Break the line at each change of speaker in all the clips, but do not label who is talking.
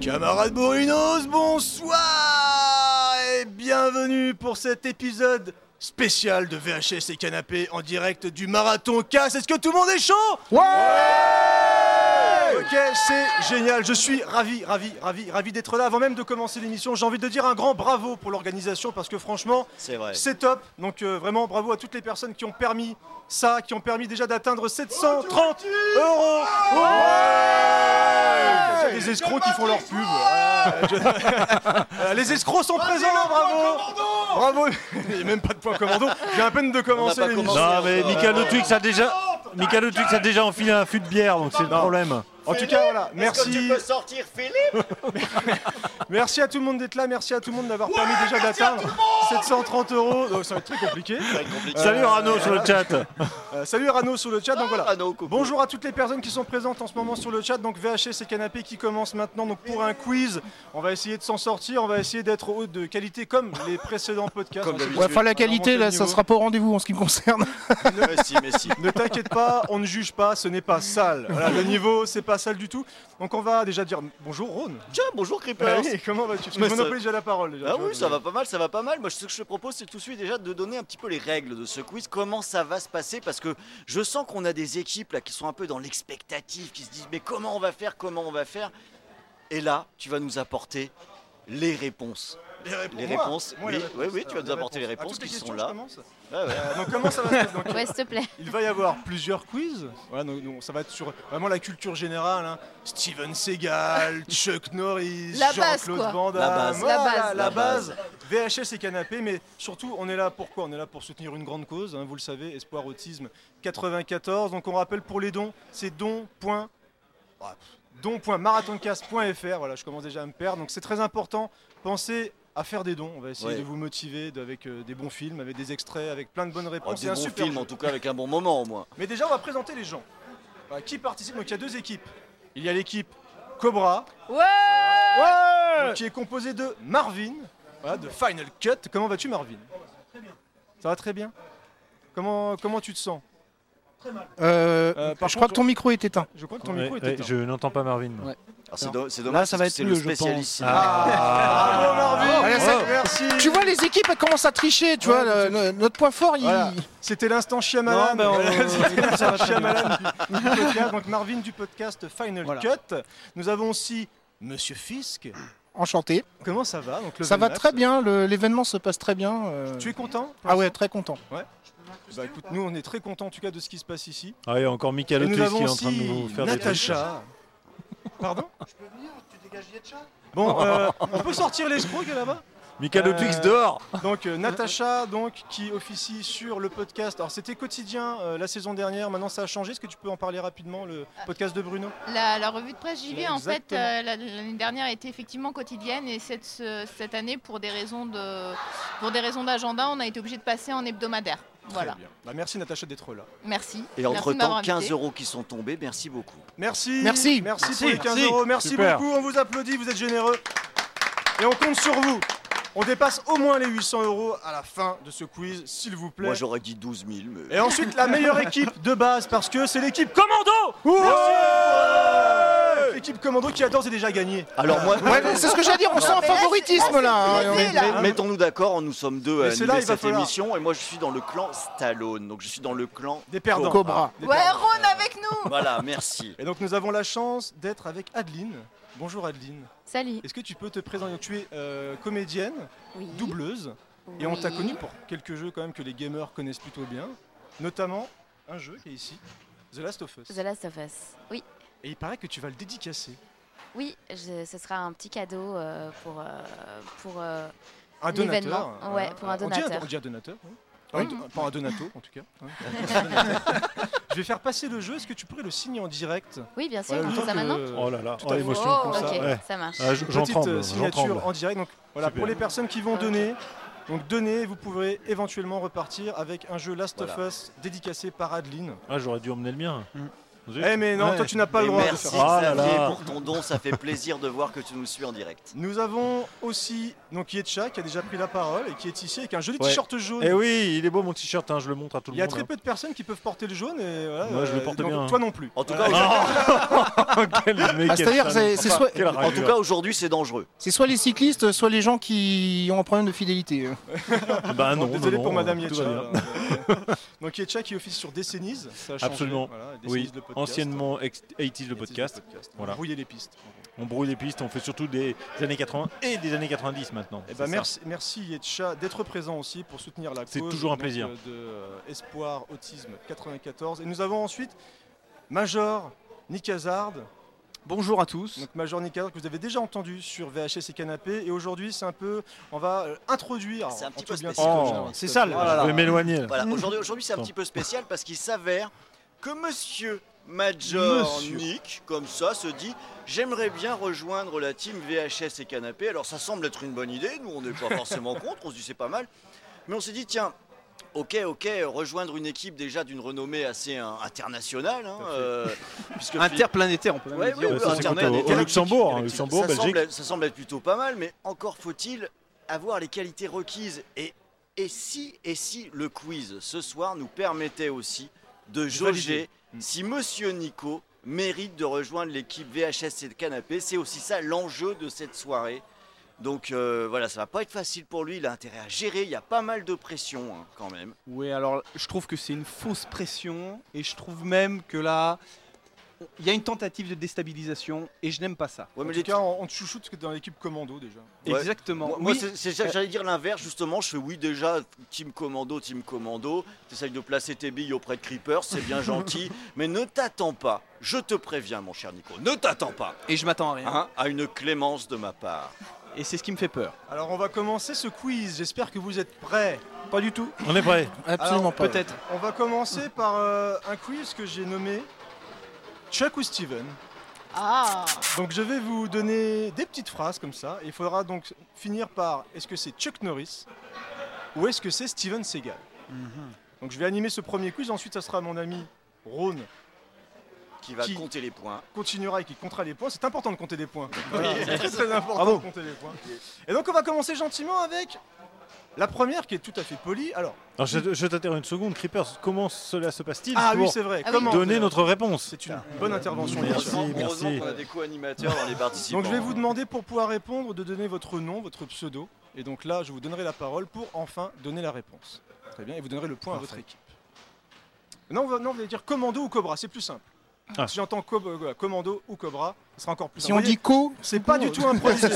Camarades bourrinos, bonsoir et bienvenue pour cet épisode spécial de VHS et Canapé en direct du Marathon Casse. Est-ce que tout le monde est chaud Ouais Ok, c'est génial. Je suis ravi, ravi, ravi, ravi d'être là. Avant même de commencer l'émission, j'ai envie de dire un grand bravo pour l'organisation parce que franchement,
C'est vrai.
c'est top. Donc euh, vraiment bravo à toutes les personnes qui ont permis ça, qui ont permis déjà d'atteindre 730 euros. Ouais Il y a des escrocs qui font leur pub. Ouais, je- Voilà, Euh, les escrocs sont présents, bravo. Bravo. Il n'y a même pas de point commando. J'ai à peine de commencer
pas
l'émission.
commencé.
Non mais Michael Le Twix a déjà Michael Le Twix a déjà enfilé un fût de bière donc c'est le problème.
En tout cas, voilà. Merci,
sortir Philippe
merci à tout le monde d'être là. Merci à tout le monde d'avoir permis déjà d'atteindre 730 euros. Donc, ça va être très compliqué.
Salut Rano sur le chat.
Euh, salut Rano sur le chat. Donc voilà.
Rano, Ah, coucou.
Bonjour à toutes les personnes qui sont présentes en ce moment sur le chat. Donc VHS et Canapé qui commence maintenant donc pour un quiz. On va essayer de s'en sortir. On va essayer d'être au- de qualité comme les précédents podcasts.
Comme
Hein, c'est-
d'habitude.
Ouais, enfin la
Voilà,
qualité,
monter
là,
le
ça
niveau.
sera pas au rendez-vous en ce qui me concerne.
si, mais si.
Ne t'inquiète pas, on ne juge pas, ce n'est pas sale. Voilà, le niveau, c'est pas sale du tout. Donc on va déjà dire bonjour Rhône.
Tiens, bonjour
Ah
Creepers
oui, comment vas-tu Tu
Mais ça-
monopolises déjà la parole. déjà,
Ah
tu vois,
oui, ça
donc-
va pas mal, ça va pas mal. Moi, ce que je te propose, c'est tout de suite déjà de donner un petit peu les règles de ce quiz, comment ça va se passer, parce que je sens qu'on a des équipes là qui sont un peu dans l'expectative, qui se disent mais comment on va faire, comment on va faire. Et là, tu vas nous apporter les réponses.
Les réponses.
Les
Moi,
réponses,
moi,
oui,
les réponses.
oui, oui, tu vas
Alors,
nous apporter les
À
réponses
toutes les
qui sont
questions,
là.
je commence
Ouais, ouais.
Euh, donc comment ça va se passer Donc,
Ouais, s'il te plaît.
Il va y avoir plusieurs quiz. Voilà, donc, donc, ça va être sur vraiment la culture générale. hein. Steven Seagal, Chuck Norris,
La base,
Jean-Claude
quoi.
Van Damme.
La base.
voilà,
La base.
la
La
base. VHS et canapé, mais surtout, on est là pour quoi On est là pour soutenir une grande cause. hein, vous le savez, Espoir Autisme 94. Donc on rappelle pour les dons, c'est don. point- ah, pff, don.marathoncast.fr. Voilà, je commence déjà à me perdre. Donc c'est très important. Pensez à faire des dons. On va essayer
Ouais.
de vous motiver de- avec euh, des bons films, avec des extraits, avec plein de bonnes
Oh,
réponses.
des
c'est un
bons
super
films,
jeu.
en tout cas avec un bon moment au moins.
Mais déjà, on va présenter les gens. Voilà, qui participe Donc, il y a deux équipes. Il y a l'équipe Cobra,
Ouais
donc, qui est composée de Marvin, voilà, de Final Cut. Comment vas-tu, Marvin Ça va très bien Comment, comment tu te sens
Euh,
Euh, par
je
contre,
crois que ton micro est éteint.
Je crois que ton
Ouais,
micro est
ouais,
éteint.
je n'entends pas Marvin. moi.
Ouais.
Alors, c'est
Non.
do- c'est
Là,
dommage parce
ça va
que
être
c'est
mieux,
le
je pense.
spécialiste. cinéma.
Ah.
Bravo, Marvin
Voilà, ça-
Ouais, Merci
Tu vois, les équipes, elles commencent à tricher, tu
Ouais,
vois.
mais
le- le- notre point fort, il...
Voilà. C'était l'instant Shyamalan.
Non,
ben,
mais on-
Voilà, C'était l'instant Shyamalan du, du podcast. Donc, Marvin du podcast Final
Voilà.
Cut. Nous avons aussi Monsieur Fisk.
enchanté.
Comment ça va donc, le
Ça va
Velmax
très bien, le- l'événement se passe très bien. euh.
Tu es content
Ah ouais, très content.
Bah écoute, nous on est très contents en tout cas de ce qui se passe ici.
Ah ouais, encore Michael
Et
Le
nous
Twix qui
avons
est en train de
aussi
nous faire des trucs.
Natacha. Pardon Je peux venir Tu dégages Yetcha Bon, euh, on peut sortir les escrocs qu'il y a là-bas
Michael Le Twix
Euh,
dehors.
Donc euh, Natacha, donc, qui officie sur le podcast. Alors c'était quotidien euh, la saison dernière, maintenant ça a changé. Est-ce que tu peux en parler rapidement, le podcast de Bruno
Ah. la, la revue de presse JV, en fait,
Exactement.
euh, la- l'année dernière était effectivement quotidienne et cette, ce- cette année, pour des raisons de pour des raisons d'agenda, on a été obligé de passer en hebdomadaire. Voilà.
Très bien. Bah, merci Natacha d'être là.
Merci.
Et
Merci de
entre-temps,
m'avoir invité.
15 euros qui sont tombés, merci beaucoup.
Merci.
Merci.
Merci,
Merci.
pour les 15
Merci.
euros. Merci
Super.
beaucoup. On vous applaudit. Vous êtes généreux. Et on compte sur vous. On dépasse au moins les 800 euros à la fin de ce quiz, s'il vous plaît.
Moi j'aurais dit 12 000, mais.
Et ensuite, la meilleure équipe de base, parce que c'est l'équipe Commando Ouais L'équipe Commando qui a d'ores et déjà gagné. Euh,
Alors moi,
Ouais, mais c'est ce que j'allais dire, on sent un
mais là,
favoritisme
c'est-
là. hein.
là, c'est
Mais-
là.
mais- mettons-nous d'accord, nous sommes deux
Mais
à
c'est
animer
là, il va
cette
falloir.
émission, et moi je suis dans le clan Stallone, donc je suis dans le clan
Des perdants.
Cobra.
Des
Ouais,
perdants.
Ron avec nous
Voilà, merci.
Et donc, nous avons la chance d'être avec Adeline. Bonjour Adeline.
Salut.
Est-ce que tu peux te présenter Donc, Tu es euh, comédienne,
Oui.
doubleuse, et on t'a
Oui.
connue pour quelques jeux quand même que les gamers connaissent plutôt bien, notamment un jeu qui est ici, The Last of Us.
The Last of Us. Oui,
Et il paraît que tu vas le dédicacer.
oui, je- ce sera un petit cadeau euh, pour, euh, pour euh,
Un donateur. euh,
L'événement, ouais, pour un
On dit
donateur.
On dit un donateur. oui. Enfin, un do- Pas un donato, en tout cas. hein. Je vais faire passer le jeu. Est-ce que tu pourrais le signer en direct
oui, bien sûr,
Voilà,
on
le
fait
temps
ça
que-
maintenant.
Oh là là,
Tout à
oh
fait.
l'émotion
Oh,
comme
ok,
ça. ouais.
ça marche.
Ah, j- J'en
Petite euh,
tremble, j'en tremble.
signature en direct. Donc voilà,
Super.
pour les personnes qui vont
Ok.
donner, donc donner, vous pourrez éventuellement repartir avec un jeu Last of
Voilà.
Us dédicacé par Adeline.
Ah, j'aurais dû emmener le mien. Zut.
Eh mais non,
Ouais.
toi tu n'as pas le
Et
droit de
merci
faire.
ça. Ah là
Oh
Xavier
là.
pour ton don, ça fait plaisir de voir que tu nous suis en direct.
Nous avons aussi donc Yetcha qui a déjà pris la parole et qui est ici avec un joli
Ouais.
t-shirt jaune.
Eh oui, il est beau mon t-shirt, hein, je le montre à tout
Il
le
y a
monde.
très peu de personnes qui peuvent porter le jaune et voilà, euh,
Moi, je le porte
donc
bien, hein.
Toi non plus.
En tout
Voilà.
cas,
hein. Non Quel mec,
Ah, C'est-à-dire
quel
que
salaud.
c'est c'est soit,
Quelle
en tout
ragure.
cas aujourd'hui, c'est dangereux.
c'est soit les cyclistes, soit les gens qui ont un problème de fidélité. euh.
Bah
Bon,
non,
désolé
non, non,
pour Madame
tout
Yetcha.
va bien.
alors, euh, donc Yetcha qui office sur Décennies, ça a changé,
Absolument.
voilà, Décennies,
Oui,
le podcast.
anciennement ex- 80s le
Décennies,
podcast. Voilà.
Brouiller les pistes. en gros.
On brouille les pistes, on fait surtout des années 80 et des années 90 maintenant.
Eh
C'est
ben,
ça.
merci, merci Yetcha d'être présent aussi pour soutenir la cause.
C'est toujours un
donc,
plaisir.
euh, De euh, Espoir Autisme 94. Et nous avons ensuite Major Nick Hazard.
Bonjour à tous.
Donc Major Nick Hazard que vous avez déjà entendu sur VHS et Canapé. Et aujourd'hui, c'est un peu, on va euh, introduire.
C'est un
en
petit
toute
peu
bienveillance, euh, général,
spécial.
Oh, c'est
tout à
ça,
fait.
le-
Voilà.
Je vais m'éloigner. là. Mmh.
Voilà, aujourd'hui aujourd'hui, c'est un
Bon.
petit peu spécial parce qu'il s'avère que monsieur Major
Monsieur.
Nick, comme ça, se dit J'aimerais bien rejoindre la team VHS et Canapé. Alors, ça semble être une bonne idée, nous on n'est pas forcément contre, on se dit c'est pas mal. Mais on s'est dit Tiens, ok, ok, rejoindre une équipe déjà d'une renommée assez hein, internationale. hein, euh, puisque
Interplanétaire, on peut même
Ouais,
le dire.
ouais,
Ça, c'est
Internet,
quoi, au- au
galactique,
Luxembourg, hein,
galactique.
Luxembourg,
ça
Belgique.
Semble, être- ça semble être plutôt pas mal, mais encore faut-il avoir les qualités requises. Et, et, si, et si le quiz ce soir nous permettait aussi de jauger si Monsieur Nico mérite de rejoindre l'équipe VHS et de Canapé. C'est aussi ça l'enjeu de cette soirée. Donc euh, voilà, ça va pas être facile pour lui, il a intérêt à gérer, il y a pas mal de pression hein, quand même.
Oui, alors je trouve que c'est une fausse pression et je trouve même que là, il y a une tentative de déstabilisation et je n'aime pas ça.
Ouais,
En
mais
tout
les-
cas, on on te chouchoute que dans l'équipe commando déjà.
Ouais.
Exactement.
Moi, moi,
oui, Euh,
c'est- c'est- j'allais dire l'inverse, justement. Je fais oui, déjà, team commando, team commando. T'essayes de placer tes billes auprès de Creeper, c'est bien gentil. mais ne t'attends pas, je te préviens, mon cher Nico, ne t'attends pas
et je m'attends à rien.
hein, à une clémence de ma part.
Et c'est ce qui me fait peur.
Alors on va commencer ce quiz, j'espère que vous êtes prêts. Pas du tout.
On est prêt.
Absolument pas.
Peut-être.
On va commencer par euh, un quiz que j'ai nommé Chuck ou Steven.
Ah
Donc je vais vous donner des petites phrases comme ça. Il faudra donc finir par est-ce que c'est Chuck Norris ou est-ce que c'est Steven Seagal
Mm-hmm.
Donc je vais animer ce premier quiz, ensuite ça sera mon ami Ron
Qui va
Qui-
compter les points.
continuera et qui comptera les points. C'est important de compter des points.
Oui.
c'est très, très important
Bravo.
de compter les points. Et donc on va commencer gentiment avec la première qui est tout à fait polie. Alors,
Alors, je je t'interromps une seconde. Creepers, comment cela se passe-t-il
ah oui
pour
c'est vrai,
Ah oui.
comment
donner notre réponse
C'est
Ah.
une bonne intervention.
Merci,
Yasha.
heureusement heureusement
merci.
qu'on a des co-animateurs dans les participants.
Donc je vais vous demander pour pouvoir répondre de donner votre nom, votre pseudo. Et donc là, je vous donnerai la parole pour enfin donner la réponse. Très bien, et vous donnerez le point à votre équipe. Non, on va- non, vous allez dire commando ou cobra, c'est plus simple.
Ah.
Si j'entends co- euh, commando ou cobra, ce sera encore plus
Si
simple.
on
Vous voyez,
dit co,
c'est pas du tout improvisé.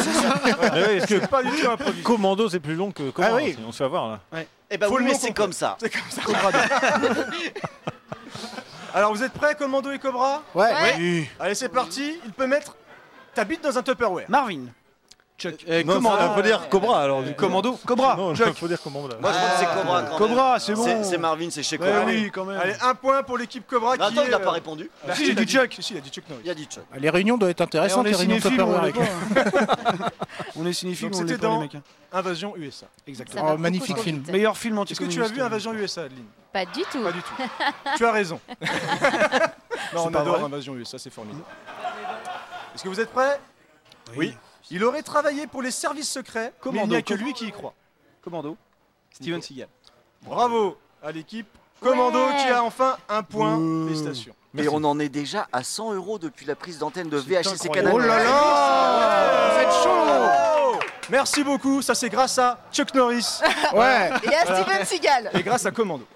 Ah ouais, Est-ce que
C'est pas du tout improvisé.
commando c'est plus long que comment
Ah oui.
On se fait avoir là.
Eh ben
Faut
oui,
le
mais
nom
c'est
complet.
comme ça.
C'est comme ça. Alors vous êtes prêts, commando et cobra
ouais.
Ouais.
Allez, c'est parti. Il peut mettre ta bite dans un Tupperware. Eh, Ah.
Marvin. Chuck. Euh,
Non,
commando.
ça, on peut dire Cobra alors. du coup.
Commando. Cobra.
Non, il
Chuck.
faut dire commando.
Moi, je crois que c'est Cobra quand même.
Cobra, c'est
C'est-
bon.
C'est Marvin, c'est
Eh
chez
Ouais,
Cobra.
oui, quand même.
Allez, un point pour l'équipe cobra
Mais attends,
qui
il
est,
n'a pas
euh,
répondu.
bah,
Si, j'ai
il a
dit Chuck.
Si, si, il a dit Chuck Norris.
Il a dit Chuck.
Ah, Les réunions doivent être
Eh, on
intéressantes,
est
les réunions
cinéphiles,
Tupperware
on
avec-
l'est pas, hein. On est cinéphiles,
Donc
on
c'était
l'est pas, les
dans-
mecs. hein.
Invasion USA.
Exactement.
Ça va
Oh, magnifique
beaucoup trop
film.
vite.
Meilleur film
Est-ce que tu as vu
un vagin
Invasion USA, Adeline
Pas du tout.
Pas du tout. tu as raison. non,
C'est
on
pas
adore
vrai.
Invasion USA, c'est formidable. Est-ce que vous êtes prêts Il aurait travaillé pour les services secrets, mais il n'y
Commando,
a que
commando.
lui qui y croit.
Commando. Steven Seagal.
Bravo à l'équipe Commando
Ouais.
qui a enfin un point.
Ouais.
Félicitations.
Mmh. Mais on en est déjà à 100 euros depuis la prise d'antenne de
C'est
VHS et
incroyable.
Canapé.
Oh là là Vous êtes chaud
Bravo. Merci beaucoup, ça c'est grâce à Chuck Norris
Ouais
Et à Steven Seagal
et grâce à Commando.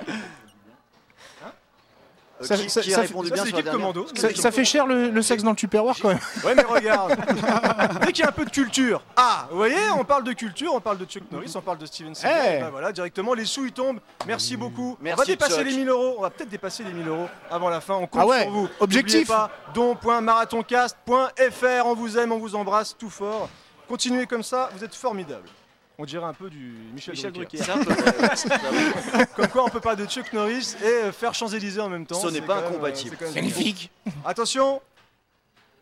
Euh,
Ça-
qui,
ça-
qui a
ça-
répondu
Ça
bien
c'est
sur la
l'équipe
dernière
Commando.
ça, ça fait cher le, le sexe dans le Tupperware quand même.
Ouais mais regarde, dès qu'il y a un peu de culture, ah, vous voyez, on parle de culture, on parle de Chuck Norris, on parle de Steven Seagal,
Eh.
et ben voilà, directement les sous ils tombent, merci beaucoup, on va
Mmh. Merci,
dépasser
Chuck.
les 1000 euros, on va peut-être dépasser les 1000 euros avant la fin, on compte
Ah ouais,
sur vous,
objectif.
N'oubliez pas, don.marathoncast.fr, on vous aime, on vous embrasse tout fort, continuez comme ça, vous êtes formidables. On dirait un peu du Michel,
Michel
Drucker.
C'est
Drucker.
un peu vrai, ouais. C'est un peu vrai.
Comme quoi on peut parler de Chuck Norris et euh, faire Champs-Élysées en même temps.
Ce n'est
c'est
pas
quand même, euh,
incompatible.
c'est quand même-
Magnifique.
Attention,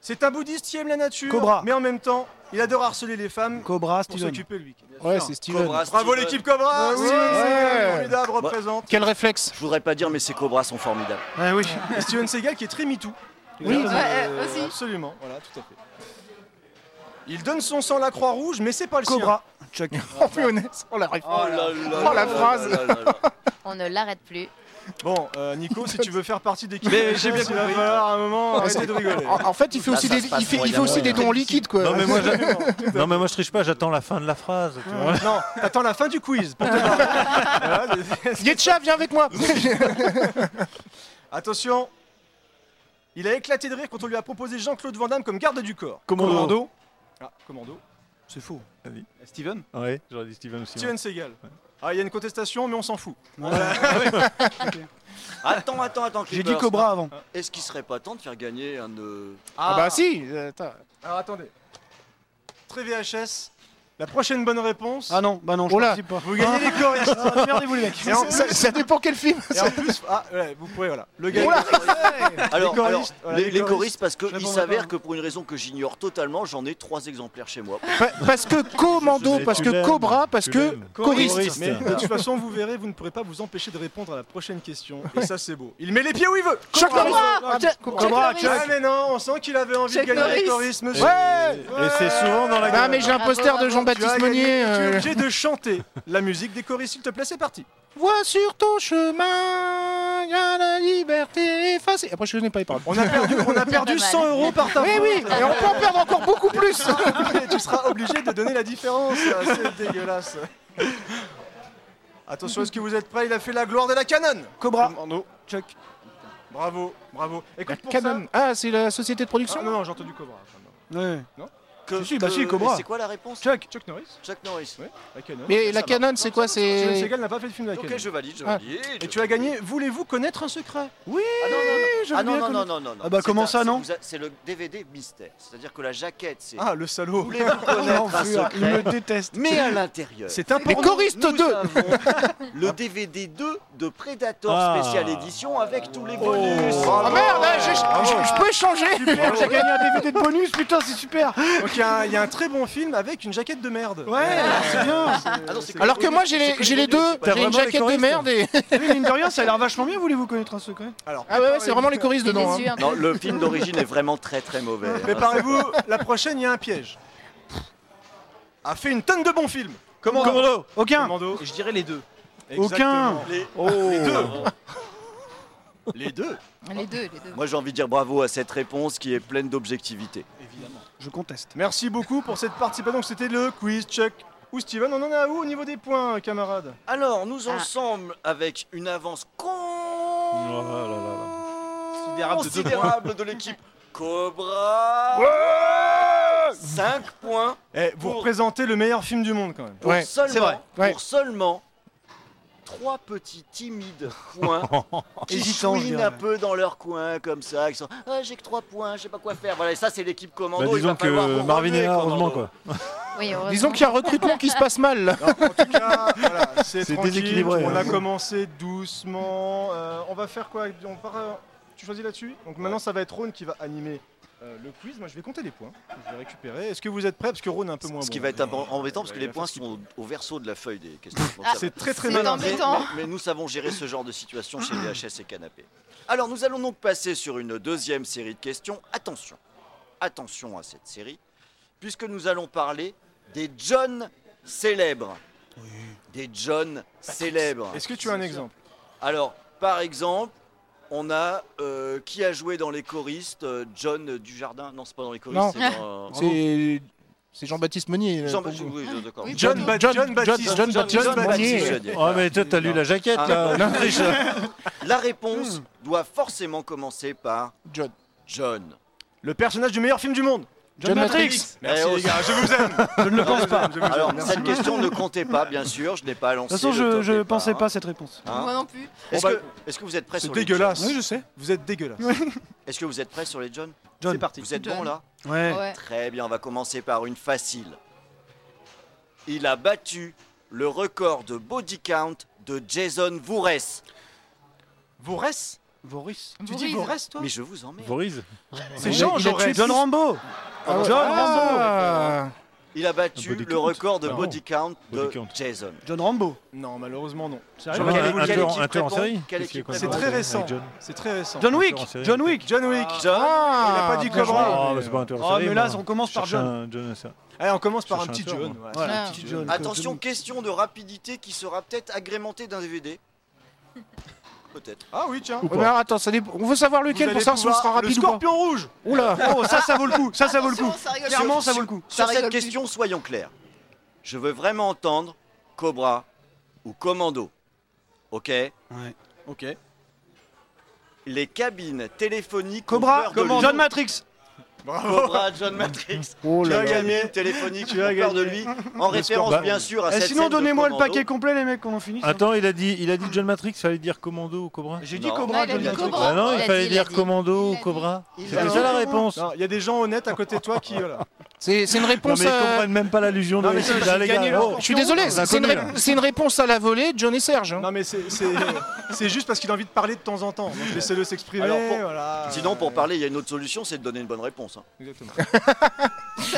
C'est un bouddhiste qui aime la nature,
Cobra.
mais en même temps, il adore harceler les femmes
Cobra,
pour
Steven.
s'occuper de lui.
Ouais, c'est Steven.
Cobra,
Bravo
Steven. Bah
l'équipe Cobra
Ouais, oui.
Steven Seagal,
Ouais.
formidable, représente.
Quel réflexe
Je voudrais pas dire, mais ces cobras sont formidables.
Ah oui. Et Steven Seagal qui est très MeToo.
Oui,
Euh,
ouais, euh, aussi.
Absolument, voilà, tout à fait. Il donne son sang à la Croix-Rouge, mais c'est pas le
Cobra. Chuck. Oh, On fait honnête. On la réflexe. Oh, la phrase.
On ne l'arrête plus.
sien. Bon, euh, Nico, si tu veux faire partie des
Mais j'ai bien
il va
compris.
falloir un moment
Ouais,
arrêter de rigoler.
En en fait, il fait
Là,
aussi
ça
des,
se passe
il fait,
pour
il fait
évidemment,
aussi des
ouais.
dons en liquide, quoi.
Non mais, moi, j'a-
Absolument.
non, mais moi, je triche pas, j'attends la fin de la phrase. tu vois.
Non, attends la fin du quiz pour te voir. Voilà, c'est-
Yetcha, viens avec moi.
Attention Il a éclaté de rire quand on lui a proposé Jean-Claude Van Damme comme garde du corps.
Commando.
Ah, commando.
C'est faux.
Vas-y.
Steven
Ouais, j'aurais dit Steven aussi. hein.
Steven Seagal. Ah, il y a une contestation, mais on s'en fout.
Attends, attends, attends. Ah.
J'ai dit
Clippers.
Cobra avant.
Est-ce qu'il serait pas temps de faire gagner un de.
Ah bah si. euh, attends.
Alors attendez. Très VHS. La prochaine bonne réponse.
Ah non, bah non, je
Oh là.
participe pas.
Vous gagnez les choristes. Merdez-vous les mecs. Et en
Ça,
plus,
ça dépend quel film.
et en plus- ah, ouais, vous pouvez, voilà. Le gars.
Alors,
choristes,
alors,
voilà,
les,
les
les
choristes.
choristes, parce
Je
que il
répondrai
s'avère
pas.
que pour une raison que j'ignore totalement, j'en ai trois exemplaires chez moi.
Bah,
Pa- Parce que commando,
Mais
parce
tu
que
l'aimes,
cobra, parce
tu
que
l'aimes.
choriste.
Choriste.
Mais de toute façon, vous verrez, vous ne pourrez pas vous empêcher de répondre à la prochaine question. Et ça, c'est beau. Il met les pieds où il veut.
Chuck
Cobra. Ah,
Norris.
Cobra.
Chuck-
Cobra, Chuck.
Ah, mais non, on sent qu'il avait envie
Chuck
de gagner
Norris.
les choristes,
Et-
monsieur.
Ouais.
Et c'est souvent dans la Ah,
Non
gueule.
mais j'ai un
Bravo,
poster de
bravo.
Tu as
Jean-Baptiste
gagné.
Monnier.
Tu es
euh,
obligé de chanter la musique des choristes, s'il te plaît, c'est parti.
Vois sur ton chemin, il y a la liberté effacée. Après, je n'ai pas les paroles.
On a perdu, on a perdu
pas mal.
100 euros par ta
Oui, oui,
faute.
et on peut en perdre encore beaucoup plus.
Et tu seras obligé de donner la différence. là. C'est dégueulasse. Attention, est-ce que vous êtes prêts Il a fait la gloire de la canon.
Cobra,
Chuck.
Bravo, bravo. Écoute, pour
Canon. Ah, c'est la société de
ça... Ah,
production
non, non, j'ai entendu Cobra.
Ouais.
Que,
Si, si, bah
que-
si, Cobra.
mais C'est quoi la réponse
Chuck. Chuck Norris
Chuck Norris.
Ouais. La canon.
Mais la
Ça
Canon, c'est quoi
Steven
C'est.
Seagal n'a pas fait de film de la
Ok,
canon.
je valide, je
Ah.
valide.
Et tu as gagné Voulez-vous connaître un secret
Ah non, non, non.
eh, j'aime
Ah non, non,
bien
non,
connaître.
non, non, non.
Ah bah,
C'est
comment
un-
ça,
c'est-
non
vous a- C'est le DVD mystère. C'est-à-dire que la jaquette, c'est.
Ah, le salaud.
Voulez-vous connaître un
L'enflure, Il me
secret
déteste.
Mais à l'intérieur.
C'est un
Les
porno.
choristes
Nous
2
avons le DVD 2 de Predator
Ah.
spécial édition avec tous les bonus.
Oh.
Ah merde, hein, j'ai- je je peux échanger
J'ai gagné un DVD de bonus, putain, c'est super.
Donc il y, a un- il y a un très bon film avec une jaquette de merde.
Ouais, c'est bien.
Ah non, c'est que
Alors
le
que moi
bonus,
j'ai
c'est
les,
que
j'ai
le
les
bonus,
deux,
c'est pas-
T'as
j'ai une
vraiment les
jaquette de
choristes
merde et.
Oui, mine de rien, ça a l'air vachement bien. Voulez-vous connaître un secret
Alors,
Ah ouais, ouais, c'est vraiment les choristes
Et
dedans. hein.
les yeux un peu.
Non, le film d'origine est vraiment très très mauvais. hein.
Euh, Préparez-vous, la prochaine, il y a un piège. A fait une tonne de bons films. Comment
Commando.
Aucun.
Commando.
Je dirais les deux.
Exactement.
Les-
Les deux.
Les deux
Les deux, les deux.
Moi j'ai envie de dire bravo à cette réponse qui est pleine d'objectivité.
Je conteste.
Merci beaucoup pour cette participation. Donc c'était le quiz Chuck ou Steven. On en est à où au niveau des points, camarades
Alors nous
Ah.
ensemble avec une avance
Oh là là là
Considérable de deux
considérable de l'équipe Cobra 5 points
Eh, vous
Pour-
représentez le meilleur film du monde quand même.
pour
Ouais,
c'est
seulement
vrai,
ouais.
pour seulement trois petits timides points qui
Hésitants, je
chouinent
dirais.
un peu dans leur coin comme ça qui sont ah j'ai que trois points je sais pas quoi faire voilà et ça c'est l'équipe
là.
commando
Bah,
il va
disons
falloir
que
vous
Marvin
relever,
est là, heureusement
Commando.
quoi.
Oui, heureusement.
Disons qu'il y a un recrutement qui se passe mal.
Alors, en tout cas, voilà, c'est
C'est
tranquille.
déséquilibré,
On
hein.
a commencé doucement. Euh, on va faire quoi On part, euh, Tu choisis là-dessus Donc maintenant, ça va être Rhône qui va animer euh, le quiz. Moi, je vais compter les points. Je vais récupérer. Est-ce que vous êtes prêts Parce que Rhône est un peu moins
ce
bon.
qui va être un peu embêtant parce que
Ouais,
les
il va
points
faire ce qu'il
sont au verso de la feuille des questions. Donc ça va.
Ah, C'est très très
C'est
malin.
Mais,
embêtant.
mais- mais nous savons gérer ce genre de situation chez VHS et Canapé. Alors nous allons donc passer sur une deuxième série de questions. Attention, attention à cette série, puisque nous allons parler des John célèbres. Des John célèbres.
Est-ce que tu as un exemple
Alors, par exemple, on a euh, qui a joué dans les choristes euh, John Dujardin Non, c'est pas dans les
Non.
choristes, c'est dans...
C'est. C'est Jean-Baptiste Monnier. là,
Jean-
pour vous.
oui, d'accord. Ah,
Oui,
John, Ba- John
John-
Baptiste.
John- John- John-
Baptiste.
Monnier.
Jean-
Oh mais toi t'as lu la jaquette là. Non, triche.
La réponse doit forcément commencer par
John.
John.
Le personnage du meilleur film du monde.
John Matrix.
Merci
Eh,
les
aussi.
gars, je vous aime. je ne le pense pas.
Alors, cette question ne comptait pas, bien sûr, je n'ai pas
De
lancé.
toute façon,
le
je,
top
je
départ,
pensais
hein.
pas à cette réponse.
Hein
Moi non plus.
Est-ce
Bon,
que,
bah,
est-ce que vous êtes prêts
C'est
sur les
dégueulasse.
Oui, je sais.
Vous êtes dégueulasse.
John Est-ce que vous êtes prêts sur les John
John.
C'est parti.
Vous êtes
John.
bon là
Ouais.
Ouais.
Très bien, on va commencer par une facile. Il a battu le record de body count de Jason Voorhees.
Vous reste
Voris. Tu
Voris.
dis Vorest, toi
Mais je vous emmerde.
Vorise
C'est
Oui,
Jean
il a tué
Jaurès.
John
Rambo
Ah ouais.
John
Ah.
Il a battu
Body
le
count.
record de
Ah bon.
body count de
Body count.
Jason.
John Rambo.
Non, malheureusement, non.
Un
J'aurais
quelle- quelle
tueur-
équipe
un tueur en
répond
série
Quelle
Qu'est-ce qu'il y a
équipe
comme
C'est
répond
rapport
très
avec
récent.
John
C'est très récent.
John Wick
tueur en série.
John Wick
John Wick.
Ah,
Il a pas dit
bien
Cobra.
joué.
Ah, mais c'est pas un tueur
Ah,
en série,
mais là,
moi.
on commence par
Cherche
John.
un John, ça.
Allez, on commence par
Je
un
cherche
petit
un tueur,
John.
moi.
voilà.
Voilà.
Ah,
Ah.
Un petit John.
Attention, question de rapidité qui sera peut-être agrémentée d'un DVD. Peut-être.
Ah oui, tiens.
Ou
Ouais,
pas.
mais alors, attends, ça dépend. on veut savoir
Vous
lequel
allez
pour savoir si on
pouvoir-
sera
Le
rapide ou pas.
scorpion rouge
Oula
Oh, ça, ça vaut le coup. Ça, ça vaut le coup.
Attention, ça rigole.
Clairement, ça vaut le coup.
Sur cette
rigole plus.
question, soyons clairs. Je veux vraiment entendre Cobra ou Commando. Ok
Ok.
Les cabines téléphoniques. ont
Cobra,
peur de
comment
lui.
John Matrix.
Cobra, John Matrix.
Oh
Tu
là
as
là.
gagné téléphonique, tu as peur de lui, en référence
score.
bien sûr à
Eh,
cette
sinon,
scène de
donnez-moi le
Commando.
paquet complet, les mecs, qu'on en finisse.
Attends, il a dit, il a dit John Matrix, fallait dire Commando ou Cobra
J'ai dit
Non.
Non,
Cobra,
il a
John
dit
Matrix.
Cobra.
Bah non,
il
il
a dit,
fallait
il a
dire
dit.
Commando
Il
ou
a dit.
Cobra
Il
C'était
a
ça la
dit.
réponse
Non, Il y a des gens honnêtes à côté de toi qui. voilà.
C'est c'est une
Non,
réponse
mais ils
à-
comprennent même pas l'allusion de
Non, mais c'est-
Là, les
j'ai gagné
gars,
le
oh.
Je suis désolé,
Dans
c'est une,
l'inconnu,
ré- c'est une réponse à la volée de John et Serge. hein.
Non, mais c'est- c'est c'est juste parce qu'il a envie de parler de temps en temps. Donc laissez-le s'exprimer.
Alors, pour-
voilà.
Sinon, pour parler, il y a une autre solution, c'est de donner une bonne réponse. hein.
Exactement.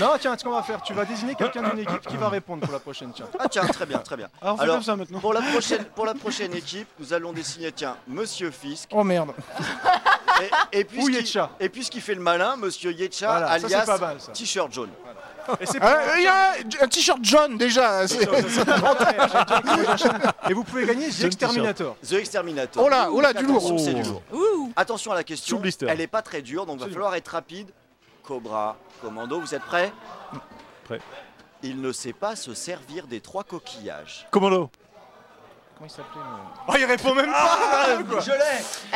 non, tiens, ce qu'on va faire, tu vas désigner quelqu'un d'une équipe qui va répondre pour la prochaine. Tiens.
Ah tiens, très bien, très bien.
Alors, on fait
Alors-
comme ça maintenant.
Pour la prochaine, pour la prochaine équipe, nous allons dessiner, tiens, Monsieur Fisk.
Oh merde.
Et, et
Ou
puisqu'il-
Yetcha.
et puisqu'il fait le malin, Monsieur Yetcha,
Voilà, ça, c'est
alias
pas mal, ça.
T-shirt jaune.
Et c'est
Ah, Il y a un- un t-shirt John déjà. c'est-
Et vous pouvez gagner The
Jeune
Exterminator.
The Exterminator.
Oh là, oh là, du lourd.
Attention, c'est
Oh.
du lourd.
Ouh.
Attention à la question,
Sous blister.
elle est pas très dure, donc va
Absolument.
falloir être rapide. Cobra, Commando, vous êtes prêts
Mm. Prêt.
Il ne sait pas se servir des trois coquillages.
Commando.
Comment il s'appelait, euh
Oh, il répond même
Ah,
pas quoi.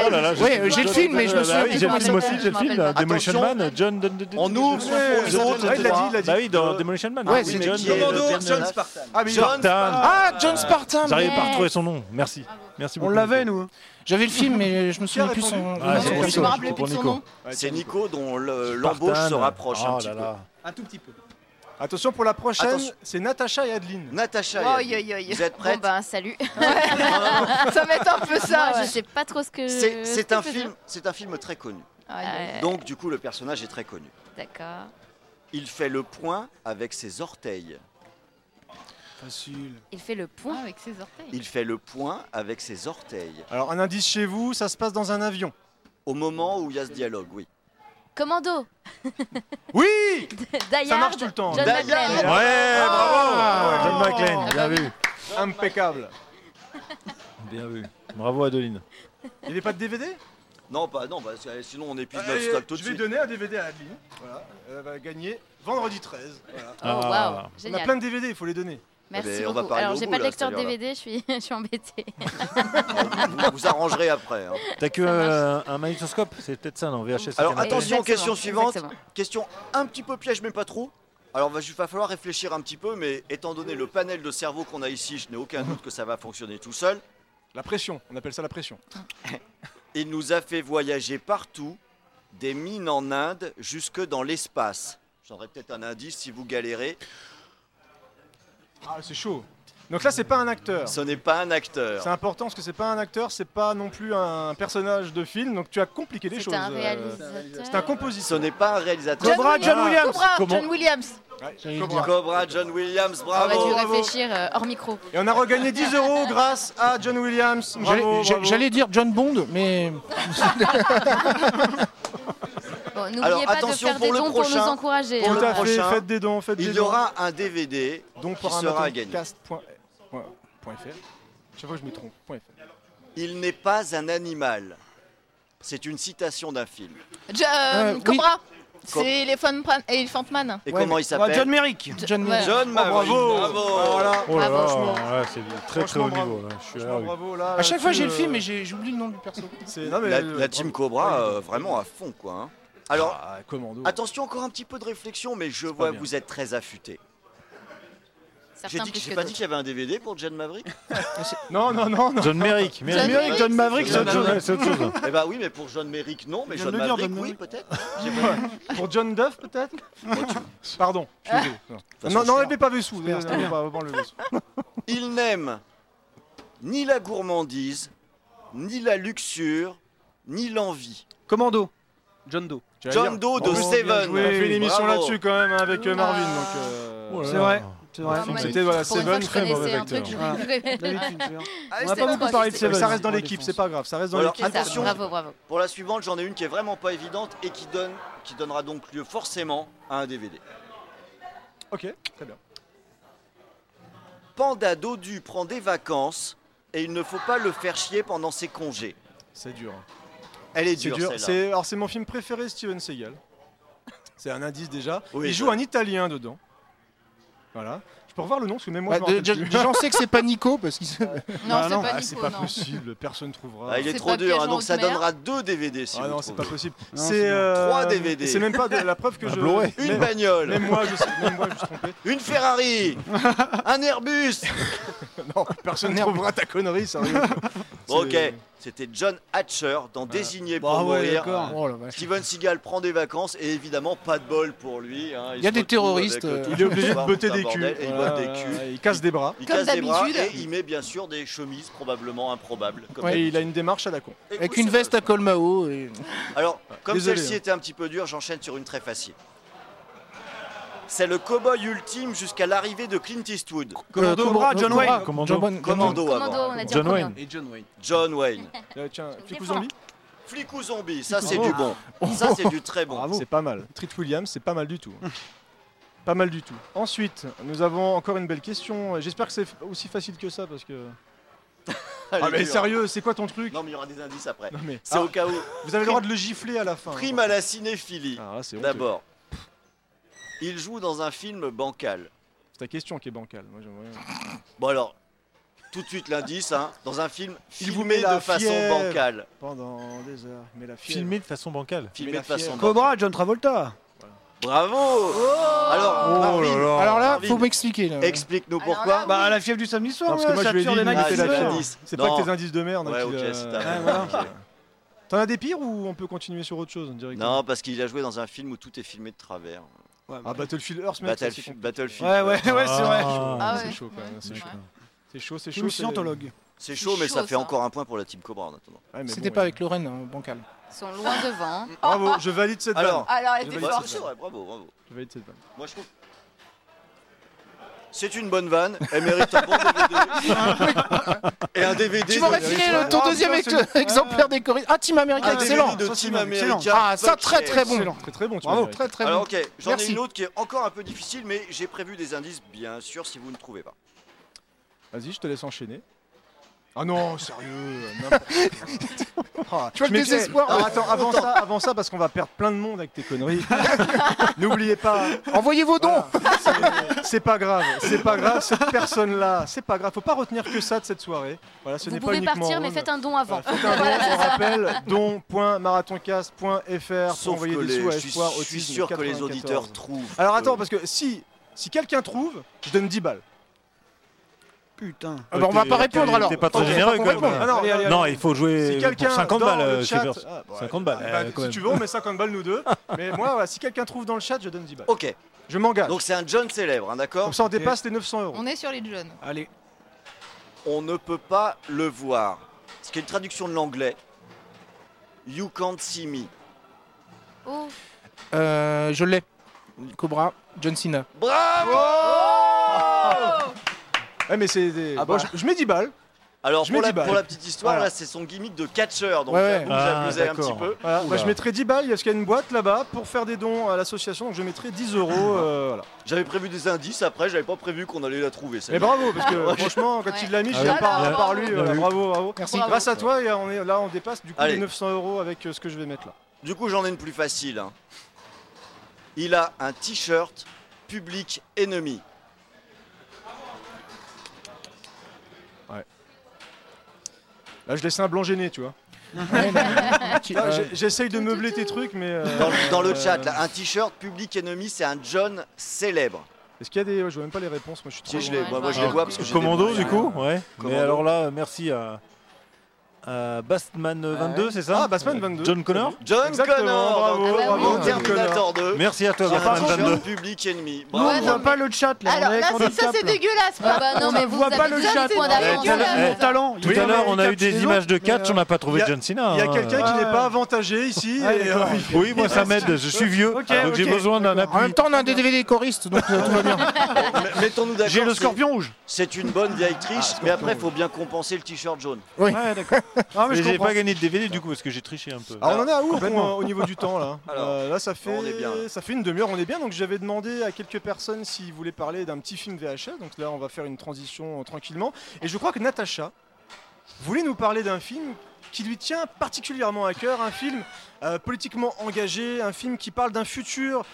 Oh là là,
Oui,
sais plus.
j'ai le film, mais je me
Bah
souviens
oui,
plus
J'ai
comment
le
il
film aussi,
s'appelle,
j'ai le
je
film.
m'en
là,
rappelle pas.
Demolition Man, John. Dun- dun- dun-
On
dun-
ouvre
dun-
son
Ouais,
four,
ouais,
ils ont
ouais, il l'a dit,
droit.
il l'a dit.
Bah oui, dans
Euh,
Demolition Man.
ouais,
Ah oui,
c'est
mais
John
John-
Commando,
John-
John Spartan.
Ah, mais il-
John
Spartan.
Ah, John Spartan.
J'arrive
merde.
pas à retrouver son nom, merci. Merci
On
beaucoup.
l'avait,
hein.
nous.
J'avais le film, mais je me souviens
Qui a
plus son.
Ah,
Je
c'est
me
pour Nico,
rappelais
c'est
plus
pour
de son
Nico.
nom.
Ouais,
C'est
tiens.
Nico dont le-
Spartan.
l'embauche se rapproche un
Oh
petit
là
peu.
là.
Un tout petit peu.
Attention pour la prochaine,
Attention.
c'est Natacha et Adeline.
Natacha, et
Aïe,
Adeline,
aïe, aïe.
vous êtes
Bon
prêtes
ben salut.
Ça va être un peu ça.
Moi,
ouais.
je sais pas trop ce que.
C'est-
ce
C'est
que
un
je veux
film,
dire.
c'est un film très connu.
Aïe, aïe, aïe.
Ouais.
Donc du coup, le personnage est très connu.
D'accord.
Il fait le point avec ses orteils.
Facile.
Il fait le
Ah,
point.
Avec ses orteils.
Il fait le point avec ses orteils.
Alors un indice chez vous, ça se passe dans un avion.
Au moment où il y a ce dialogue, oui.
Commando.
Oui
Die
Ça marche
Hard,
tout le temps. hein.
John
Die
McClane.
Hard.
Ouais, bravo John
Ah
McClane, bien vu.
bah.
Impeccable.
Bien vu. Bravo Adeline.
Il n'y avait pas de DVD
Non, bah non, bah, c'est- sinon on épuise
Allez,
notre stock tout de
Je vais
suite.
donner un DVD à Adeline. Voilà. Elle va gagner vendredi 13. Voilà.
Oh
Ah.
waouh,
On a
génial.
plein de DVD, il faut les donner.
Eh
Merci
ben, on va
beaucoup.
parler
Alors
au
j'ai
bout,
pas de
là,
lecteur
c'est-à-dire, là.
DVD, je suis, je suis embêtée.
Vous vous arrangerez après. hein.
T'as que euh, un magnétoscope C'est peut-être ça, non VHS.
Alors,
c'est un
attention,
Exactement,
question suivante.
exactement.
Question un petit peu piège, mais pas trop. Alors, va- il va falloir réfléchir un petit peu, mais étant donné le panel de cerveau qu'on a ici, je n'ai aucun doute que ça va fonctionner tout seul.
La pression, on appelle ça la pression.
Il nous a fait voyager partout, des mines en Inde jusque dans l'espace. J'aurais peut-être un indice si vous galérez.
Ah, c'est chaud. Donc là, c'est pas un acteur.
Ce n'est pas un
C'est
acteur.
important parce que c'est pas un acteur, c'est pas non plus un personnage de film, donc tu as compliqué les choses.
C'est un
euh,
réalisateur.
C'est un
Ce
compositeur.
n'est pas un réalisateur.
Cobra,
John Williams.
Cobra,
Comment
John Williams.
Ouais,
J'allais
Cobra.
Cobra, John Williams,
On va
bravo.
dû
bravo.
réfléchir euh, hors micro.
Et on a regagné 10 euros grâce à John Williams.
J'allais-
Bravo,
j'a-
bravo.
J'allais dire John Bond, mais
Bon,
Alors,
n'oubliez pas de
attention
faire
pour
des
le
dons pour nous
prochain.
encourager.
Pour
hein.
Tout à
le
fait,
prochain,
faites des dons, faites des
Il y
dons.
aura un DVD
donc
qui sera gagné.
Chaque fois que je me trompe. point .fr.
Il n'est pas un animal. C'est une citation d'un film.
Jo- euh,
Euh, oui.
Cobra.
Co-
C'est Elephant Pran- Elephant Man.
Et
Ouais,
comment il s'appelle
John Merrick.
John
Ouais.
Mayer.
John
Oh,
Maverick.
bravo. Ah, voilà.
Oh là là,
Franchement.
ouais, c'est du très très
Franchement,
haut
bravo.
niveau. Là. Je suis
Franchement,
là, oui.
bravo, là,
À
là,
chaque fois
tu,
j'ai le
euh,
film, mais j'ai j'oublie le nom du perso.
c'est- non, mais,
La,
euh,
la team Cobra, euh, vraiment à fond, quoi. hein. Alors,
Ah, commando.
attention, encore un petit peu de réflexion, mais je vois
bien.
vous êtes très affûté. J'ai
Certains
dit-
plus
j'ai
que
pas dit
d'autres.
qu'il y avait un DVD pour John Maverick
Ah, Non, non, non, non.
John Merrick. Merrick.
Merrick.
John Maverick,
C'est
John
autre chose, c'est autre chose.
Eh bah oui, mais pour John Merrick, non, mais
Je viens
John
de le dire,
Maverick,
John
oui,
Merrick.
peut-être.
Pour John Duff, peut-être Pardon. je
Ah.
suis désolé.
toute façon,
Non,
je
non,
suis
n'enlevez pas Vessou. Non,
Super, c'est
non, pas- pas enlever Vessou.
Il n'aime ni la gourmandise, ni la luxure, ni l'envie.
Commando, John Doe.
Tu vas
John
dire.
Doe de
Bravo, bien
Seven.
joué. On a fait une émission
Bravo.
là-dessus quand même hein, avec euh, Marvin.
Ah.
Donc, euh,
Oh là
C'est
là.
vrai, c'est vrai.
Ah, moi,
c'était voilà,
pour une fois,
Seven,
je
très mauvais
connaissais un
acteur.
truc, je vais-
D'habitude, c'est vrai.
Ah
Allez,
On n'a
c'était
pas
bon.
beaucoup parlé de Seven.
Ah, Ça reste dans
en
l'équipe,
défense.
c'est pas grave, ça reste dans
Alors,
l'équipe.
C'est ça,
Attention.
bravo, bravo.
Pour la suivante, j'en ai une qui est vraiment pas évidente et qui, donne, qui donnera donc lieu forcément à un DVD.
Ok, très bien.
Panda Dodu prend des vacances et il ne faut pas le faire chier pendant ses congés.
C'est dur.
Elle est
C'est
dure,
dur.
celle-là.
C'est alors c'est mon film préféré, Steven Seagal. C'est un indice déjà.
Oui,
Il joue un Italien dedans. Voilà. Je peux revoir le nom parce que même moi
Bah,
je m'en
de-
rappelle
de-
plus.
J'en sais que c'est pas Nico parce qu'il se-
Non,
Ah
c'est pas
ah,
Nico,
pas
non.
possible. Personne trouvera.
Ah, il est
C'est
trop
pas
dur, hein,
piège en
donc ça
haute mer.
donnera deux DVD si
Ah
vous
non,
le
c'est pas
trouvez.
possible.
Non,
C'est
c'est bon.
euh,
Trois DVD.
C'est même pas de- la preuve que je.
Blu-ray.
Une
même,
bagnole,
même moi, je, sais- même moi, je me suis trompé.
une Ferrari, un Airbus.
Non, personne ne trouvera ta connerie, sérieux.
Bon, ok,
C'est-
c'était John Hatcher dans Désigné pour
Bah ouais,
mourir.
d'accord.
Oh la vache.
Steven Seagal prend des vacances et évidemment pas de bol pour lui. hein,
Il y a
se
des
retrouve avec,
terroristes,
euh,
euh,
tout
Il est
le
obligé de
soir,
botter
tout un
des culs.
bordel, et il
Voilà,
botte des culs.
voilà, Il casse des bras.
Il
Comme
casse des bras et
d'habitude.
il met bien sûr des chemises probablement improbables. comme
Et il a une démarche à la con.
d'habitude.
Avec une veste à col Mao. et-
Alors, comme
Désolé,
celle-ci
hein.
était un petit peu dure, j'enchaîne sur une très facile. C'est le cow-boy ultime jusqu'à l'arrivée de Clint Eastwood.
Commando,
Cobra,
John
Cobra,
Wayne.
Commando.
John Wayne.
Commando
Commando,
avant.
on a dit
John
en premier.
Wayne.
Et John Wayne.
John Wayne.
Euh, tiens,
Je
Flic ou
défends.
zombie Oh.
Flic ou zombie, ça c'est
Bravo.
du bon. Ça c'est du très bon.
C'est pas mal. Treat Williams, c'est pas mal du tout. pas mal du tout. Ensuite, nous avons encore une belle question. J'espère que c'est f- aussi facile que ça parce que.
Elle
Ah,
est
mais
dure.
sérieux, c'est quoi ton truc
Non mais il y aura des indices après.
Non, mais-
C'est
Ah,
au cas où.
Vous avez le droit de le gifler à la fin. hein.
Prime à la cinéphilie.
Ah, là, c'est honteux.
D'abord, il joue dans un film bancal.
C'est ta question qui est bancale. Moi, j'aimerais-
Bon alors, tout de suite l'indice, hein, dans un film
Il vous
filmé
met la
de façon
fièvre.
bancale.
Pendant des heures. Mais la fièvre.
Filmé de façon bancale.
Filmé
la
de façon
fièvre.
bancale.
Cobra, John Travolta.
Bravo Alors,
Oh
Ah
Marvin,
là là.
Alors là,
Marvin,
faut m'expliquer. là.
explique-nous
Alors
pourquoi.
là,
Bah, la fièvre du samedi
Non,
soir,
parce que
là,
moi, je
ça
lui ai
tue
dit
les
que
nights,
c'était
c'est
la
sûr.
fièvre.
indice.
C'est pas
Non.
que tes indices de merde. hein,
Ouais,
qu'il
ok,
a-
c'est ta-
Ouais, voilà. T'en as des pires ou on peut continuer sur autre chose on dirait que-
Non, parce qu'il a joué dans un film où tout est filmé de travers.
Ah, Battlefield Earth, mec, ça, c'est
Battlefield. Battlefield.
Ouais, ouais, ouais, c'est vrai.
Ah
c'est
ouais.
chaud, quand même, c'est
Ouais.
chaud. c'est chaud, c'est chaud.
Je me
c'est-
suis anthologue.
C'est
C'est
chaud, mais ça
chaud,
fait
ça.
encore un point pour la Team Cobra en attendant.
Ouais, mais
C'était
bon,
pas
ouais.
avec Lorraine, hein, bancal.
Ils sont loin devant.
Bravo, je valide cette
Alors,
Alors,
Alors, elle était
Ouais,
Ouais,
forte.
c'est vrai, bravo, bravo.
Je valide cette vanne.
Moi, je trouve. C'est une bonne vanne, elle mérite un bon DVD. Et un DVD
Tu m'aurais
de-
filé le- ton
Ah,
deuxième ex- exemplaire des Corées. Ah, Team America,
un
excellent.
DVD de
Ça, c'est
Team
bon, excellent.
America.
Ah, ça, très
Buckethead.
très bon.
C'est très bon, tu
Bravo.
vois.
Très très
Alors
bon.
ok, j'en ai
Merci.
une autre qui est encore un peu difficile, mais j'ai prévu des indices, bien sûr, si vous ne trouvez pas.
Vas-y, je te laisse enchaîner. Ah non, sérieux, n'importe quoi. Ah,
Tu vois
je
le
m'étais-
désespoir,
Alors
ouais.
attends, avant ça, avant ça, parce qu'on va perdre plein de monde avec tes conneries. N'oubliez pas,
Envoyez vos dons.
c'est pas grave, c'est pas grave, cette personne-là, c'est pas grave, faut pas retenir que ça de cette soirée. Voilà,
Vous
ce n'est pas
pouvez
uniquement.
partir, mais
Rome.
faites un don avant.
Voilà, faites un don, on rappelle don.marathoncast.fr pour
Sauf que
envoyer des
les-
sous à
je suis,
espoir
je suis sûr que les auditeurs trouvent.
Alors attends, parce que si, si quelqu'un trouve, je donne 10 balles.
Putain.
Ah bah, on va
T'es-
pas répondre
t'es-
alors.
T'es pas très
Ok,
généreux
on
quand
va
même.
répondre. Ah non, allez, allez,
Non,
allez.
il faut jouer
si
pour
quelqu'un
50
dans
balles,
le
euh,
chat,
Shivers.
Ah, bon,
50
ouais,
balles,
bah,
euh, quand
si
même.
tu veux, on met 50 balles nous deux. Mais moi, voilà, si quelqu'un trouve dans le chat, je donne 10 balles.
Ok,
Je m'engage.
donc c'est un John célèbre, hein, d'accord
Comme ça, on dépasse les 900 euros.
On est sur les jeunes.
Allez.
On ne peut pas le voir. Ce qui est une traduction de l'anglais. You can't see me.
Oh,
Euh, je l'ai. Cobra, John Cena.
Bravo
Oh Ouais, mais c'est des-
Ah
bon,
bah.
je, je mets 10 balles.
Alors
Je
pour
mets
la,
10 balles.
pour la petite histoire,
Voilà.
là c'est son gimmick de catcheur, donc
Ouais,
j'avoue,
ouais.
j'abusais
Ah,
un petit
d'accord.
peu.
Voilà, moi,
Oula.
je mettrai 10 balles parce qu'il y a une boîte là-bas pour faire des dons à l'association. Donc je mettrai 10 euros. euh, voilà.
J'avais prévu des indices, après j'avais pas prévu qu'on allait la trouver.
Mais
celle-là.
bravo, parce que
Ouais.
franchement, quand
Ouais.
il l'a mis,
Ah
je
oui.
par,
Bravo.
par lui. voilà,
Oui.
bravo, bravo.
Merci.
Bravo.
Grâce à toi, et on est, là, on dépasse du coup
Allez.
les 900 euros avec euh, ce que je vais mettre là.
Du coup, j'en ai une plus facile. hein. Il a un t-shirt public ennemi.
Là, je laisse un blanc gêné, tu vois.
Qui-
Là,
euh,
Ah, j'ai- J'essaye de meubler tes trucs, mais. euh,
Dans, le- dans le chat,
euh,
là, un t-shirt public ennemi, c'est un John célèbre.
Est-ce qu'il y a des. ouais, je vois même pas les réponses, moi je suis trop.
Si je
loin.
l'ai, bah, moi,
Ouais, je
moi, je
vois.
les vois parce que j'ai des
Commando,
moyens.
du coup, ouais. Mais
Commando.
alors là, merci à. euh, Bastman euh, 22, c'est ça
Ah, Batman 22.
John Connor
John
Exactement,
Connor,
bravo,
Ah bah
dans
oui.
bravo,
John
Terminator 2.
Merci à toi,
Qui
Bastman
rassure
22.
le public ennemi.
Nous, on
Ouais,
voit
non,
pas le chat, là.
Alors
on est
là, c'est- ça
handicap,
c'est
là.
dégueulasse.
Ah bah non, mais
On
vous
voit pas
avez
le
besoin de
chat.
points d'avance.
Eh, t'as-
là.
eh,
Mon talent.
Tout à l'heure, on a eu des images de catch, on n'a pas trouvé
Il y a-
John Cena.
Il y a
hein.
quelqu'un qui
Ah,
n'est
ouais.
pas avantagé ici.
Ah,
et,
d'accord.
euh,
Oui, moi ça m'aide, je suis vieux, Ah,
Ok,
donc
ok,
j'ai besoin d'un
d'accord.
appui.
En même temps, on a un DVD choriste, donc euh, tout va bien.
M- Mettons-nous d'accord.
J'ai le
c'est-
scorpion rouge.
C'est une bonne directrice, mais après, il faut bien compenser le t-shirt jaune.
Ouais, d'accord. Non, mais
Mais
je
j'ai
comprends.
pas gagné de DVD du coup parce que j'ai triché un peu.
Alors on en est à où
Complètement.
au- au niveau du temps là
Alors,
Euh, Là ça fait,
on est bien, là.
ça fait une demi-heure, on est bien. Donc j'avais demandé à quelques personnes s'ils voulaient parler d'un petit film VHS. Donc là on va faire une transition euh, tranquillement. Et je crois que Natacha voulait nous parler d'un film qui lui tient particulièrement à cœur, un film euh, politiquement engagé, un film qui parle d'un futur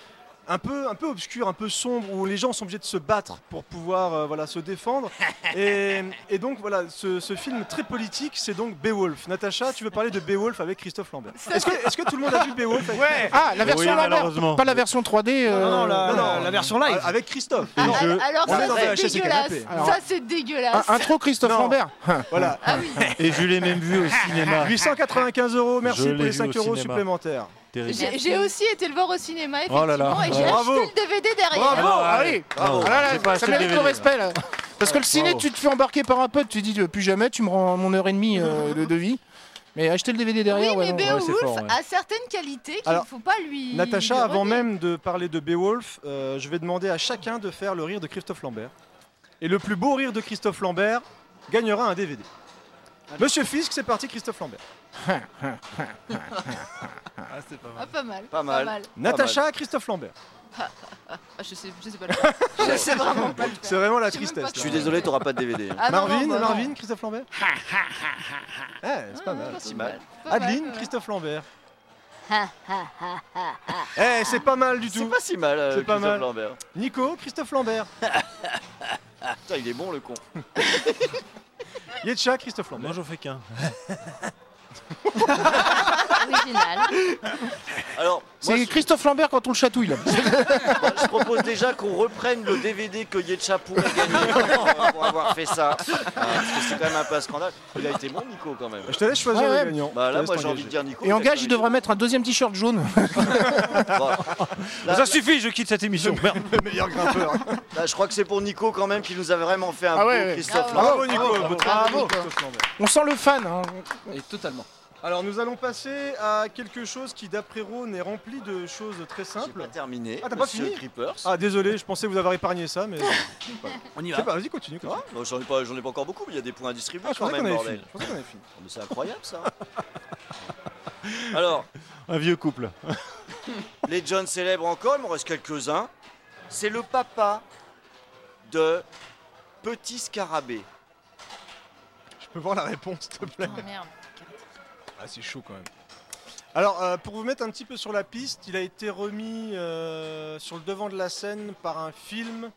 un peu, un peu obscur, un peu sombre, où les gens sont obligés de se battre pour pouvoir euh, voilà, se défendre. Et, et donc voilà, ce, ce film très politique, c'est donc Beowulf. Natacha, tu veux parler de Beowulf avec Christophe Lambert. Est-ce que, est-ce que tout le monde a vu Beowulf avec,
Ah, la
Oui,
version
malheureusement.
Lambert, pas la version 3D. euh,
Non, non, la,
Non, non,
la version live.
avec Christophe
Ah,
Non,
al- Alors
on est dans
ça
VHS et
c'est dégueulasse.
canapé.
Alors-
Ça c'est dégueulasse.
un- Intro Christophe
Non.
Lambert.
Voilà.
Ah oui,
Et je l'ai même vu au cinéma.
895 euros, merci
Je l'ai
pour les
vu
5
au
euros
cinéma.
supplémentaires.
Terrible.
j'ai j'ai aussi été le voir au cinéma effectivement
Oh là là.
et j'ai
Bravo.
acheté le DVD derrière.
Bravo, ah oui.
Bravo.
Ah là là,
J'ai pas
ça
acheté
mérite
le
le
DVD,
respect là. Parce que le ciné,
Bravo.
tu te fais embarquer par un pote, tu dis euh, plus jamais, tu me rends mon heure et demie euh, de devis. Mais acheter le DVD derrière,
Oui, mais
ouais, non.
ouais, c'est
Beowulf ah,
fort, ouais.
a certaines qualités qu'il ne
Alors,
faut pas lui. lui
Natacha, avant
renier.
même de parler de Beowulf, euh, je vais demander à chacun de faire le rire de Christophe Lambert. Et le plus beau rire de Christophe Lambert gagnera un DVD. Monsieur Fisk, c'est parti Christophe Lambert.
Ah, pas mal.
Pas mal.
Natacha, Christophe Lambert.
Ah, je, sais, je sais pas le faire. Je sais vraiment pas le faire.
C'est vraiment la
Je sais même
tristesse.
pas
Je
là.
suis désolé, t'auras pas de DVD. hein.
Ah, non, non,
Marvin,
bah, non.
Marvin, Christophe Lambert Ouais, c'est pas mal.
Ah,
c'est mal.
pas mal,
Adeline,
pas mal.
Christophe Lambert.
Ha, ha, ha, ha.
Eh, c'est pas mal du
C'est
tout.
pas si mal, euh,
C'est pas
Christophe
mal.
Lambert.
Nico, Christophe Lambert.
Ah, Putain, il est bon le con.
Yetcha, Christophe Lambert.
Moi j'en fais qu'un.
Original.
Alors, moi,
C'est
je,
Christophe Lambert quand on le chatouille là.
je propose déjà qu'on reprenne le DVD que Yetcha pourrait gagner euh, pour avoir fait ça. Euh, parce que c'est quand même un peu un scandale. Il a été bon, Nico, quand même.
Je te laisse choisir
Ouais, ouais.
le gagnant.
Bah
Je te
là,
laisse
moi j'ai envie
t'engager.
de dire Nico.
Et en gage, il devrait mettre un deuxième t-shirt jaune.
Voilà. Là,
Ça suffit, je quitte cette émission. Merde.
Le meilleur grimpeur.
là, Bah, je crois que c'est pour Nico quand même qui nous a vraiment fait un
Ah
beau
ouais, ouais.
Christophe
Ah
Lambert.
Bravo Nico, bravo, Christophe Lambert.
On sent le fan. hein.
Et totalement.
Alors nous allons passer à quelque chose qui d'après Ron est rempli de choses très
J'ai pas
simples.
terminé.
Ah, t'as pas
Monsieur
fini
Creepers.
Ah désolé, je pensais vous avoir épargné ça, mais je
On y
sais pas, vas-y continue.
Ah,
continue.
bah, J'en ai, pas- j'en ai pas encore beaucoup, mais il y a des points à distribuer
Ah, je
quand
pensais qu'on
même,
avait fini.
bordel.
Je pensais qu'on avait fini.
Mais c'est incroyable ça. Alors,
Un vieux couple.
les John célèbres encore, il m'en reste quelques-uns. C'est le papa de Petit Scarabée.
Je peux voir la réponse, s'il te plaît.
Oh, merde.
Ah, c'est chaud quand même. Alors, euh, pour vous mettre un petit peu sur la piste, il a été remis euh, sur le devant de la scène par un film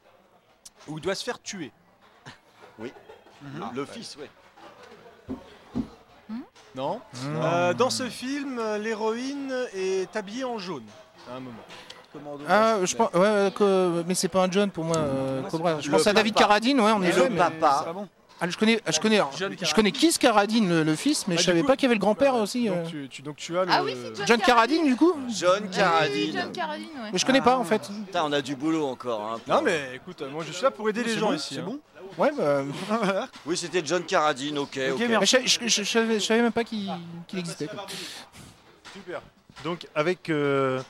où il doit se faire tuer. Ah,
Le-
Mhm.
le fils, ouais.
Non Euh, Dans ce film, euh, l'héroïne est habillée en jaune à un moment.
Ah, je pense, ouais, ouais, que- mais c'est pas un John pour moi, euh, Cobra. Je
Le
pense à David
papa.
Carradine, ouais, on est
Le
mais-
papa.
Ah, je connais, je connais, alors,
John
je connais Kiss Carradine, le, le fils, mais
Ah,
je
du
savais
coup,
pas qu'il y avait le grand-père
Ouais,
aussi. euh.
Donc tu, tu- donc tu as le.
Ah oui, c'est John,
John Carradine, du coup
John
Oui,
Carradine.
John Carradine, ouais.
Mais je connais pas en fait.
Ah. Putain, on a du boulot encore. hein, pour-
Non mais écoute, euh, moi je suis là pour aider les gens ici. hein.
Ouais, bah,
Oui, c'était John Carradine, ok. ok.
mais je, je- je- je savais, je savais même pas qu'il qu'il existait. quoi.
Donc avec euh,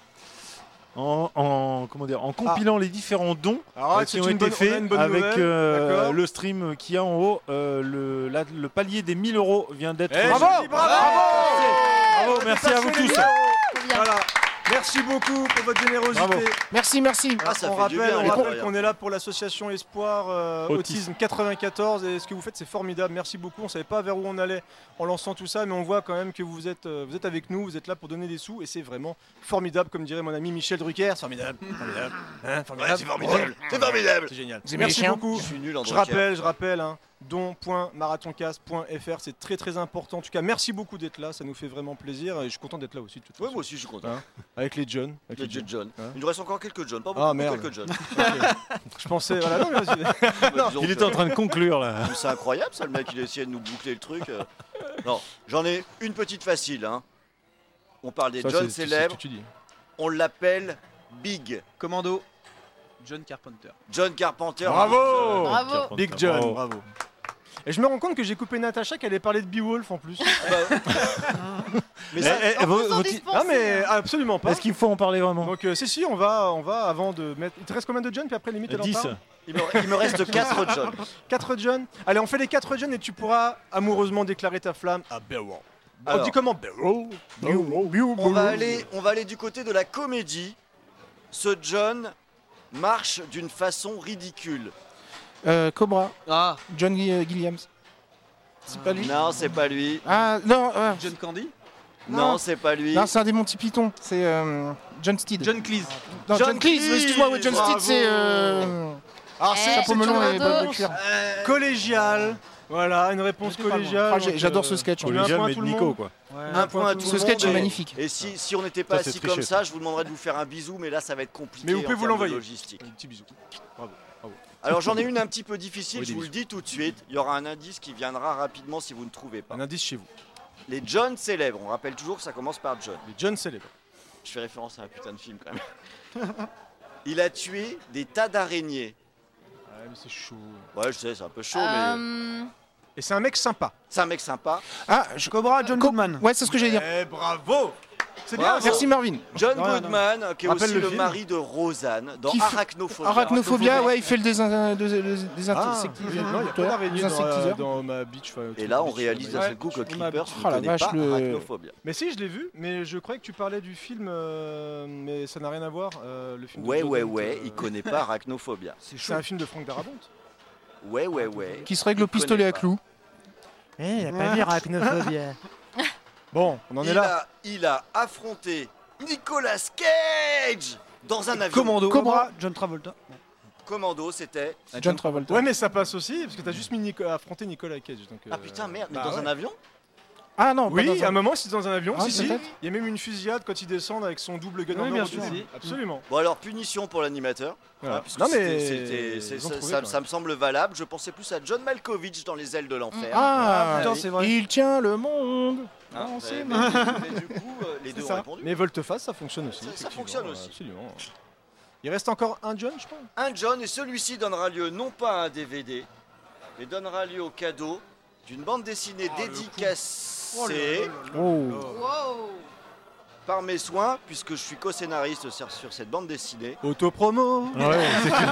en, en- comment dire en compilant les différents dons
Alors,
euh,
Ah. c'est
qui ont
une
été
bonne- on a une
faits
bonne
avec
nouvelle,
euh,
d'accord.
le stream qui est en haut, euh, le, la- le palier des 1000 euros vient d'être.
Eh,
Bravo,
je dis bravo
bravo, merci à vous
Dépassez les
tous.
mille euros. Voilà. Merci beaucoup pour votre générosité.
Bravo.
Merci, merci.
Ah, ça
on
fait du
rappelle,
bien,
on
les
rappelle
croyants.
qu'on est là pour l'association Espoir euh,
Autisme.
Autisme 94 et ce que vous faites c'est formidable. Merci beaucoup. On savait pas vers où on allait en lançant tout ça, mais on voit quand même que vous êtes euh, vous êtes avec nous, vous êtes là pour donner des sous et c'est vraiment formidable, comme dirait mon ami Michel Drucker. C'est formidable, formidable, Hein, formidable.
C'est formidable. C'est formidable.
C'est génial.
Vous aimez
Merci
les chiens
beaucoup.
Je suis nul en
Je
Drucker.
rappelle, je rappelle, hein, don.marathoncast.fr, c'est très très important. En tout cas, merci beaucoup d'être là, ça nous fait vraiment plaisir et je suis content d'être là aussi. de toute
Ouais,
façon.
moi aussi, je suis content.
Avec les John. avec
Le
les John.
John. John.
Hein
Il nous reste encore quelques John, pas beaucoup,
Ah,
mais
merde.
quelques John.
Je pensais. voilà, non, mais vas-y.
Bah, disons
Il
que-
était en train de conclure là.
C'est incroyable ça, le mec, il a essayé de nous boucler le truc. euh. Non, j'en ai une petite facile. hein. On parle des
Ça,
John
c'est- c'est ce
célèbres,
que tu dis.
on l'appelle Big.
Commando, John Carpenter.
John Carpenter.
Bravo
Bravo.
Big John,
Bravo.
bravo. Et je me rends compte que j'ai coupé Natacha qui allait parler de Beowulf en plus.
Ah bah- Mais ça,
Eh, eh,
En
vous-
plus, on
vous-
dispense,
ah mais
hein.
absolument pas.
euh, Est-ce qu'il faut en parler vraiment
Donc euh, si si, on va on va avant de mettre. Il te reste combien de John puis après limite elle en
10.
parle
il me, il me reste 4 John.
4 John. Allez, on fait les 4 John et tu pourras amoureusement déclarer ta flamme
Ah,
à
ben
Beowulf. On
Alors,
dit comment Ben Beowulf
on, va aller, on va aller du côté de la comédie. Ce John marche d'une façon ridicule.
Euh, Cobra,
Ah,
John Gui- euh, Gilliams. C'est pas lui
Non, c'est pas lui.
Ah, non, euh,
John Candy,
Non,
Non.
c'est pas lui.
non, c'est un des Monty Python. C'est euh, John Steed.
John Cleese.
Non,
John
John Cleese,
Cleese,
excuse-moi, ouais, John
bravo. Ah,
Steed, c'est. Euh,
Alors
Eh,
Ah, c'est
Chapeau
c'est
melon
John
et
Rhodes.
bob de cuir.
Euh,
collégial. Voilà, une réponse
J'étais pas loin.
collégiale.
Ah, j'ai-
donc,
J'adore
euh,
ce sketch.
tu mets un
Collégial,
point à
mais
tout
de
le
Nico,
monde.
quoi.
Un point à tout
Ce
le
sketch
monde
est
et-
magnifique.
Et si, si on n'était
Ça,
pas
c'est
assis
triché,
comme
ça.
ça, je vous demanderais de vous faire un bisou, mais là, ça va être compliqué.
Mais vous
en
pouvez vous
termes de
l'envoyer.
Logistique.
Un petit bisou.
Alors, j'en ai une un petit peu difficile,
Oui,
je
des
vous le dis tout de suite. Il y aura un indice qui viendra rapidement si vous ne trouvez pas.
Un indice chez vous.
Les John célèbres, on rappelle toujours que ça commence par John.
Les John célèbres.
Je fais référence à un putain de film quand même. Il a tué des tas d'araignées.
Ouais, mais c'est chaud.
Ouais, je sais, c'est un peu chaud, mais.
Euh,
Et c'est un mec sympa.
C'est un mec sympa.
Ah, je-
Cobra, John
Co-
Goodman.
ouais, c'est ce que j'allais dire.
Eh bravo C'est
Bravo.
bien. ça.
Merci Marvin.
John
Non, non,
Goodman, qui est
Rappelle
aussi
le
le,
film.
mari de Rosanne dans
Qui fait-
Arachnophobia.
Arachnophobia, ouais, il fait le désin- des
Ah,
insectes.
il y a- non, il y a pas d'araignée dans, euh, dans ma beach. enfin,
Et
truc
là, on
beach,
réalise
ouais.
d'un seul coup que
On m'a-
Creepers ne
Oh la
connaît
vache,
pas
le-
Arachnophobia.
Mais si, je l'ai vu, mais je croyais que tu parlais du film, euh, mais ça n'a rien à voir. euh, le film de
Ouais,
Joe
ouais,
Dante,
ouais,
euh,
il connaît pas Arachnophobia.
C'est
C'est un film de Franck Darabont.
Ouais, ouais, ouais.
Qui se règle au pistolet à clous.
Eh, il a pas vu arachnophobia.
Bon, on en
il,
est là.
A, il a affronté Nicolas Cage dans un avion.
Commando,
Cobra.
John Travolta.
Commando, c'était.
John Travolta.
Ouais, mais ça passe aussi, parce que t'as juste mis Nico- affronté Nicolas Cage. Donc,
Ah putain, merde, mais
bah
dans
ouais.
un avion
Ah non, pas
Oui,
dans
à
un-
un moment, c'est dans un avion,
Ah,
si, si.
peut-être.
Il y a même une fusillade quand ils descendent avec son double gun
Oui,
en
bien
or au
sûr.
début. Absolument.
Bon, alors, punition pour l'animateur.
Voilà.
hein, puisque c'était- c'était- c'est-
ils ont
ça,
trouvé,
ça-
quand
ça me semble valable. Je pensais plus à John Malkovich dans Les ailes de l'enfer.
Ah,
putain,
c'est vrai.
Il tient le monde.
Hein,
non,
mais-
c'est-
mais, mais du coup, euh, les deux
même.
ont
Ça.
répondu.
Mais volte-face, ça fonctionne aussi.
Ça- ça
effectivement,
fonctionne
euh,
aussi.
Absolument. Il reste encore un John, je pense.
Un John, et celui-ci donnera lieu non pas à un DVD, mais donnera lieu au cadeau d'une bande dessinée dédicacée.
Oh
wow.
par mes soins, puisque je suis co-scénariste sur, sur cette bande dessinée.
Autopromo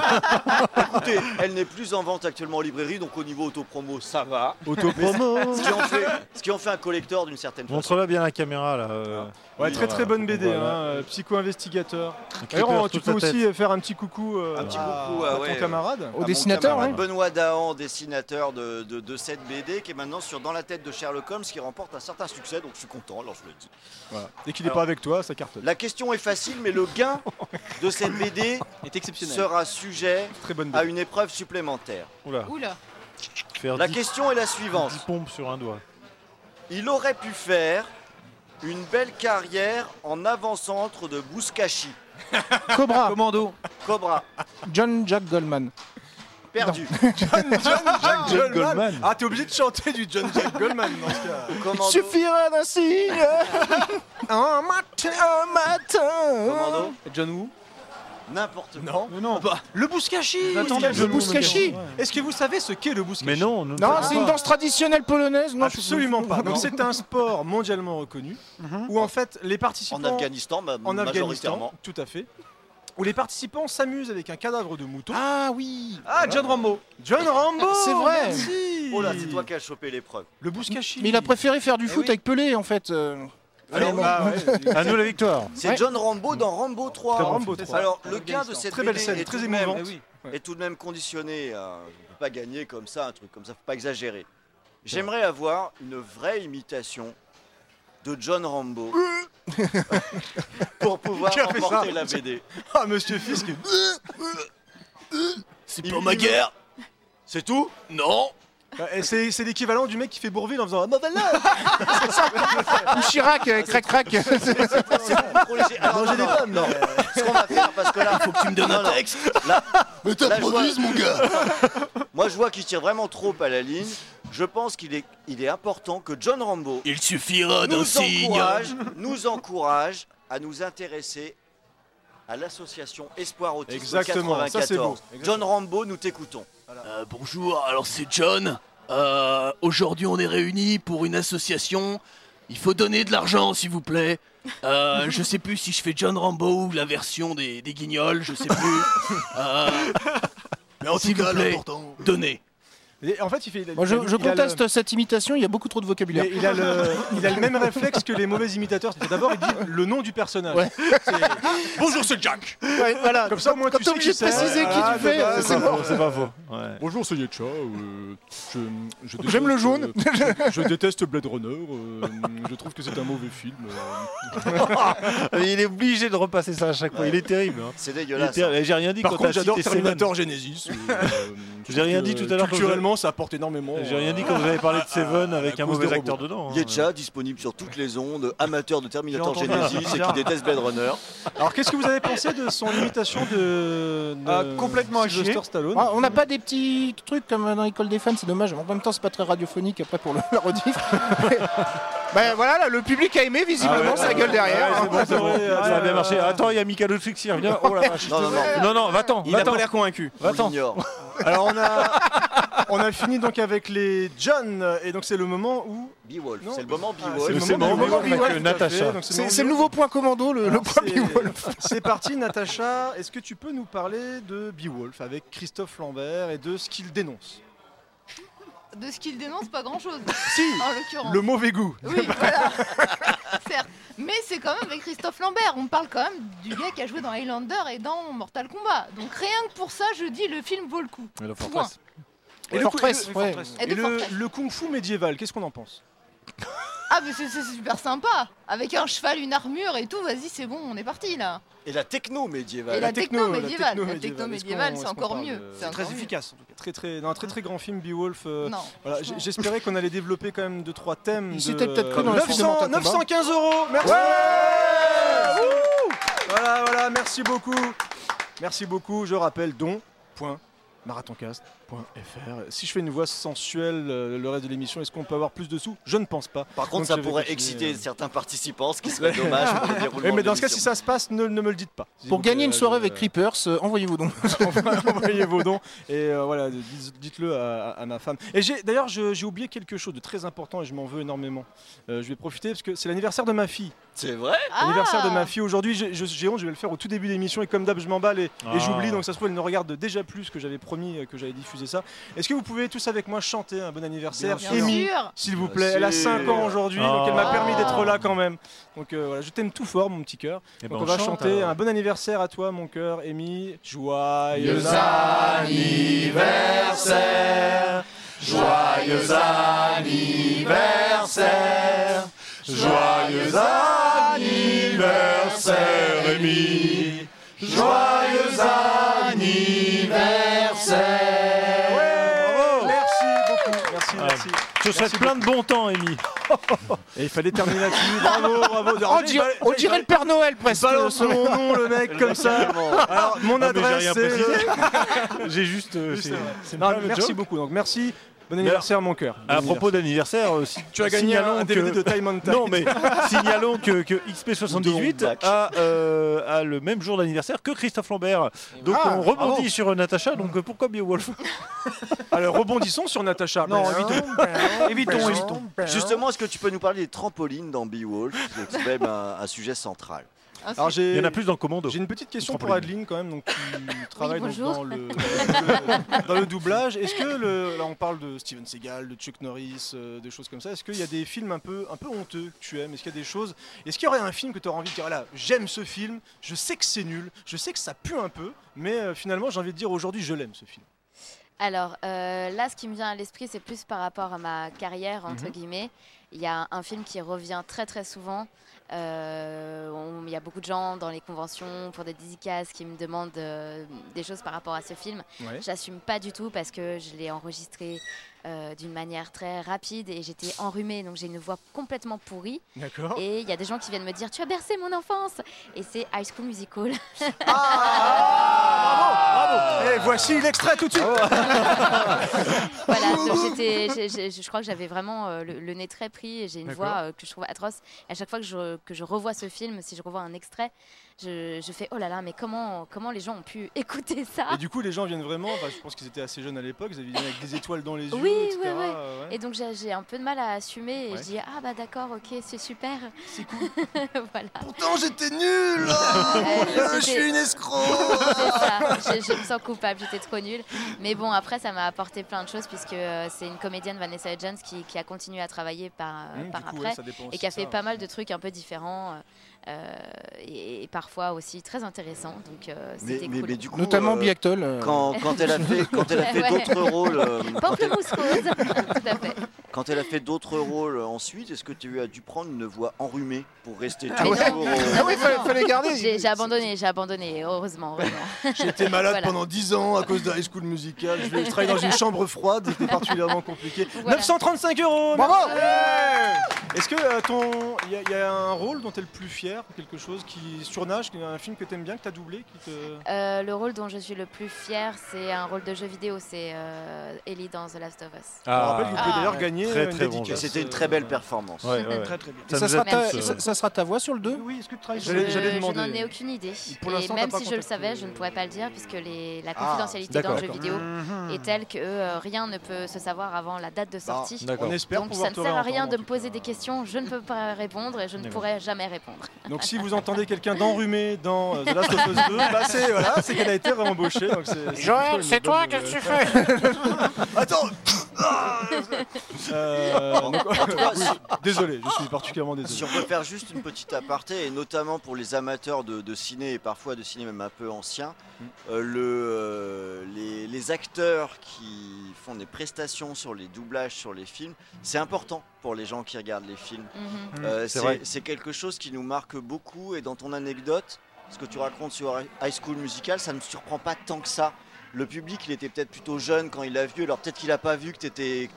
Écoutez, elle n'est plus en vente actuellement en librairie, donc au niveau autopromo, ça va.
Autopromo
Ce qui en fait, ce qui en fait un collector d'une certaine façon.
Montre-la bien la caméra, là. euh,
Ouais,
Oui,
très très
voilà.
bonne BD,
Voilà.
hein, euh, Psycho-investigateur.
Creeper,
D'ailleurs, tu
toute
peux
la tête.
aussi euh, faire un petit coucou, euh,
Un petit
à-
coucou,
à
ah
ton
ouais.
camarade. hein.
Au
À
dessinateur, hein.
mon camarade
ouais.
Benoît Dahan, dessinateur de, de, de cette BD, qui est maintenant sur Dans la tête de Sherlock Holmes, qui remporte un certain succès, donc je suis content, alors je le dis.
Voilà. Dès qu'il n'est
Alors-
pas avec toi, ça cartonne.
La question est facile, mais le gain de cette BD
Est exceptionnel.
sera sujet
Très bonne
à
BD.
une épreuve supplémentaire.
Oula,
Oula.
faire
La
10
question est la suivante.
10 pompes sur un doigt.
Il aurait pu faire une belle carrière en avant-centre de Bouskashi.
Cobra,
Commando.
Cobra,
John Jack Goldman.
perdu.
Jack
John Goldman.
Ah, t'es obligé de chanter du John Jack Goldman dans ce cas.
Il
Commando.
suffira d'un signe. un matin, un matin.
Commando.
John Woo.
N'importe quoi.
Non. bah,
Non, non.
Le bouscachi
Attendez,
Le Bouskashi.
Est-ce que vous savez ce qu'est le bouscachi
Mais non, nous ne
Non,
savons
c'est une
pas.
danse traditionnelle polonaise. Non,
Absolument
je-
pas.
Non. Mhm.
Donc c'est un sport mondialement reconnu où en fait les
En
participants
Afghanistan, ma-
en Afghanistan,
majoritairement.
tout à fait, où les participants s'amusent avec un cadavre de mouton.
Ah oui.
Ah, John Rambo.
John Rambo,
C'est vrai.
merci.
Oh là, c'est toi qui as chopé l'épreuve. Eh
Le bouscachi.
Mais il a préféré faire du foot
oui.
avec Pelé en fait. euh.
Alors, ah, ouais,
À nous la victoire.
C'est
Ouais.
John Rambo dans Rambo 3.
Très bon Rambo film. 3.
Alors,
En
le gain de
Afghanistan.
cette
Très
BD
belle scène,
est,
très
tout de même,
émouvante.
Eh oui.
est tout de même conditionné. à- On peut pas gagner comme ça, un truc comme ça, faut pas exagérer. J'aimerais avoir une vraie imitation de John Rambo pour pouvoir
Euh. Qui a fait ça
remporter la BD.
ah, monsieur Fisk. Euh,
C'est pour ma guerre C'est tout Non
Bah, Et C'est c'est l'équivalent du mec qui fait Bourville en faisant Ah, bah, bah, là,
Ou Chirac, euh, crac crac.
Trop léger. Alors, non,
manger des
non,
pommes.
non. Ce qu'on va faire, parce que là, faut que tu me donnes un texte. Là, Mais t'improvises, mon gars. Moi, je vois qu'il tire vraiment trop à la ligne. je pense qu'il est, il est important que John Rambo
Il suffira d'un
nous
signe.
encourage, nous encourage à nous intéresser à l'association Espoir Autisme
Exactement, ça,
94.
c'est beau. Exactement.
John Rambo, nous t'écoutons.
Euh, bonjour, alors c'est John. Euh, Aujourd'hui, on est réunis pour une association. Il faut donner de l'argent, s'il vous plaît. Euh, je sais plus si je fais John Rambo ou la version des, des guignols, je sais plus. Euh, mais en tout cas,
important.
donnez.
Et en fait, il fait. il a-
Moi, je,
il a- il
je
a le-
conteste cette imitation, il y a beaucoup trop de
Il,
vocabulaire.
est- il a le, il a le même réflexe que les mauvais imitateurs. C'est-à-dire, D'abord, il dit le nom du personnage.
Ouais.
C'est-
Bonjour, c'est Jack.
Ouais, voilà.
Comme ça, au moins,
Quand
tu
t'es
sais
obligé
qui
de préciser
c'est.
qui
Ah,
tu fais,
dommage.
c'est
faux, c'est pas faux. Ouais.
Bonjour, c'est Yetcha. euh, je, je déteste,
J'aime le jaune.
euh, je, je déteste Blade Runner. euh, je trouve que c'est un mauvais film. euh.
Il est obligé de repasser ça à chaque fois. Il est terrible. hein.
C'est
Il est
dégueulasse.
terrible. J'ai rien dit
Par
quand
contre,
t'as
j'adore
cité Seven.
Terminator Genesis. euh, euh, je
J'ai
trouve
rien
que,
dit tout
euh,
à l'heure quand
Culturellement, ça apporte énormément.
J'ai rien
euh,
dit quand vous avez parlé de
Ah,
Seven avec
à
un
cause
mauvais
des
acteur dedans. hein.
Yetcha, disponible sur toutes les ondes, amateur de Terminator
J'ai entendu un
Genesis et qui
bizarre.
déteste Blade Runner.
Alors, qu'est-ce que vous avez pensé de son imitation de.
Ah,
de
complètement à
euh, Sylvester
chier.
Stallone
Ah, on n'a pas des petits trucs comme dans l'école des fans, c'est dommage. En même temps, c'est pas très radiophonique après pour le, la rediff. ben voilà, là, le public a aimé visiblement
Ah ouais,
sa
ouais,
gueule derrière. hein.
Ouais, c'est bon, c'est bon.
Ouais,
Ça a
ouais,
bien marché.
ouais.
Attends, il y a Michael Oldfield qui revient. Oh la vache.
Non, non, non,
Non, non, va-t'en.
Il a
va-t'en.
pas l'air convaincu.
on
Va-t'en.
l'ignore.
Alors, on a, on a fini donc avec les John. Et donc, c'est le moment où.
Beowulf,
Non,
c'est le moment
Ah,
Beowulf.
le moment
Beowulf,
Beowulf avec,
tout à
euh,
fait.
Natacha.
Donc,
C'est
moment
c'est le nouveau point commando, le, le
Alors,
point
c'est-
Beowulf.
C'est parti, Natacha. Est-ce que tu peux nous parler de Beowulf avec Christophe Lambert et de ce qu'il dénonce
Ah, De ce qu'il dénonce, pas grand-chose,
Si
en l'occurrence.
Le mauvais goût.
Oui, voilà. Certes. Mais c'est quand même avec Christophe Lambert. On parle quand même du gars qui a joué dans Highlander et dans Mortal Kombat. Donc rien que pour ça, je dis le film vaut le coup. Point.
Et le,
Fortress,
et le-
ouais.
Fortress.
Et de
Et le-
Fortress.
le kung-fu médiéval, qu'est-ce qu'on en pense
Ah, mais c'est c'est super sympa. Avec un cheval, une armure et tout, vas-y, c'est bon, on est parti là.
Et la techno médiévale.
Et la techno
la
médiévale,
techno
la
médiévale, est-ce
techno
qu'on-
médiévale,
est-ce
c'est
qu'on
encore
parle
mieux,
de-
c'est encore
Très
mieux.
efficace. en tout cas. Très très, non, un très très grand film Beowulf. euh,
Non.
Voilà, j-
franchement.
j'espérais qu'on allait développer quand même deux trois thèmes.
Il
de-
s'était peut-être cru dans le film de
900,
Mortal Kombat.
915 euros. Merci. Wouh voilà, voilà, merci beaucoup. Merci beaucoup. Je rappelle don.marathoncast.fr. Si je fais une voix sensuelle euh, le reste de l'émission, est-ce qu'on peut avoir plus de sous Je ne pense pas.
Par contre,
Donc,
ça
je vais
pourrait
continuer,
exciter
euh.
certains participants, ce qui serait dommage pour le déroulement
Eh, mais
de
dans ce cas, si
l'émission.
ça se passe, ne, ne me le dites pas. S'il
Pour
vous plaît,
gagner une
je-
soirée avec Creepers, euh, envoyez-vous donc.
envoyez vos dons et euh, voilà dites- dites-le à, à ma femme et j'ai d'ailleurs je- j'ai oublié quelque chose de très important et je m'en veux énormément Euh, je vais profiter parce que c'est l'anniversaire de ma fille
C'est vrai
l'anniversaire de
Ah.
ma fille aujourd'hui j'ai je- j'ai honte je vais le faire au tout début de l'émission et comme d'hab je m'emballe et, et
Ah.
j'oublie donc ça se trouve elle ne regarde déjà plus ce que j'avais promis euh, que j'allais diffuser ça est-ce que vous pouvez tous avec moi chanter un bon anniversaire
Bien
Amy,
sûr.
s'il vous
Bien
plaît elle a
sûr.
5 ans aujourd'hui donc elle m'a
Ah.
permis d'être là quand même donc euh, voilà je t'aime tout fort mon petit cœur
Eh ben,
donc on va
chante,
chanter
alors.
un bon anniversaire à toi, mon cœur, Amy. Joyeux
anniversaire, joyeux anniversaire, joyeux anniversaire, Rémi, joyeux anniversaire.
Ouais, Merci beaucoup. Merci,
Ouais.
merci.
Je te souhaite
Merci
plein de bon temps, Amy.
Et il fallait terminer là-dessus.
Oh,
Bravo, bravo.
On dirait, on dirait le Père Noël presque.
Balance mon nom, le mec, comme ça. Alors, mon
Non, Ah, mais j'ai
adresse,
rien
c'est.
précisé.
le-
J'ai juste. euh,
Juste,
c'est-
euh,
c'est
Non,
pas le
merci
joke.
beaucoup. Donc, merci. Bon anniversaire, mon cœur.
À propos d'anniversaire, euh, si
tu as gagné
signalons
un DVD
que-
de Time on Time.
Non, mais signalons que, que
De
XP78
Rondac.
a, euh, a le même jour d'anniversaire que Christophe Lambert. Donc
Ah,
on
bravo.
rebondit sur euh, Natacha, donc euh, pourquoi Beowulf
Alors, rebondissons sur Natacha.
Non,
Bah,
évitons.
Évitons, évitons.
Justement, est-ce que tu peux nous parler des trampolines dans Beowulf C'est quand même un, un sujet central.
Ah,
Alors,
Il
j'ai.
y en a plus dans Commando.
J'ai une petite question pour
Trampoline.
Adeline quand même, donc qui travaille donc
bonjour.
dans, le, dans le- dans le doublage. Est-ce que le, là on parle de Steven Seagal, de Chuck Norris, euh, des choses comme ça. Est-ce qu'il y a des films un peu un peu honteux que tu aimes Est-ce qu'il y a des choses Est-ce qu'il y aurait un film que tu aurais envie de dire voilà, j'aime ce film, je sais que c'est nul, je sais que ça pue un peu, mais euh, finalement j'ai envie de dire aujourd'hui je l'aime ce film.
Alors euh, là, ce qui me vient à l'esprit, c'est plus par rapport à ma carrière, entre
Mhm.
guillemets. Il y a un, un film qui revient très très souvent. Euh, on- Il y a beaucoup de gens dans les conventions pour des dédicaces qui me demandent euh, des choses par rapport à ce film.
Ouais.
J'assume pas du tout parce que je l'ai enregistré euh, d'une manière très rapide et j'étais enrhumée, donc j'ai une voix complètement pourrie.
D'accord.
Et il y a des gens qui viennent me dire Tu as bercé mon enfance Et c'est High School Musical.
Ah Et voici l'extrait tout de suite.
voilà, donc j'étais, j'ai- j'ai- je crois que j'avais vraiment euh, le, le nez très pris et j'ai une
D'accord.
voix euh, que je trouve atroce. Et à chaque fois que je, que je revois ce film, si je revois un extrait, je, je fais oh là là, mais comment, comment les gens ont pu écouter ça
Et du coup, les gens viennent vraiment. enfin, je pense qu'ils étaient assez jeunes à l'époque. Ils avaient viennent avec des étoiles dans les yeux,
Oui,
etc.
oui, oui.
euh, ouais.
Et donc j'ai j'ai un peu de mal à assumer et
Ouais.
je dis ah bah d'accord, ok, c'est super.
C'est cool.
voilà.
Pourtant j'étais nul Je suis une escroc
C'est ça, je, je me sens coupable, j'étais trop nulle. Mais bon, après, ça m'a apporté plein de choses puisque euh, c'est une comédienne, Vanessa Hudgens, qui, qui a continué à travailler par, euh,
Mmh, du
par
coup, ouais,
après
ça dépend
et
aussi
qui a
de
fait
ça.
pas mal de trucs un peu différents. euh, euh, et, et parfois aussi très intéressants. donc euh,
Mais-
c'était
mais-
cool.
mais du coup,
Notamment
euh,
Biactol. euh.
Quand, quand elle a fait, quand elle a fait
Ouais.
d'autres rôles, euh, quand elle-
Pamplemousse rose, tout à fait.
quand elle a fait d'autres rôles euh, ensuite, est-ce que tu as dû prendre une voix enrhumée pour rester
Ah
Mais
toujours euh,
non.
au-
Non, non, non. J'ai j'ai abandonné, j'ai abandonné, heureusement. heureusement.
J'ai été malade
Voilà.
pendant 10 ans à cause de High School Musical. Je, vais- je travaillais dans une chambre froide, c'était particulièrement compliqué.
Voilà.
935 euros
Bravo
merci. Est-ce que euh, ton. Il y, a- il y a un rôle dont tu es le plus fier Quelque chose qui surnage, qui- un film que tu aimes bien, que tu as doublé qui te...
Euh, le rôle dont je suis le plus fière, c'est un rôle de jeu vidéo, c'est euh, Ellie dans The Last of Us.
Ah. Je vous rappelle que vous pouvez d'ailleurs gagner
Très,
une
très bon
dédicace.
jeu.
C'était une très belle performance.
Ouais, ouais, ouais.
Très, très bien.
Et Ça,
nous
sera
a
ta,
tous, euh,
ça- ça sera ta voix sur le 2
Oui, est-ce que tu travailles
Ah, Je, je n'en ai aucune idée.
Pour
Et
l'instant,
même
t'as pas
si je le
contacté-
savais, je ne pourrais pas le dire puisque les- la confidentialité dans
d'accord.
le jeu vidéo
Mhm. Ah,
est telle que euh, rien ne peut se savoir avant la date de sortie.
d'accord. On espère
Donc
pouvoir
ça ne
te
sert à
réentendre,
rien
en
de
tout
me poser des questions. Je ne peux pas répondre et je ne
D'accord.
pourrai jamais répondre.
Donc si vous entendez quelqu'un d'enrhumé dans euh, The Last of Us 2, bah, c'est voilà, c'est qu'elle a été réembauchée. donc c'est- c'est plutôt
Joël,
une
c'est
bonne
toi,
nouvelle.
qu'est-ce que tu fais
Attends Euh, donc,
En tout cas,
oui, Désolé, je suis particulièrement
Ah, Si
désolé.
on peut faire juste une petite aparté, et notamment pour les amateurs de, de ciné et parfois de ciné même un peu ancien,
Mm.
euh, le, euh, les, les acteurs qui font des prestations sur les doublages, sur les films, c'est important pour les gens qui regardent les films.
Mm-hmm.
Mhm.
Euh,
Mm, c'est vrai.
c'est c'est quelque chose qui nous marque beaucoup et dans ton anecdote, ce que tu racontes sur High School Musical, ça ne me surprend pas tant que ça. Le public, il était peut-être plutôt jeune quand il l'a vu, alors peut-être qu'il n'a pas vu que tu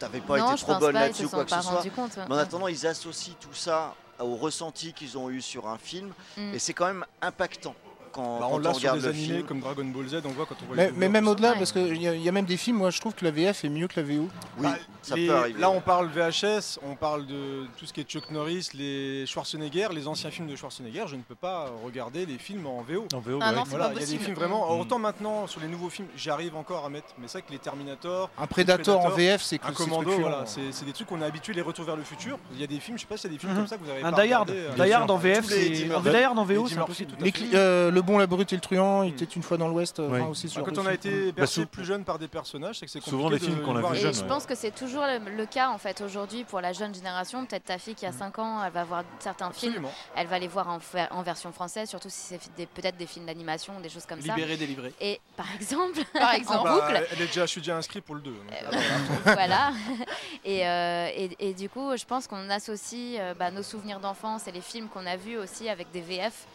n'avais pas
Non,
été
je
trop
pense
bonne
pas, ils se
là-dessus ou
sont
quoi que
pas
ce soit.
rendus compte, ouais.
Mais en attendant, ils associent tout ça au ressenti qu'ils ont eu sur un film
Mm.
et c'est quand même impactant quand,
Bah,
quand
on l'a sur
regarde
des
le
animés
film.
comme Dragon Ball Z, on voit quand on voit les
Mais, mais
doubleurs.
même au-delà, parce qu'il y, a- y a même des films, moi je trouve que la VF est mieux que la VO.
Oui, ça
Bah, Les-
peut arriver.
Là, on parle VHS, on parle de tout ce qui est Chuck Norris, les Schwarzenegger, les anciens films de Schwarzenegger. Je ne peux pas regarder les films en VO.
En VO, Ah ouais. non, c'est
Voilà,
pas
il y a des
possible.
films vraiment.
Mm.
Autant maintenant sur les nouveaux films, j'arrive encore à mettre. Mais c'est vrai que les Terminator,
Un
les
Predator en VF, c'est que-
un
c'est
commando.
truculent.
Voilà, c'est c'est des trucs qu'on est habitué. Les retours vers le futur. Il y a des films, je sais pas, s'il y a des films
Mhm.
comme ça que vous avez
Un
pas
Die Hard.
regardé, euh,
Die
bien
Hard
sûr.
en VF,
Tous les
c'est-
Tim
en
Hurton.
Die Hard en VO,
Les
c'est
Tim Hurton,
impossible.
tout à
Les
fait.
cli- euh, le bon, la brute et le truand, il était une fois dans l'Ouest. euh,
Oui.
enfin, aussi
Bah,
sur
quand
le
on a
film.
été bercé plus jeune par des personnages, c'est que c'est
Souvent
compliqué
les films
de-
qu'on a
de voir
vus
les
jeunes,
Et je
ouais.
pense que c'est toujours le, le cas en fait aujourd'hui pour la jeune génération. Peut-être ta fille qui a 5 ans, elle va voir certains
Mm. Absolument.
films, elle va les voir en, fa- en version française, surtout si c'est des- peut-être des films d'animation, des choses comme
Libéré,
ça.
délivré.
Et par Ah, exemple,
Par
en
exemple.
Bah,
boucle, Eh
elle est déjà, je suis déjà inscrit pour le euh, 2.
voilà. Et, euh, et, et du coup, je pense qu'on associe euh, bah, nos souvenirs d'enfance et les films qu'on a vus aussi avec des VF,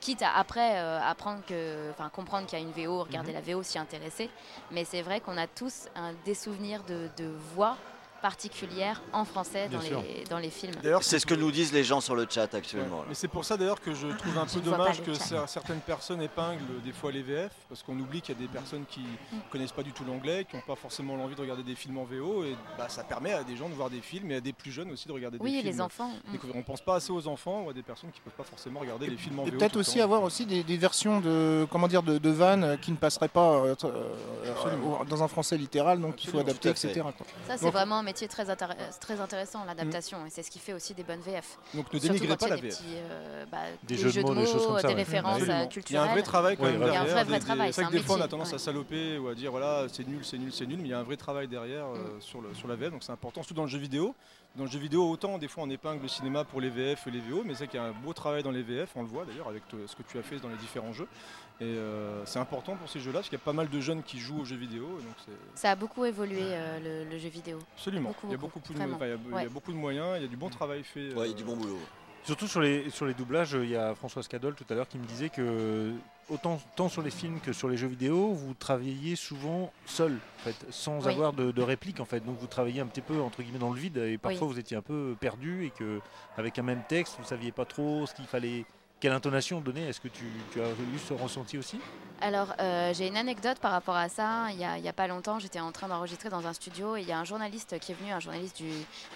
quitte à après euh, apprendre que, enfin, comprendre qu'il y a une VO,
Mhm.
regarder la VO, s'y intéresser. Mais c'est vrai qu'on a tous un- des souvenirs de, de voix particulières en français dans
Bien
les, dans les films.
D'ailleurs,
c'est ce que nous disent les gens sur le chat actuellement.
Mais c'est pour ça d'ailleurs que je trouve un
Je
peu
ne Ah, vois
dommage
pas
que
le chat.
cer- certaines personnes épinglent des fois les VF, parce qu'on oublie qu'il y a des personnes qui
Mm.
connaissent pas du tout l'anglais, qui n'ont pas forcément l'envie de regarder des films en VO, et bah, ça permet à des gens de voir des films et à des plus jeunes aussi de regarder
Oui,
des
et
films.
les enfants, mm.
Découvrir. On pense pas assez aux enfants ou à des personnes qui peuvent pas forcément regarder les films en
Et
VO.
peut-être
tout le
aussi
temps.
avoir aussi des, des versions de comment dire de, de vannes euh, qui ne passeraient pas euh, t- euh,
Absolument.
euh, dans un français littéral, donc il faut
Ah Absolument, tout
adapter,
à
etc.
fait.
quoi.
Ça, c'est
Donc,
vraiment un métier très, intér- euh, très intéressant, l'adaptation, et c'est ce qui fait aussi des bonnes VF.
Mhm. Donc ne
Surtout
dénigrez
quand
pas
il y a
la
des
VF.
petits, euh, bah,
Des jeux de mots, des choses comme ça,
des
ouais.
références
Absolument.
euh, culturelles.
Il y a un vrai travail quand même
Il y a
derrière.
un vrai, vrai
des-
travail.
C'est
C'est
vrai
un
que des fois on
métier,
a tendance à saloper ou à dire voilà c'est nul, c'est nul, c'est nul, mais il y a un vrai travail derrière euh,
Mm.
sur, le, sur la VF, donc c'est important, surtout dans le jeu vidéo. Dans le jeu vidéo, autant des fois on épingle le cinéma pour les VF et les VO, mais c'est qu'il y a un beau travail dans les VF, on le voit d'ailleurs avec te- ce que tu as fait dans les différents jeux. Et euh, c'est important pour ces jeux-là, parce qu'il y a pas mal de jeunes qui jouent aux jeux vidéo. et Donc c'est-
Ça a beaucoup évolué euh, le, le jeu vidéo.
Absolument, il y a beaucoup, de-
vraiment.
enfin, il y a- il y a
Ouais.
beaucoup de moyens, il y a du bon travail fait. euh,
Ouais, il y a du bon boulot.
Surtout sur les, sur les doublages, il y a Françoise Cadol tout à l'heure qui me disait que autant tant sur les films que sur les jeux vidéo, vous travaillez souvent seul, en fait, sans
Oui.
avoir de, de réplique en fait. Donc vous travaillez un petit peu entre guillemets dans le vide et parfois
Oui.
vous étiez un peu perdu et que avec un même texte, vous saviez pas trop ce qu'il fallait Quelle intonation donnée Est-ce que tu, tu as eu ce ressenti aussi
Alors, euh, j'ai une anecdote par rapport à ça. Il n'y a, il y a pas longtemps, j'étais en train d'enregistrer dans un studio et il y a un journaliste qui est venu, un journaliste du,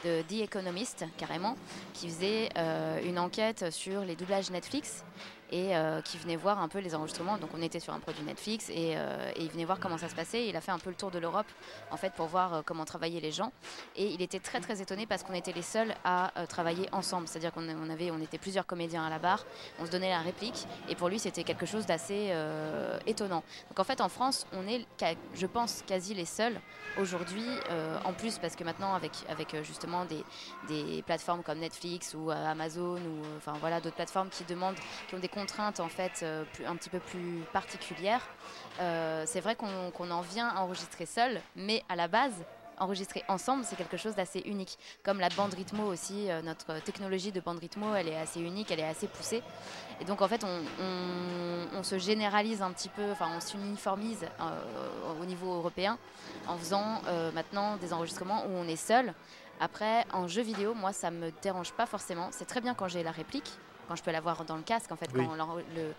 de The Economist, carrément, qui faisait euh, une enquête sur les doublages Netflix et euh, qui venait voir un peu les enregistrements. Donc, on était sur un produit Netflix et, euh, et il venait voir comment ça se passait. Il a fait un peu le tour de l'Europe, en fait, pour voir euh, comment travaillaient les gens. Et il était très, très étonné parce qu'on était les seuls à euh, travailler ensemble. C'est-à-dire qu'on on avait, on était plusieurs comédiens à la barre, on se donnait la réplique. Et pour lui, c'était quelque chose d'assez euh, étonnant. Donc, en fait, en France, on est, ca- je pense, quasi les seuls aujourd'hui. euh, en plus, parce que maintenant, avec, avec euh, justement des, des plateformes comme Netflix ou euh, Amazon ou euh, enfin voilà d'autres plateformes qui demandent, qui ont des contraintes en fait euh, plus- un petit peu plus particulières, euh, c'est vrai qu'on qu'on en vient à enregistrer seul, mais à la base. Enregistrer ensemble, c'est quelque chose d'assez unique. Comme la bande rythmo aussi, euh, notre technologie de bande rythmo, elle est assez unique, elle est assez poussée. Et donc en fait, on, on- on se généralise un petit peu, enfin on s'uniformise euh, au niveau européen en faisant euh, maintenant des enregistrements où on est seul. Après, en jeu vidéo, moi, ça me dérange pas forcément. C'est très bien quand j'ai la réplique, quand je peux l'avoir dans le casque, en fait,
Oui.
quand l'enre- le,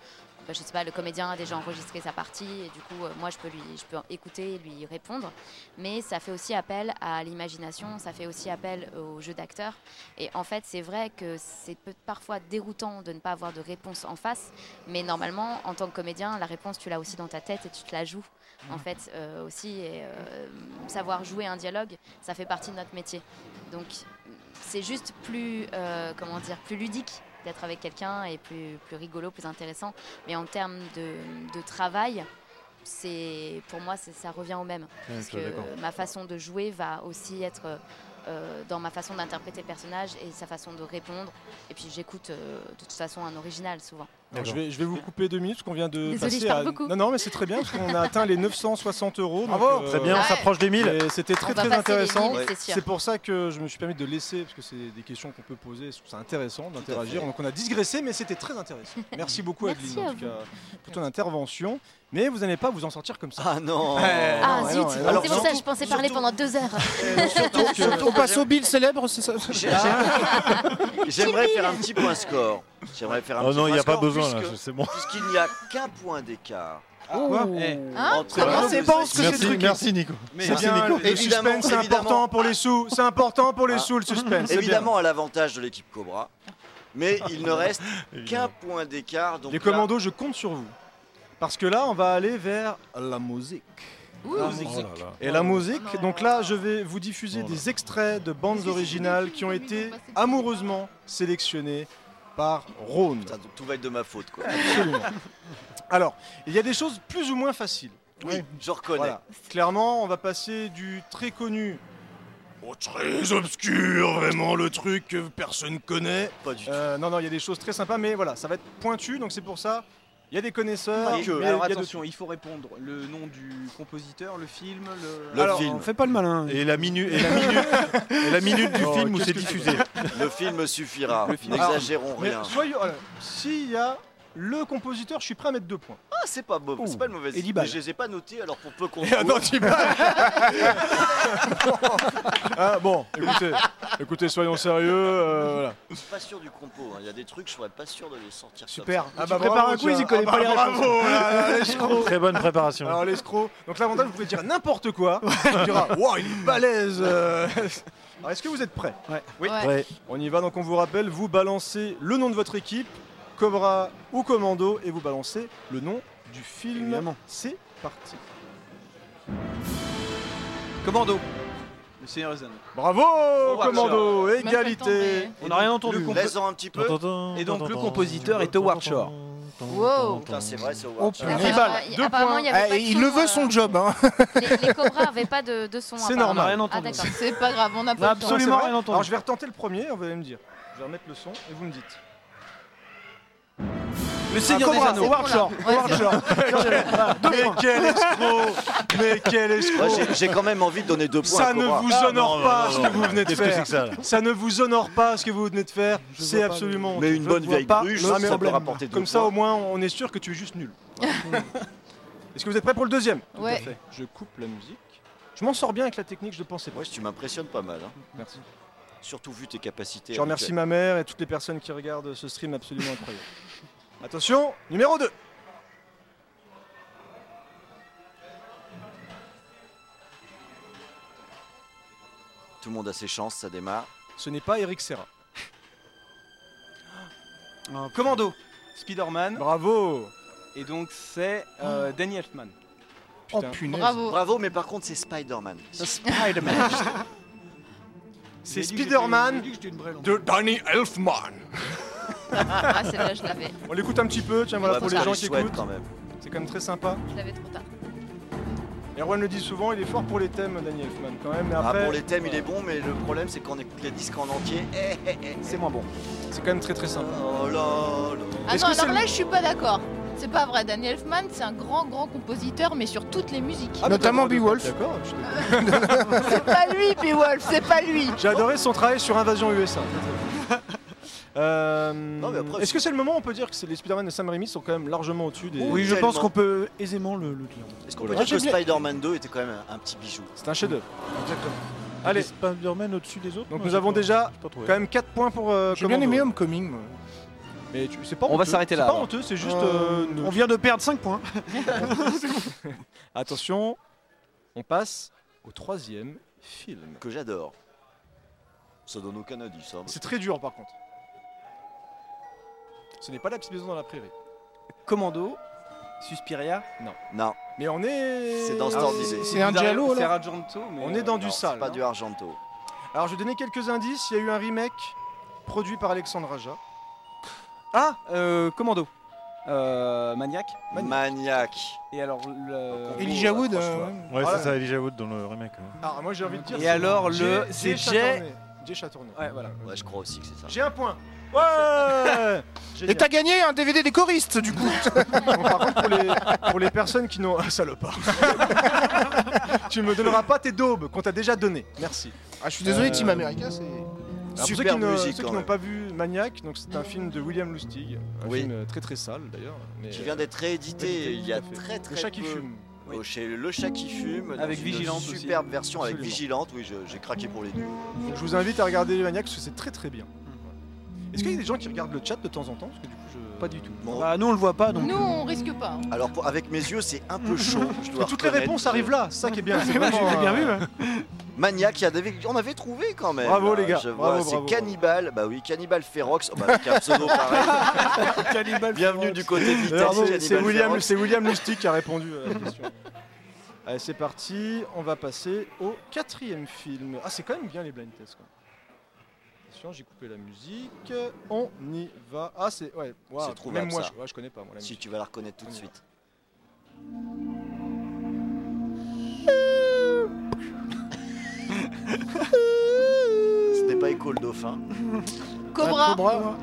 bah, je sais pas, le comédien a déjà enregistré sa partie et du coup, euh, moi, je peux lui, je peux écouter et lui répondre. Mais ça fait aussi appel à l'imagination, ça fait aussi appel au jeu d'acteur. Et en fait, c'est vrai que c'est peut- parfois déroutant de ne pas avoir de réponse en face, mais normalement, en tant que comédien, la réponse, tu l'as aussi dans ta tête et tu te la joues. En
Mhm.
fait, euh, aussi, et, euh, savoir jouer un dialogue, ça fait partie de notre métier. Donc, c'est juste plus, euh, comment dire, plus ludique d'être avec quelqu'un et plus, plus rigolo, plus intéressant. Mais en termes de, de travail, c'est pour moi, c'est- ça revient au même.
Ouais,
parce
je suis
que
d'accord.
ma façon de jouer va aussi être euh, dans ma façon d'interpréter le personnage et sa façon de répondre. Et puis, j'écoute euh, de toute façon un original souvent.
Alors, je, vais, je vais vous couper deux minutes parce qu'on vient de
Désolée,
passer
je parle
à...
beaucoup.
Non, non, mais c'est très bien parce qu'on a atteint les 960 euros. donc, euh,
Bravo. Très bien, on Ouais. s'approche des 1000.
Et C'était très
On va
très
passer les
intéressant.
1000, c'est sûr.
C'est pour ça que je me suis permis de laisser parce que c'est des questions qu'on peut poser. je trouve ça intéressant d'interagir. Donc on a digressé, mais c'était très intéressant. Merci beaucoup
Merci
Adeline en
à
tout cas pour ton intervention. Mais vous n'allez pas vous en sortir comme ça.
Ah non.
ah zut C'est pour ça que je pensais parler pendant deux heures.
On passe au bill célèbre, c'est ça Ah,
J'aimerais faire un petit point score. J'aimerais faire un
Oh
petit
non,
point
il y a pas
score
besoin, là,
puisque-
c'est bon.
Puisqu'il n'y a qu'un point d'écart.
Ah, Quoi Eh.
Hein
Entre
Comment
les
c'est
deux
bon,
équipes.
ce que c'est truqué
merci, Nico.
Mais
Merci,
bien,
Nico.
le
Évidemment,
suspense, c'est
évidemment. Ah.
important pour les sous. C'est important pour les sous, le suspense. c'est bien.
Évidemment à l'avantage de l'équipe Cobra. Mais il ne reste qu'un point d'écart. donc
les
là-
commandos, je compte sur vous. Parce que là, on va aller vers la musique.
La musique. Oh là Oh là.
Et la musique, donc là, je vais vous diffuser des extraits de bandes originales qui ont été amoureusement sélectionnées par Rhône.
Putain, donc tout va être de ma faute quoi.
Absolument. Alors, il y a des choses plus ou moins faciles.
Oui, je reconnais.
Voilà. Clairement, on va passer du très connu au très obscur, vraiment le truc que personne connaît.
Pas du
tout. Non, non, il y a des choses très sympas, mais voilà, ça va être pointu, donc c'est pour ça. Il y a des
Ah,
connaisseurs.
Et-
mais il y a
alors
de-
attention, il faut répondre le nom du compositeur, le film, le,
Alors, film.
fait
pas le malin. Et la minute, et la minute, et la minute du
Oh,
film où
qu'est-ce
c'est
que-
diffusé.
Le film suffira.
Le film.
N'exagérons
Alors, mais
rien.
soyons- alors, S'il y a le compositeur, je suis prêt à mettre deux points.
Ah, c'est pas beau, c'est pas une mauvaise
Et dix
idée.
balles.
Je les ai pas notés alors pour peu qu'on.
Et un
trouve.
Ah, bon, écoutez, écoutez, soyons sérieux. euh, voilà.
Je suis pas sûr du compo. hein. Il y a des trucs, je serais pas sûr de les sortir.
Super.
Comme ça.
Ah bah bravo, tiens. Ah bah Bravo, là, là, l'escroc.
Très bonne préparation.
Alors l'escroc. Donc l'avantage, vous pouvez dire n'importe quoi. On dira, waouh, il est balèze. euh. Alors est-ce que vous êtes prêts Oui.
Ouais. Ouais.
On y va. Donc on vous rappelle, vous balancez le nom de votre équipe, Cobra ou Commando, et vous balancez le nom du film. C'est parti.
Commando. Oh, Le Seigneur des Anneaux.
Bravo, Commando.
Même pas le temps,
Égalité.
mais- On n'a rien entendu.
Le compo-
Laisse-en un petit peu.
Et donc le compositeur est Howard Shore.
Wow.
Putain, c'est vrai, c'est
Oh
Howard.
putain.
Dix balles, il- deux apparemment, points. il y avait
Eh,
pas de
Il
son,
le veut
euh,
son job. hein.
Les Cobras n'avaient pas de, de son.
C'est
apparemment.
normal.
Ah,
Rien entendu.
d'accord.
C'est pas grave, on n'a pas le temps.
hein, C'est vrai Alors je vais retenter le premier, vous allez me dire. Je vais remettre le son et vous me dites.
Le Seigneur des Anneaux.
Howard Shore. Howard Shore. Mais quel escroc Mais quel
Moi,
escroc
j'ai- J'ai quand même envie de donner deux points. à
Ça ne
Cobra. Ah,
vous honore pas ce que vous venez de
Qu'est-ce que
faire.
c'est que ça, là
Ça ne vous honore pas ce que vous venez de faire. C'est
vois pas
absolument.
le- Mais une
je
bonne
ne vois
vieille
pas
cruche,
le
ça peut
problème.
rapporter deux
Comme ça,
points.
au moins, on est sûr que tu es juste nul. Est-ce que vous êtes prêts pour le deuxième Tout à
Ouais.
fait. Je coupe la musique. Je m'en sors bien avec la technique, je le pensais pas.
Ouais, tu m'impressionnes pas mal. hein.
Merci.
Surtout vu tes capacités.
Je remercie ma mère et toutes les personnes qui regardent ce stream absolument incroyable. Attention, numéro 2.
Tout le monde a ses chances, ça démarre.
Ce n'est pas Eric Serra.
Commando, Spider-Man.
Bravo
Et donc c'est euh, Danny Elfman.
Oh,
Putain.
punaise.
Bravo, mais par contre, c'est Spider-Man.
Spider-Man.
C'est Spider-Man de Danny Elfman.
Ah, celle-là, je l'avais.
On l'écoute un petit peu, tiens, voilà,
Ouais,
pour
parce
les
que
gens
je
qui
souhaite
écoutent.
quand même.
C'est quand même très sympa.
Je l'avais trop tard.
Erwan le dit souvent, il est fort pour les thèmes, Danny Elfman, quand même. Mais
Ah,
après,
pour les thèmes, il est bon, mais le problème, c'est qu'on écoute les disques en entier. Eh, eh, eh,
c'est moins bon. C'est quand même très très sympa.
Oh là là.
Ah
Est-ce
non,
que c'est
alors
le-
là, je suis pas d'accord. C'est pas vrai, Daniel Elfman, c'est un grand, grand compositeur, mais sur toutes les musiques.
Ah, mais
Notamment
t'as le droit de-
Beowulf.
D'accord, je suis d'accord.
C'est pas lui, Beowulf, c'est pas lui.
J'ai adoré son travail sur Invasion USA. Euh,
Non, mais après,
Est-ce que c'est le moment où on peut dire que c'est- les Spider-Man de Sam Raimi sont quand même largement au-dessus des.
Oui, je
Tellement.
pense qu'on peut aisément le, le dire.
Est-ce qu'on peut dire
Ah,
que
j'ai bien-
Spider-Man 2 était quand même un, un petit bijou
C'est un chef-d'œuvre.
Exactement.
Allez.
Allez. Spider-Man au-dessus des autres
Donc
non,
nous
j'ai
avons
pas-
déjà
j'ai pas trouvé.
quand même 4 points pour. euh,
J'ai bien
Commando.
aimé Homecoming. moi.
Mais tu- c'est pas
On va
honteux.
s'arrêter là,
C'est pas
alors.
honteux, c'est juste.
Euh,
euh, neutre.
on vient de perdre 5 points.
Attention, on passe au troisième film.
que j'adore. Ça donne aucun indice, hein. ça.
C'est très dur par contre. Ce n'est pas la petite maison dans la prairie.
Commando, Suspiria.
Non,
Mais on est.
C'est dans ce
Ah,
ordre
c'est-
d'idée.
C'est un
Dario-
Giallo,
C'est
là
Argento, mais
On est dans du
non,
sale.
C'est pas
hein.
du Argento.
Alors je vais donner quelques indices. Il y a eu un remake produit par Alexandre Aja.
Ah, euh, Commando. Euh, Maniac.
Maniac.
Et alors le.
Donc, on-
Elijah Wood.
accroche-toi.
euh,
Ouais,
Voilà.
ça, ça Elijah Wood dans le remake. ouais.
Ah, moi j'ai envie de dire.
Et
c'est-
alors,
Jay-
le-
Jay
c'est
Chatourné. Jay Chatourné.
Ouais, voilà.
Ouais, je crois aussi que c'est ça.
J'ai un point. Ouais
Et t'as gagné un DVD des choristes, du coup.
Bon, Par contre, pour les, pour les personnes qui n'ont. Ah, salopard Tu me donneras pas tes daubes qu'on t'a déjà donné. Merci.
Ah, je suis désolé,
Euh,
Team America, c'est.
Alors, pour
Super
ceux qui ne-
musique,
Ceux
quand
qui n'ont
même.
pas vu Maniac, donc c'est un film de William Lustig, un
Oui.
film euh, très très sale d'ailleurs. mais,
Qui
euh,
vient d'être réédité
réédité,
il y a
tout à fait.
très
Le
très
chat qui
peu.
fume.
Oh, Chez Le Chat qui fume. dans
Avec
une
Vigilante aussi.
Superbe version avec
Absolument.
Vigilante, oui, je- j'ai craqué pour les deux.
Donc, je vous invite à regarder Maniac parce que c'est très très bien. Est-ce qu'il y a des gens qui regardent le chat de temps en temps Parce que du coup, je...
Pas du tout.
Bon,
Bah, nous, on le voit pas, donc.
Nous, on risque pas. hein.
alors pour- avec mes yeux, c'est un peu chaud. je dois
euh, Et toutes les
reconnaître.
réponses arrivent là, c'est ça qui est bien. c'est
Ouais,
vraiment,
j'ai bien
euh,
vu. hein.
Maniac, il y en avait- on avait trouvé quand même.
Bravo,
Euh,
les gars.
je
Bravo,
vois,
bravo, bravo.
C'est Cannibal, bah oui, Cannibal Ferox. Oh, bah, avec un pseudo pareil. Bienvenue du côté de l'Italie.
Alors, c'est- C'est
Cannibal
William,
Ferox.
c'est William Lustig qui a répondu euh, à la question. Allez, c'est parti, on va passer au quatrième film. Ah, c'est quand même bien les blind tests. Quoi. Attention, j'ai coupé la musique. On y va. Ah, c'est. Ouais, waouh,
C'est trouvable,
même moi,
ça.
Je, ouais, je connais pas. Moi, la
Si
musique.
tu vas la reconnaître tout de
On y va.
suite. C'était pas écho le dauphin.
Cobra.
Cobra, moi.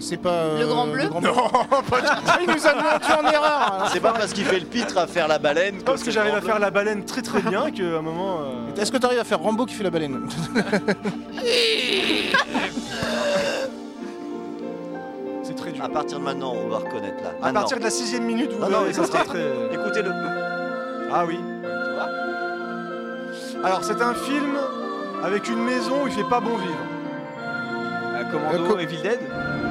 C'est pas. euh,
Le Grand Bleu.
Non, pas du tout. Il nous a mis en erreur.
C'est pas parce qu'il fait le pitre à faire la baleine.
C'est pas parce que
c'est le
j'arrive à
grand
faire la baleine très très bien qu'à un moment. euh,
Est-ce que t'arrives à faire Rambo qui fait la baleine
C'est très
bleu.
dur.
À partir de maintenant, on va reconnaître là.
À partir de la sixième minute, vous
Ah, Non, non,
verrez, ça sera
écoutez.
très.
Écoutez-le.
Ah oui. Alors, c'est un film avec une maison où il fait pas bon vivre.
Euh,
Euh,
Commando,
co-
Evil Dead.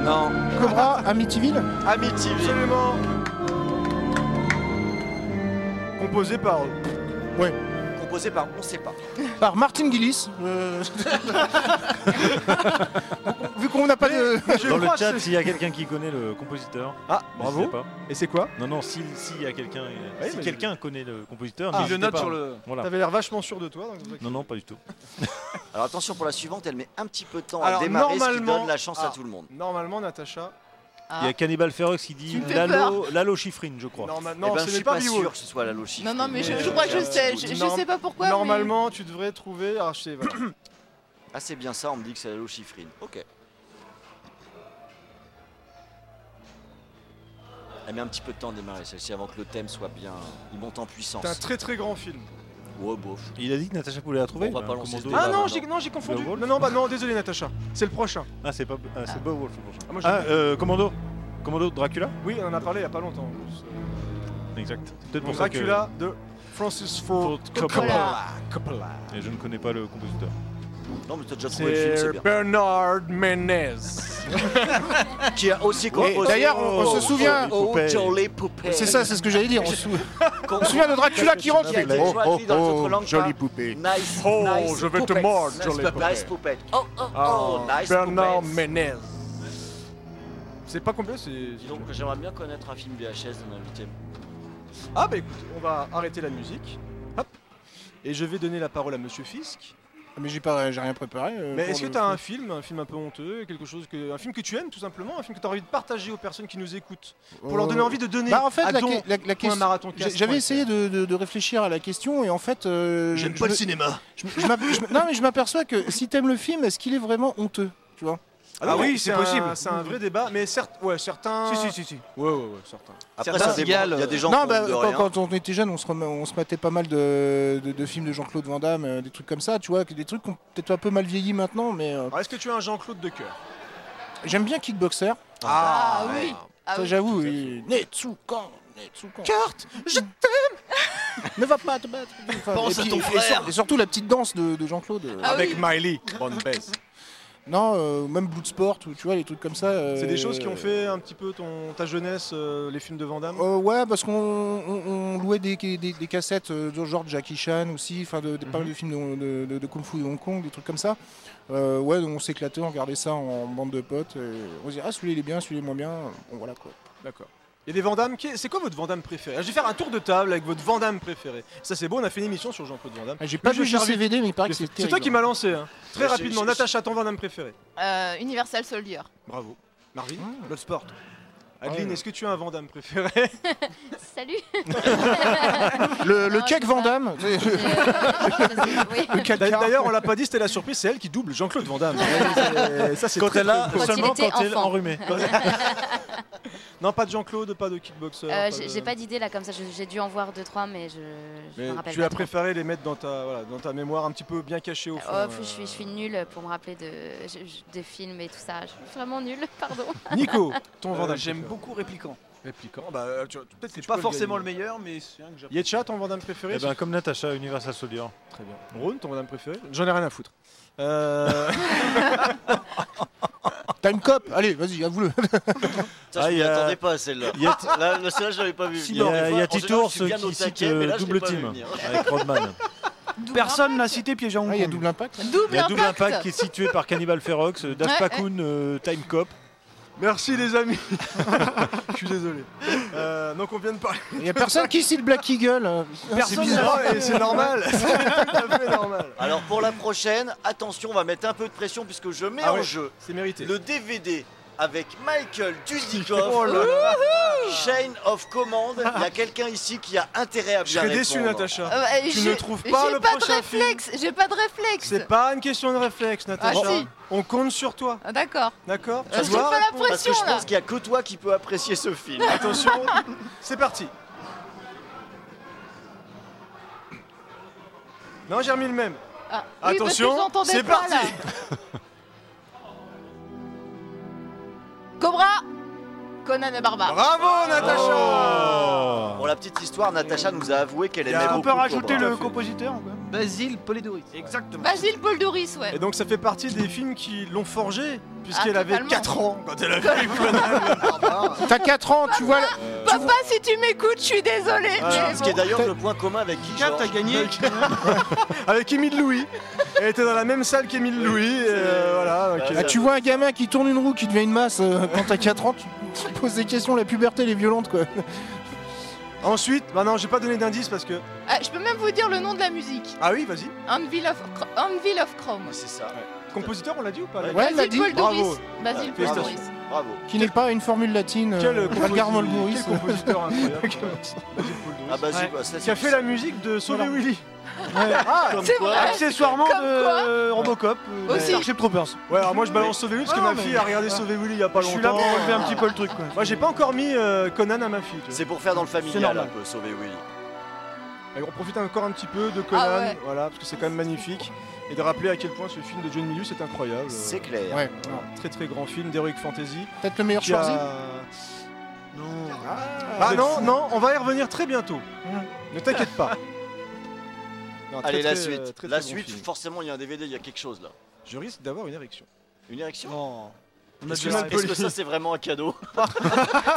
Non.
Cobra, Amityville
Amityville.
Absolument. Composé par
Composé par on sait pas.
Par Martin Gillis. euh, Vu qu'on n'a pas de.
Je crois
Dans le
que
chat,
c'est-
s'il y a quelqu'un qui connaît le compositeur,
Ah,
n'hésitez
bravo.
pas.
Et c'est quoi
Non, non, s'il s'il y a quelqu'un euh,
Oui,
si
mais-
quelqu'un connaît le compositeur,
Ah,
Il le
n'hésitez
note
pas.
sur le.
Voilà.
T'avais l'air vachement sûr de toi. donc c'est vrai que-
Non, non, pas du tout.
Alors attention pour la suivante, elle met un petit peu de temps
Alors,
à démarrer, ce qui
normalement-
donne la chance à
Ah.
tout le monde.
Normalement, Natacha.
Ah.
Il y a Cannibal Ferox qui dit
Tu me fais
Lalo, Lalo Schifrin, je crois.
Normal-
eh
Non,
ben,
ce
je
n'est
suis
pas
pas,
Biwo.
sûr que ce soit la logique.
Non, non, mais je,
Mais,
je crois que je
euh,
sais. Je, je
norm-
sais pas pourquoi. mais-
Normalement, tu devrais trouver. Ah, je sais, voilà.
Ah, c'est bien ça, on me dit que c'est la lochifrine. Ok. Elle met un petit peu de temps à démarrer celle-ci avant que le thème soit bien. Il monte en puissance.
C'est un très très grand film.
Ouais, bof.
Il a dit que Natacha Poulet l'a trouvé. hein,
On va pas
un
lancer ce
commando.
débat.
Ah
bah,
non,
non.
j'ai non, j'ai confondu.
Beowulf.
Non, non, bah non, désolé, Natacha. C'est le prochain.
Ah, c'est pas, ah, c'est Beowulf, c'est pour ça.
Ah, moi, j'ai-
Ah, euh, Commando Commando Dracula
Oui, on en a parlé il y a pas longtemps. en plus.
euh, Exact. C'est peut-être
Donc,
pour ça que.
Dracula de Francis Ford
Ford
Coppola.
Coppola.
Coppola.
Et je ne connais pas le compositeur.
Non, mais t'as déjà trouvé le film, c'est
C'est
bien.
Bernard Menez.
Qui a aussi
Et d'ailleurs, on- on se souvient-
Oh,
Poupée.
Jolie Poupée.
C'est ça, c'est ce que j'allais dire. On se sou-
Qu'on-
on se souvient de Dracula qui rentre.
Qui a des
Oh,
joies de
oh,
vie dans les autres
oh,
langues,
jolie
pas.
poupée.
Nice,
Oh,
nice
je vais te
poupette.
mordre,
Nice
Jolie
poupette.
Poupée. Ah.
Nice poupette. Oh, oh, oh,
Ah,
nice
Bernard
poupette.
Menez. C'est pas complet, c'est.
Dis donc, j'aimerais bien connaître un film VHS d'un invité.
Ah bah écoute, on va arrêter la musique. Hop. Et je vais donner la parole à Monsieur Fisk.
Ah, Mais j'ai pas, j'ai rien préparé. euh,
Mais
pour
est-ce que
le-
tu as un film, un film un peu honteux, quelque chose que, un film que tu aimes tout simplement, un film que tu as envie de partager aux personnes qui nous écoutent, pour leur donner
Euh,
envie de donner
Bah, en fait,
à
la,
don
que- la- la
point
question-
marathoncast.fr.
J'avais essayé de, de- de réfléchir à la question et en fait. euh,
J'aime
je
pas
me-
le cinéma.
je me- je m'ap- je me- non, mais je m'aperçois que si t'aimes le film, est-ce qu'il est vraiment honteux Tu vois
Ah, oui, c'est possible. C'est un vrai débat, mais certes, ouais, certains.
Si, si, si, si.
Ouais, ouais, ouais, certains.
Après,
Certains
ça dépend. Il y a des gens qui
Non,
ont
bah,
de
quand,
rien.
quand on était jeune, on se, rem- on se matait pas mal de, de- de films de Jean-Claude Van Damme, euh, des trucs comme ça, tu vois, que- des trucs qu'on peut-être un peu mal vieilli maintenant, mais euh,
Alors, est-ce que tu as un Jean-Claude de cœur
j'aime bien Kickboxer.
Ah, oui. Ah
Ça,
oui.
j'avoue, il- Netsukan, Netsukan.
Carte
Ne va pas te battre. Enfin,
Pense à ton
et sur-
frère.
et surtout la petite danse de, de Jean-Claude. euh,
Ah
Avec
oui.
Miley, bonne baisse.
Non, euh, même Bloodsport, ou, tu vois, les trucs comme ça. euh,
C'est des choses qui ont fait un petit peu ton, ta jeunesse, euh, les films de Van Damme.
Euh, ouais, parce qu'on on- on louait des, des- des cassettes euh, de genre Jackie Chan aussi, enfin de, de- pas
Mhm.
mal de films de, de- de- de Kung Fu de Hong Kong, des trucs comme ça. Euh, ouais, donc on s'éclatait, on regardait ça en bande de potes. et on se disait, ah celui-là il est bien, celui-là il est moins bien. Bon voilà quoi.
D'accord. Il y a des Van Damme. qui- C'est quoi votre Van Damme préféré Ah, Je vais faire un tour de table avec votre Van Damme préféré. Ça, c'est beau, on a fait une émission sur Jean-Claude Van Damme.
Ah, J'ai pas
je vais
vu
faire vite.
JCVD, mais il paraît que c'est
C'est toi qui m'as lancé. hein. Très
Je- je-
rapidement,
je-
Natacha, ton Van Damme préféré.
Euh, Universal Soldier.
Bravo. Marvin,
Mmh.
Blood Sport. Adeline,
Ouais.
est-ce que tu as un Van Damme préféré
Salut.
Le, le
Non,
cake
je-
Van Damme.
Euh, oui.
Le cake Ah,
D'a- D'ailleurs, on l'a pas dit, c'était la surprise, c'est elle qui double Jean-Claude Van Damme. Et ça, c'est
Quand
très,
elle
très
a,
beau.
Quand il
seulement
était
quand elle est
enfant.
enrhumée.
Non, pas de Jean-Claude, pas de kickboxer.
Euh,
pas
j'ai-
de-
J'ai pas d'idée là comme ça. je- J'ai dû en voir deux trois, mais je, je
Mais
me rappelle
tu
pas
as
trop.
préféré les mettre dans ta, voilà, dans ta mémoire un petit peu bien cachée au fond.
Oh, je, suis,
euh.
je suis nulle pour me rappeler de, je- je- des films et tout ça. Je suis vraiment nulle, pardon.
Nico, ton
Euh,
Vandame.
J'aime beaucoup Répliquant.
Répliquant. Bah, euh, tu- peut-être que
C'est
tu
pas
peux
forcément le
gagner.
meilleur, mais c'est un que j'apprécie.
Yetcha, ton Vandame préféré
Eh ben, comme Natacha, Universal Soldier.
Très bien. Rhône, ton Vandame préféré J'en ai rien à foutre. Euh,
Time Cop. Allez, vas-y, avoue-le. euh.
Ça, je
Ah,
m'y
y a-
attendais pas à celle-là.
y a-
Là, là, celle-là, je l'avais pas vu.
Il y a, il y a Titours
qui
qui cite euh, double team avec Rodman.
Personne n'a cité piège à Hong
Ah, il y a
Kong.
double impact.
Double,
Il y a Double
impact.
Impact qui est situé par Cannibal Ferox, euh, Daft
Ouais,
Pakun, euh, Time Cop.
Merci les amis. Je suis désolé. Euh, donc on vient de parler.
Il y a personne qui cite Black Eagle. hein.
Personne n'a- et C'est normal. C'est tout à fait normal.
Alors pour la prochaine, attention, on va mettre un peu de pression puisque je mets
Ah
en
ouais.
jeu
C'est mérité.
le DVD avec Michael Dudikoff,
Oh là là.
Chain of Command. Il y a quelqu'un ici qui a intérêt à
Je
bien
serais
répondre.
déçu, Natacha.
Euh, bah,
Tu
j'ai-
ne trouves pas
j'ai
le
pas
prochain
de réflexe. J'ai pas de réflexe.
C'est pas une question de réflexe, Natacha.
Ah, si.
On compte sur toi,
Ah, D'accord.
d'accord
Je
Tu
te
dois
fais la
répondre.
Parce que
pression
je
là.
pense qu'il n'y a que toi qui peux apprécier ce film.
Attention, c'est parti. Non, j'ai remis le même.
Ah, oui, parce que
Attention,
je l'entendais
c'est
pas,
parti.
là. Cobra, Conan et Barbare.
Bravo, Natacha
Oh. Pour la petite histoire, Natacha nous a avoué qu'elle
Il y a
aimait
un
On
beaucoup
peut rajouter
Cobra.
le compositeur ou quoi
Basile Polédoris.
Exactement.
Oh. Basile Boldoris, ouais.
Et donc, ça fait partie des films qui l'ont forgé, puisqu'elle
Ah,
avait
totalement.
4 ans quand elle a vu Conan le barbare.
T'as 4 ans, tu vois.
Papa, si tu m'écoutes, je suis désolée. mais
Ce qui est
bon. Euh,
d'ailleurs le point commun avec qui
Gab, t'as gagné.
Avec Émile Louis. Elle était dans la même salle qu'Émile Louis. et, euh, voilà,
Bah,
ok.
Là, Ah, tu vois un gamin qui tourne une roue, qui devient une masse euh, quand t'as 4 ans, tu tu te poses des questions, la puberté elle est violente quoi.
Ensuite, bah non, j'ai pas donné d'indice parce que.
Ah, je peux même vous dire le nom de la musique.
Ah oui, vas-y.
Anvil of, Cro- Anvil of Chrome.
C'est ça.
Compositeur, on l'a dit ou pas là
Ouais, elle l'a dit.
Basile Boldoris.
Bravo.
Basile
Bravo.
Boldoris.
Bravo.
Qui n'est pas une formule latine. euh,
Quel,
Edgar
compositeur,
Montgomery,
quel
euh,
compositeur incroyable.
Ah bah,
Ouais.
bah, ça,
Qui a fait la musique de Sauver
Voilà.
Willy.
Ah,
C'est vrai.
accessoirement
Comme
de Robocop, euh,
Aussi.
Starship Troopers.
Ouais, alors moi je balance Sauver Willy parce que
Ouais,
ma
mais-
fille a regardé Sauver Willy il y a pas
Je
longtemps.
suis là pour relever un petit peu le truc quoi.
Moi j'ai pas encore mis euh, Conan à ma fille. Tu vois.
C'est pour faire dans le familial
normal.
un peu, sauver Willy.
Et On profite encore un petit peu de Conan,
Ah ouais.
voilà, parce que c'est quand même magnifique. Et de rappeler à quel point ce film de John Milius est incroyable.
C'est clair.
Ouais,
Un très très grand film d'Heroic Fantasy.
peut-être le meilleur
qui a-
Schwarzy.
Non.
Bah Ah non, non, on va y revenir très bientôt. Ne t'inquiète pas. Non, très,
Allez, la
très,
suite.
euh, très,
la
très bon
suite,
film.
forcément, il y a un DVD, il y a quelque chose là.
Je risque d'avoir une érection.
Une érection
Non. On a
Est-ce que,
déjà
ça-
mal
est-ce que
poli.
ça, c'est vraiment un cadeau
Cobra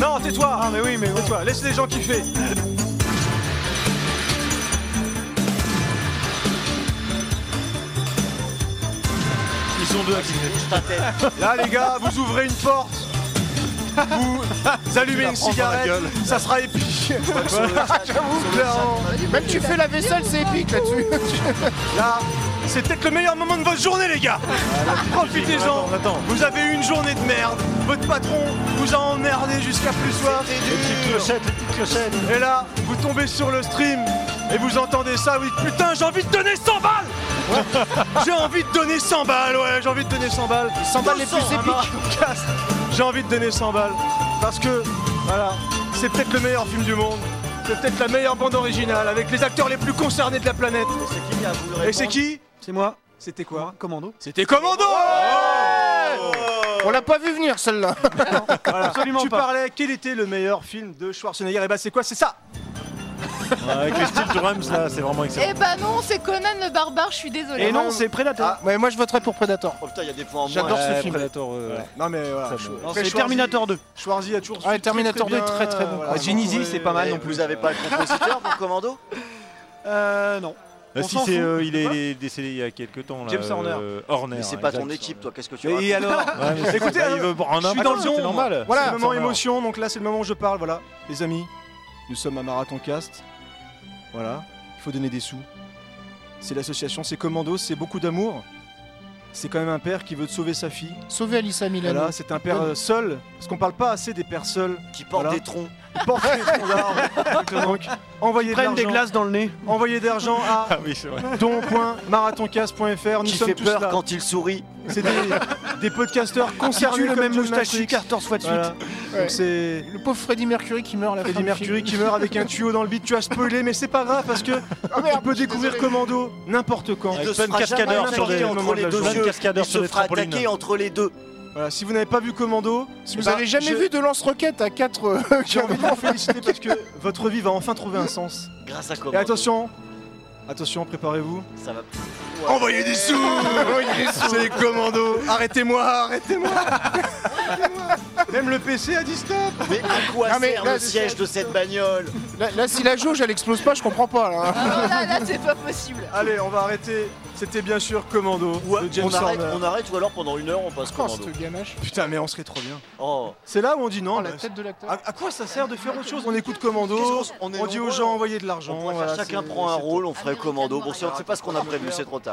Non, tais-toi Ah mais oui, mais Tais-toi, laisse les gens kiffer Ils sont deux à kiffer. Là les gars, vous ouvrez une porte vous allumez une cigarette, ça sera épique. J'avoue, clairement.
Même tu fais la vaisselle, c'est épique là-dessus.
Là, c'est peut-être le meilleur moment de votre journée, les gars.
Ah,
Profitez-en. Vous avez eu une journée de merde. Votre patron vous a emmerdé jusqu'à plus soir. Et là, vous tombez sur le stream et vous entendez ça. Vous dites Putain, j'ai envie de donner 100 balles. j'ai envie de donner 100 balles. Ouais, j'ai envie de donner 100 balles.
100 balles les plus
200, un
épiques.
Mario Kart. J'ai envie de donner 100 balles. Parce que, voilà, c'est peut-être le meilleur film du monde. C'est peut-être la meilleure bande originale avec les acteurs les plus concernés de la planète.
C'est qui à vous le
Et
répondre
c'est qui
C'est moi,
C'était quoi
commando.
C'était Commando
On l'a pas vu venir celle-là.
Voilà.
Absolument
Tu
pas.
parlais, quel était le meilleur film de Schwarzenegger Et bah c'est quoi C'est ça
Avec les Steel Drums, là, c'est vraiment excellent.
Eh bah non, c'est Conan le barbare, je suis désolée.
Et non, c'est Predator.
Ah. Ouais, moi je voterais pour Predator.
Oh putain, il y a des points en moins.
J'adore
là.
ce film.
Predator, euh,
Non mais voilà.
Ça,
Sch-
mais-
Après,
C'est
Schwarzy-
Terminator 2.
Schwarzy a toujours.
Ouais, Terminator 2 est très, très bon.
Ah, Genesis, c'est pas mal
Eh,
non plus.
Vous avez pas le compositeur pour Commando
Euh, non.
Ah,
On
si,
s'en
c'est,
fout.
euh, il, est, il est décédé il y a quelques temps. Là,
James Horner.
euh, Horner.
Mais c'est pas
exact.
ton équipe, toi, qu'est-ce que tu
Et,
racontes
alors
Ouais, mais c'est-
Écoutez,
bah,
alors,
il veut en
je suis
un
dans
accord,
le
c'est
zone,
normal.
Voilà, c'est
Voilà.
le moment émotion, donc là c'est le moment où je parle, voilà. Les amis, nous sommes à Marathon Cast. Voilà, il faut donner des sous. C'est l'association, c'est Commando, c'est beaucoup d'amour. C'est quand même un père qui veut sauver sa fille.
Sauver Alissa Milano.
Voilà, c'est un père euh, seul, parce qu'on parle pas assez des pères seuls.
Qui porte
Voilà.
des troncs
Ils portent des troncs d'arbres. Donc, envoyez de
Prennent des
l'argent-
glaces dans le nez.
envoyez de l'argent à
Ah oui, c'est vrai.
don.marathoncast.fr. Nous
Qui
sommes
fait
tous
peur
là.
quand il sourit
C'est des, des podcasteurs concernés
tue le
comme
même
John
moustachu
Matrix.
14 fois de suite.
Voilà.
Ouais.
Donc c'est
Le pauvre Freddie Mercury qui meurt à la fin
Freddie
du
Mercury
film.
qui meurt avec un tuyau dans le bide. Tu as spoilé, mais c'est pas grave parce que
Ah
tu peux découvrir Commando n'importe quand.
Il ne se
plein
fera
de
jamais
cascadeurs sur
attaquer
des-
entre
moment de
les
la
deux
journée.
yeux.
Cascadeurs
Il
sur
se
des
fera
trampolines.
attaquer entre les deux.
Voilà, si vous n'avez pas vu Commando,
Si vous
bah,
avez jamais
je-
vu de lance-roquette à
euh,
4
j'ai envie de vous féliciter parce que votre vie va enfin trouver un sens.
Grâce à
Et
Commando.
attention, attention, préparez-vous.
ça va.
Envoyez des sous C'est Commando Arrêtez-moi, arrêtez-moi Arrêtez-moi Même le PC a dit stop
Mais à quoi
Non, mais
sert
là,
le
c'est-
siège de cette bagnole
là, là, si la jauge elle explose pas, je comprends pas là.
Ah non, là, là, c'est pas possible.
Allez, on va arrêter. C'était bien sûr Commando
Ou-
de James
on, arrête,
Horner.
on arrête ou alors pendant une heure on passe
Oh,
commando.
cette ganache.
Putain, mais on serait trop bien.
Oh.
C'est là où on dit non.
Oh,
bah,
la tête de l'acteur.
à, à quoi ça sert de faire autre chose On écoute Commando,
Qu'est-ce qu'on- on
on,
est
dit
nombreux,
aux gens
hein.
envoyez de l'argent.
On pourrait faire
voilà,
chacun
c'est-
prend un
c'est
rôle, on
Ah,
ferait
mais
commando.
regarde-moi,
Bon, c'est on sait pas ce qu'on a prévu, c'est trop tard.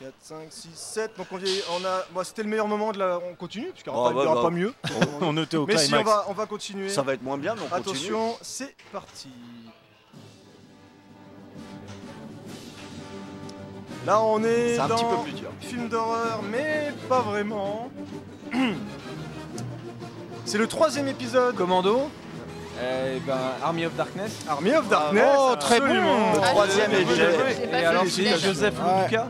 4, 5, 6, 7. Donc on, vit- on a. Bon, c'était le meilleur moment de la. On continue, puisqu'il n'y
Ah
aura, pas- il y
ouais,
aura
bah.
pas mieux.
On était au
Mais si, on
climax.
va, on va continuer.
Ça va être moins bien, mais on continue.
Attention, c'est parti. Là, on est,
C'est un
dans
petit peu plus dur.
film d'horreur, mais pas vraiment. C'est le troisième épisode.
Commando. Eh ben, Army of Darkness.
Army of Darkness.
Oh, très bon.
absolument.
Ah,
Le troisième
bien
évidemment.
joué.
J'ai
Et
pas
alors,
vu,
c'est
je l'ai.
Joseph
Ouais.
Lucas.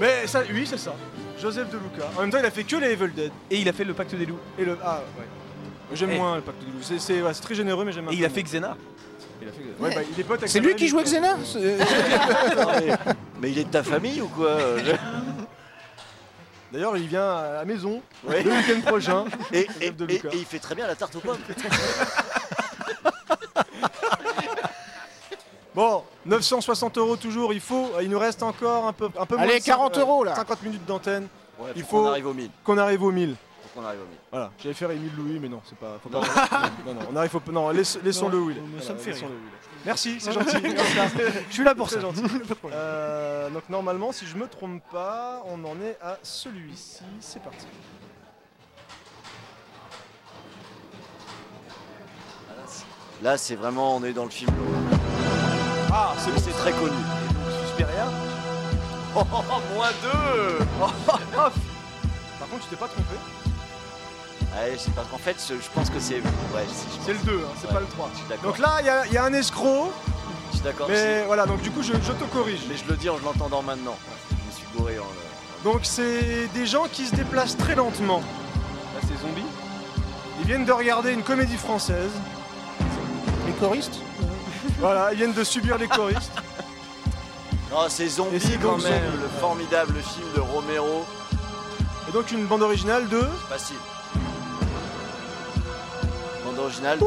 Mais ça, oui, c'est ça. Joseph De Luca. En même temps, il a fait que les Evil Dead
Et il a fait le Pacte des loups.
et le. Ah ouais. J'aime
Eh.
moins le Pacte de Loup. C'est c'est- ouais, c'est très généreux, mais j'aime. un
Et
peu
il a
moins.
fait Xena.
Ouais, bah, il est pote avec
C'est lui
Sam
qui
Raimi,
jouait
quoi.
Xena euh, C'est-
Non, mais, mais il est de ta famille ou quoi euh,
D'ailleurs, il vient à la maison
Ouais.
le week-end prochain.
et, et-
Joseph de
et-
Luca.
et il fait très bien la tarte aux pommes.
Bon, 960 euros toujours, il faut, il nous reste encore un peu, un peu moins
Allez,
de
40
cin- euh,
euros, là.
50 minutes d'antenne,
Ouais,
Il
faut qu'on
faut-
arrive au 1000.
qu'on arrive aux 1000.
Faut qu'on arrive au 1000.
Voilà, j'allais faire Émile Louis, mais non, c'est pas. Faut pas non, non, on arrive, faut, non, laisse- laissons-le où il est. Voilà, laissons-le où il est. Merci, c'est gentil.
Je suis là pour
C'est
ça.
gentil. Euh, donc, normalement, si je me trompe pas, on en est à celui-ci. C'est parti.
Là, c'est vraiment, on est dans le film.
Ah, c'est
C'est très connu.
Suspiria.
Oh, oh, oh, moins deux
Par contre, tu t'es pas trompé.
Ouais, c'est parce qu'en fait, je je pense que c'est. Ouais, si, je pense.
C'est le 2, hein, c'est
Ouais.
pas le 3.
Je suis d'accord.
Donc là, il y a- il y, a un escroc,
Je suis d'accord.
mais voilà, donc du coup, je, je te corrige.
c'est- Mais je le dis en l'entendant maintenant. Je me suis gouré en. le-
Donc c'est des gens qui se déplacent très lentement.
Là, c'est zombie.
Ils viennent de regarder une comédie française.
Les choristes
Voilà, ils viennent de subir les choristes.
Oh, c'est zombie
c'est
quand
comme
même,
Zombie.
le formidable film de Romero.
Et donc une bande originale de
Facile. Bande originale de.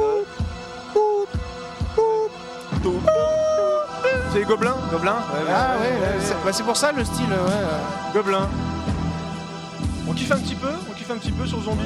C'est les Gobelins Gobelins
Ah ouais, ouais, c'est bah, c'est pour ça le style. ouais, euh.
Gobelins. On kiffe un petit peu On kiffe un petit peu sur Zombie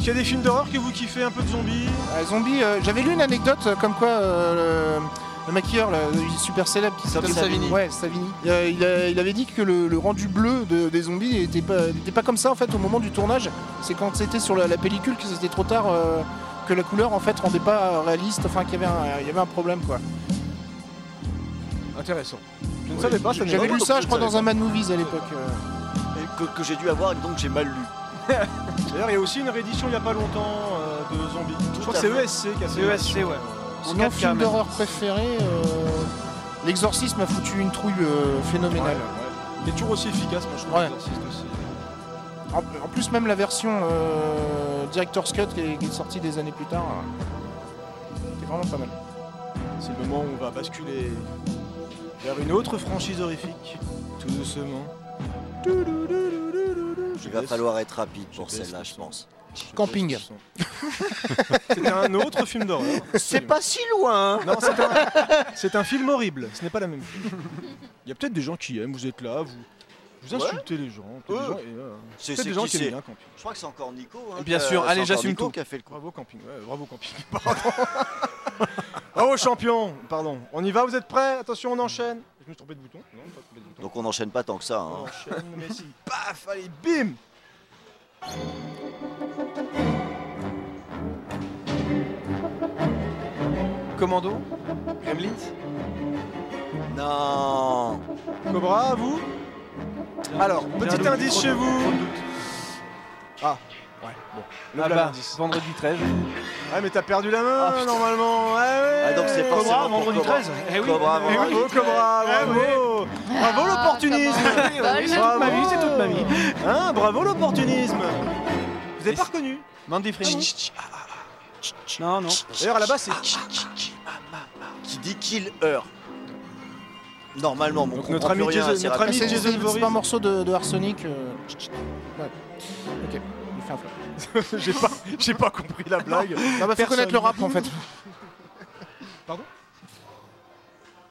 Il y a des films d'horreur que vous kiffez un peu de zombies
Ah, zombie, euh, j'avais lu une anecdote euh, comme quoi euh, le, le maquilleur, là, le super célèbre qui s'appelle
Savini.
Ouais, Savini. Euh, il, a- il avait dit que le, le rendu bleu de- des zombies n'était pas, n'était pas comme ça en fait au moment du tournage. C'est quand c'était sur la, la pellicule que c'était trop tard. euh, que la couleur en fait rendait pas réaliste, enfin qu'il y, avait un- il y avait un problème quoi.
Intéressant. Je ne
Ouais,
savais pas, ça n'est
J'avais
pas-
lu ça je crois dans un Mad Movies à l'époque. euh.
Et Que, que j'ai dû avoir et donc j'ai mal lu.
D'ailleurs, il y a aussi une réédition il n'y a pas longtemps euh, de Zombie. Je crois
à
que c'est
fait. E
ESC qui a fait euh,
C'est ESC, ouais.
Sinon,
4K
film
même.
d'horreur préféré, euh, l'exorcisme a foutu une trouille euh, phénoménale.
Il est toujours aussi efficace, moi je trouve.
Ouais.
l'exorciste aussi.
En, en plus, même la version euh, Director's Cut qui est, qui est sortie des années plus tard, euh, qui est vraiment pas mal.
C'est le moment où on va basculer vers une autre franchise horrifique, tout doucement.
Il va falloir être rapide pour
Je baisse
celle-là,
le
je
son.
pense.
Camping.
C'était un autre film d'horreur.
C'est pas si loin hein.
Non, c'est un, c'est un film horrible, ce n'est pas la même chose. Il y a peut-être des gens qui aiment, vous êtes là, vous, vous
Ouais.
insultez les gens. peut-être des
Ouais.
gens- et, euh,
C'est
peut-être
c'est
des gens
qui
qui aiment
c'est
bien Camping.
Je crois que c'est encore Nico. hein,
Bien
qui a-
sûr,
c'est
allez,
encore
j'assume
Nico
tout.
qui a fait le coup.
Bravo Camping, ouais, bravo Camping, pardon. bravo champion, pardon. On y va, vous êtes prêts Attention, on enchaîne. Je me suis trompé de bouton. Non, pas trompé de bouton.
Donc on n'enchaîne pas tant que ça. hein.
On enchaîne, mais si. Paf, allez, bim
Commando Gremlins
Non
Cobra, à vous Alors, petit indice chez vous. Ah, ouais, bon. Le
Ah
blâme
bah,
indice.
vendredi 13.
Ouais, mais t'as perdu la main,
Ah, putain.
normalement. Ouais, ouais.
Ah, donc c'est forcément
Cobra,
pour
vendredi
Cobra.
13. Eh oui.
Cobra,
Eh oui,
vendredi
oh, Cobra, bravo. Bravo
Ah,
l'opportunisme.
comment on rigole. C'est toute
Bravo.
ma vie, c'est toute ma vie.
Hein, bravo l'opportunisme. Vous avez
Et
pas reconnu.
Mandy Freeman. Non, non.
D'ailleurs, à la base, c'est.
Qui dit Kill Her Normalement, mon
Donc notre ami Jason- notre ami-
Ah, C'est
Jason
c'est- c'est
Voorhees.
pas un morceau de, de Arsenic. euh, Ouais. Ok, il fait un flop.
J'ai pas, j'ai pas compris la blague.
Non, bah, faut
Personne.
connaître le rap en fait.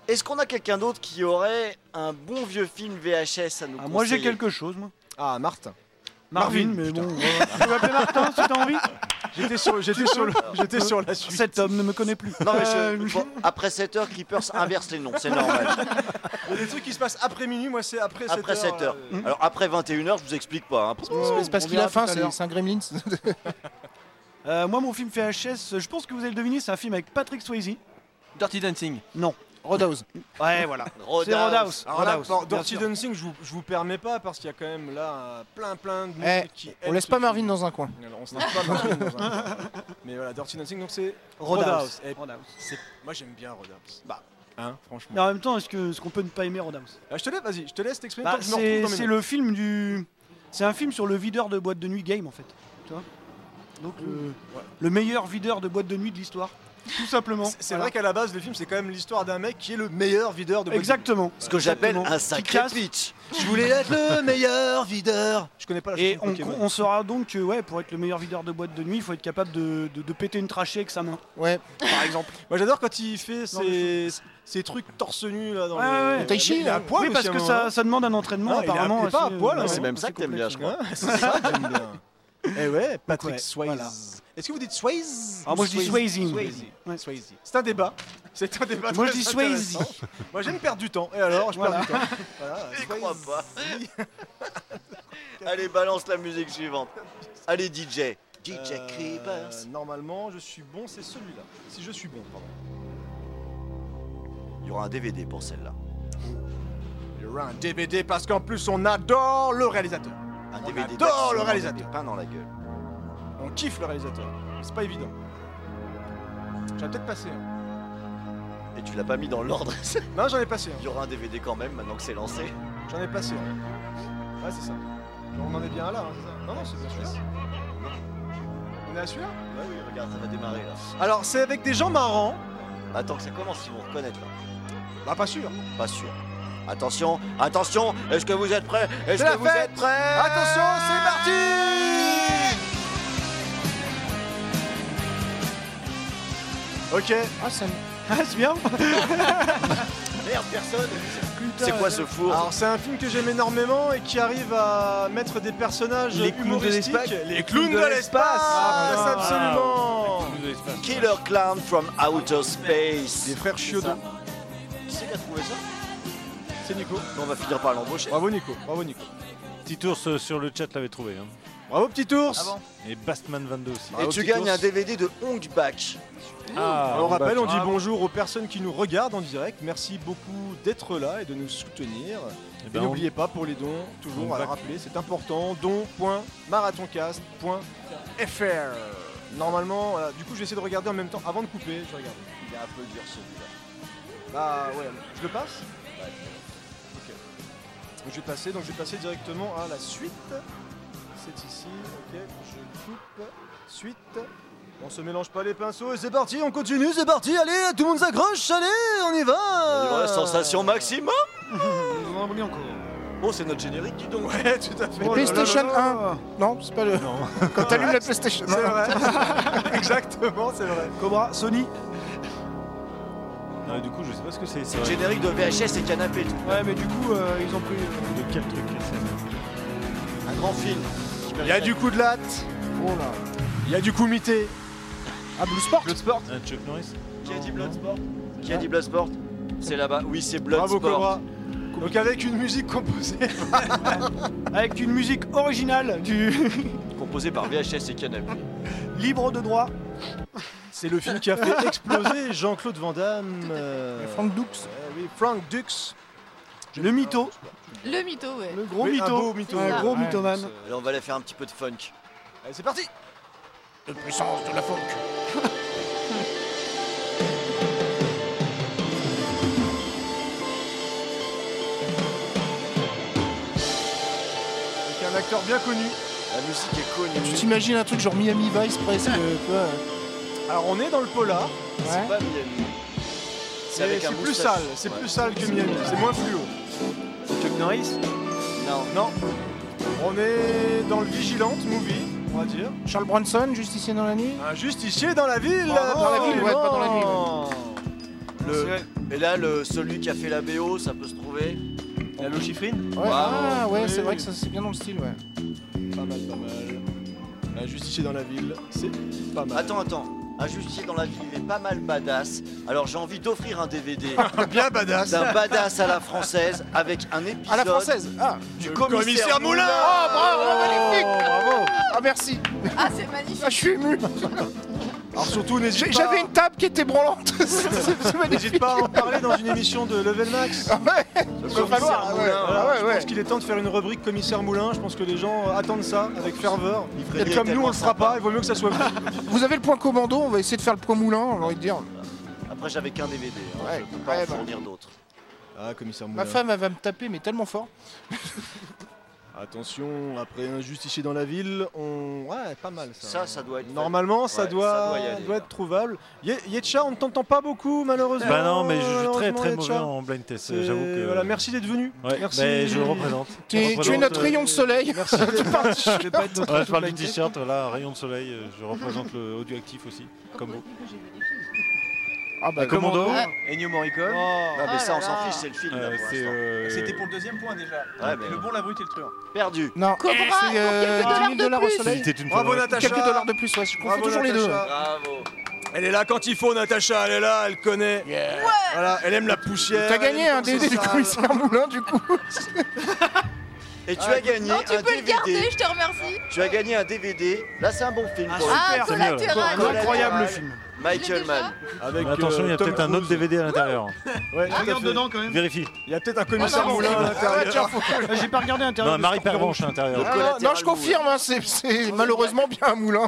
Est-ce qu'on a quelqu'un d'autre qui aurait un bon vieux film VHS à nous conseiller
Ah, moi j'ai quelque chose, moi.
Ah, Martin.
Marvin,
Marvin,
mais
putain.
bon. voilà. Tu peux m'appeler Martin si t'as envie
J'étais sur, j'étais sur, le- j'étais sur la suite.
Cet homme ne me connaît plus.
Non, mais je-
Euh,
bon, après 7 heures, Creepers inverse les noms, c'est normal.
Il y a des trucs qui se passent après minuit, moi c'est après 7
Après 7 heures.
euh,
Alors après 21 heures, je vous explique pas. hein, parce que-
C'est parce
on
qu'il a
verra
faim,
tout à
c'est
l'heure.
c'est un gremlin.
euh, moi, mon film VHS, je pense que vous allez le deviner, c'est un film avec Patrick Swayze. Dirty Dancing. Non.
Roadhouse.
Ouais, eh, voilà. C'est
Roadhouse.
Roadhouse.
Alors là,
Roadhouse,
pour
bien
Dirty
sûr.
Dancing, je vous, je vous permets pas parce qu'il y a quand même là euh, plein plein de
Eh,
monde qui
On laisse pas Marvin dans un coin.
un. Alors, on se laisse pas Marvin dans un. Mais voilà, Dirty Dancing, donc c'est.
Roadhouse.
Et
Roadhouse.
c'est- Moi j'aime bien Roadhouse. Bah, hein, franchement.
Mais en même temps, est-ce que- est-ce qu'on peut ne pas aimer Roadhouse
Euh,
Ah, je te laisse, vas-y, je te laisse t'exprimer. tant
Bah,
que je me retrouve
C'est
dans mes
c'est
notes.
le film du. C'est un film sur le videur de boîte de nuit game en fait. Tu vois Donc
Euh,
le, le meilleur videur de boîte de nuit de l'histoire. Tout simplement.
C'est- C'est
Voilà.
vrai qu'à la base, le film, c'est quand même l'histoire d'un mec qui est le meilleur videur de boîte de
Exactement.
Ce que j'appelle
Exactement.
un
Qui
sacré
casse.
pitch. Je voulais être le meilleur videur.
nuit. Je connais pas la
Et
chanson
on,
de Pokémon.
on saura donc que ouais, pour être le meilleur videur de boîte de nuit, il faut être capable de, de- de péter une trachée avec sa main,
Ouais.
par exemple.
Moi j'adore quand il fait
Non,
ses, ses trucs torse nu là dans
Ouais,
le.
ouais, ouais.
Mais
Tai chi,
il est à
hein.
poil
oui,
aussi,
parce
à un
que
moment,
ça, ça demande un entraînement
Ah, il est à-
apparemment.
il est pas à
assez,
poil,
euh,
hein,
C'est
Ouais,
même ça que t'aimes bien, je crois.
hein. Ouais, c'est ça que j'aime bien. Eh ouais, Patrick
ouais,
Swayze.
voilà.
Est-ce que vous dites Swayze
Ah,
ou
moi, je dis Swayze.
Swayze.
Ouais.
Swayze. C'est un débat. C'est un débat.
Moi, je
très
dis Swayze.
intéressant. Moi j'aime perdre du temps. Et alors, je perds
Voilà.
du temps. Voilà,
J'y
Swayze.
crois pas. Allez, balance la musique suivante. Allez, DJ. DJ
Euh,
Creepers.
Normalement, je suis bon, c'est celui-là. Si je suis bon, pardon.
Il y aura un DVD pour celle-là.
Il y aura un DVD parce qu'en plus on adore le réalisateur.
Un
On
DVD.
adore
d'action
le
avec
réalisateur.
des pains dans la gueule.
On kiffe le réalisateur. C'est pas évident. J'en ai peut-être passé. un.
Et tu l'as pas mis dans l'ordre.
Non, j'en ai passé. un.
Il y aura un DVD quand même maintenant que c'est lancé.
J'en ai passé un. Ouais, c'est ça. Genre, on en est bien là, hein, c'est ça Non, non, c'est bien celui-là. On est à celui-là
Bah oui, regarde, ça va démarrer là.
Alors, c'est avec des gens marrants.
Attends que ça commence, ils vont reconnaître là.
Bah pas sûr.
Pas sûr. Attention, attention, est-ce que vous êtes prêts Est-ce
C'est la
que vous
fête.
êtes prêts Attention, c'est parti
Ok.
Ah, ça
Ah, c'est bien
Merde, personne
C'est quoi ce four
Alors c'est un film que j'aime énormément et qui arrive à mettre des personnages
Les clowns de
humoristiques.
l'espace.
Les clowns de l'espace.
Ah,
Ah,
putain.
absolument.
Killer Clown from Outer Space.
Les frères Chiodo.
Qui c'est qui a trouvé ça
C'est Nico.
On va finir par l'embaucher.
Bravo Nico. Bravo Nico.
Petit ours euh, sur le chat l'avait trouvé. hein.
Bravo petit ours.
Ah
Et Bastman 22 aussi.
Et tu gagnes un DVD de Hong Bak.
Ah,
Alors, on rappelle, on
bah,
dit bonjour aux personnes qui nous regardent en direct. Merci beaucoup d'être là et de nous soutenir.
Eh
Et,
ben, on-
n'oubliez pas pour les dons, toujours
on
à le
va-
rappeler, c'est important, don.marathoncast.fr. Normalement, voilà, du coup, je vais essayer de regarder en même temps. Avant de couper, je regarde.
Il est un peu dur celui-là.
Bah ouais, je le passe Ok. Donc, je vais passer, donc je vais passer directement à la suite. C'est ici, ok, je coupe. Suite. On se mélange pas les pinceaux et c'est parti, on continue, c'est parti, allez, tout le monde s'accroche, allez, on y va
On y va, sensation maximum
On en oublie encore.
Bon, c'est notre générique, dis donc.
Ouais, tout à fait.
Mais
Oh là là.
PlayStation 1 Non, c'est pas le. Quand t'allumes la PlayStation 1.
C'est vrai. Exactement, c'est vrai.
Cobra, Sony
bah, non, et du coup, je sais pas ce que c'est. C'est vrai.
Générique de VHS et canapé, tout.
Ouais, mais du coup, euh, ils ont pris. euh,
De quel truc c'est
un grand film.
Il y a du coup de latte.
Oh là.
Il y a du coup mité.
Ah, Blue Sport
Bloodsport.
Un Euh, Chuck Norris
Qui a dit Bloodsport Qui a dit Bloodsport C'est là-bas. Oui, c'est Bloodsport.
Bravo Cobra. Donc avec une musique composée.
Avec une musique originale du
Composé par VHS et canapé.
libre de droit.
C'est le film qui a fait exploser Jean-Claude Van Damme. euh,
Frank Dux.
euh, oui, Frank Dux.
Le mytho.
Le mytho, ouais.
Le gros
Oui, un
mytho.
beau mytho.
Un gros
Ouais,
mythomane.
Allez, on va aller faire un petit peu de funk.
Allez, c'est parti.
De puissance de la funk.
Avec un acteur bien connu.
La musique est
Tu
connue.
t'imagines un truc genre Miami Vice presque euh, tu vois,
Alors on est dans le polar.
ouais.
C'est pas Miami. C'est
mais
avec un
C'est plus
moustache.
sale. C'est
Ouais.
plus sale que Miami. C'est moins fluo.
Chuck Norris.
Non.
Non. On est dans le Vigilante Movie, on va dire.
Charles Bronson, justicier dans la nuit.
Un justicier dans la ville.
Bravo, dans la
Oh,
ville, ouais, pas dans la ville,
Le... Et là, le... celui qui a fait la BO, ça peut se trouver.
La Lochifrine.
Ouais, ah ouais,
oui,
c'est vrai
oui.
que ça c'est bien dans le style, ouais.
Pas mal, pas mal. Un justicier dans la ville, c'est pas mal.
Attends, attends. Un justicier dans la vie, il est pas mal badass. Alors j'ai envie d'offrir un DVD
bien badass.
d'un badass à la française avec un épisode
À la française Ah
du commissaire, Moulin. Oh,
Ah, bravo, magnifique Bravo Ah, merci
Ah, c'est magnifique.
Ah, je suis ému
Alors surtout, n'hésite
J'ai-
pas.
J'avais une table qui était branlante C'est- C'est c'est magnifique
N'hésite pas à en parler dans une émission de Level Max.
Ah ouais
Le
Faut falloir, ah ouais,
voilà.
ah ouais,
Je
ouais.
pense qu'il est temps de faire une rubrique commissaire Moulin. Je pense que les gens euh, attendent ça avec ferveur.
Il ferait
Et
bien
comme nous, on
tellement
le fera
sympa.
pas. Il vaut mieux que ça soit vous.
Vous avez le point commando, on va essayer de faire le point moulin, j'ai envie de dire.
Après, j'avais qu'un DVD. hein,
Ouais,
Je peux pas
ouais,
en
bah.
fournir d'autres.
Ah, commissaire Moulin.
Ma femme, elle va me taper, mais tellement fort.
Attention, après un justicier dans la ville, on. Ouais, pas mal ça.
Ça, ça doit être.
Normalement, ça
Ouais,
doit,
ça doit y aller,
doit
là.
être trouvable. Ye- Yetcha, on ne t'entend pas beaucoup, malheureusement.
Bah non, mais je suis très
Malheureusement,
très
Yetcha.
mauvais en blind test.
C'est-
J'avoue que.
Voilà, merci d'être venu.
Ouais,
merci.
mais je représente.
Tu es, tu es notre rayon de soleil
Merci d'être Je vais pas être notre
Ouais, je parle du
blind test.
t-shirt, voilà, un rayon de soleil, euh, je représente le audio actif aussi, comme vous.
Ah bah
Commando,
Ouais.
Ennio Morricone.
Non, mais
Oh
ça,
là
on s'en
là.
fiche, c'est le film. là,
euh,
pour
c'est.
l'instant.
euh,
C'était pour le deuxième point déjà.
Ouais, mais-
Le bon, la brute et le truand.
Perdu.
Non,
Cobra,
c'est
pour quelques
10 000
dollars
Euh, dollars
de
au
plus.
soleil.
C'était une
Bravo,
fois.
Natacha.
Quelques dollars de plus, ouais, je confonds
Bravo,
toujours les deux.
Natacha.
Bravo.
Elle est là quand il faut, Natacha. Elle est là, elle connaît. Voilà, elle aime la poussière.
T'as gagné
hein,
hein, un
des
DVD du commissaire Moulin,
Ah
du coup.
Et tu as gagné
Non, tu
un
peux le garder,
DVD.
je te remercie.
Tu as gagné un DVD. Là, c'est un bon film.
Ah,
pour le
super.
coup.
Ah,
c'est mieux.
collatéral.
Collatéral.
Incroyable film.
Je l'ai
Michael
déjà.
Mann.
Avec,
Mais attention, il y a
euh, Tom
peut-être un autre
Cruise.
DVD à l'intérieur.
Ouais, tout à
Regarde
fait.
dedans quand même.
Vérifie.
Il y a peut-être un commissaire
Ah, non,
Moulin à l'intérieur.
Ah, J'ai pas regardé
Non,
l'intérieur.
Marie Pervenche à l'intérieur.
Ah, non, non, je
Collatéral,
confirme, hein, c'est- c'est malheureusement bien un moulin.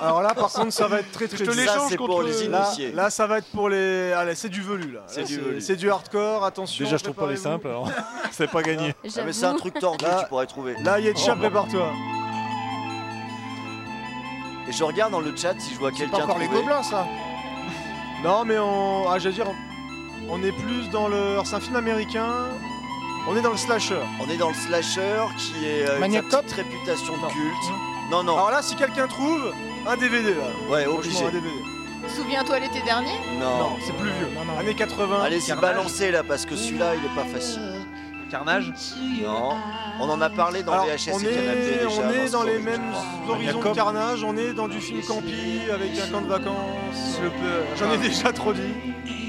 Alors là, par contre, ça va être très très
Je te
dur.
l'échange
Ça, c'est
contre
pour les
le-
Là,
initiés.
là, ça va être pour les. Allez, c'est du velu là.
C'est
Là,
du velu.
C'est du hardcore, attention.
Déjà, je trouve pas les
préparez-vous.
simples, alors c'est pas gagné.
Ah, mais c'est un
J'avoue.
truc tordu,
Là-
tu pourrais trouver.
Là, Yetcha, prépare-toi.
Et je regarde dans le chat si je vois
C'est
quelqu'un
pas encore les
trouver.
gobelins, ça.
Non, mais on. Ah, j'allais dire. On est plus dans le. alors, C'est un film américain. On est dans le slasher.
On est dans le slasher qui est euh,
Maniac
une petite réputation de culte. Non, non.
Alors là, si quelqu'un trouve un DVD là.
Ouais,
Franchement,
obligé.
Un DVD.
Souviens-toi l'été dernier
Non.
Non, c'est plus vieux. Années 80.
Allez, c'est
Carnage.
balancé là parce que celui-là il est pas facile.
Carnage
Non. On en a parlé dans
Alors,
VHS
on
et Canapé
est,
déjà.
on est
ce
dans les
Orange, je
mêmes
crois.
horizons de
Maniac Cop.
carnage, on est dans du film campi avec un camp de vacances. J'en ai déjà trop dit.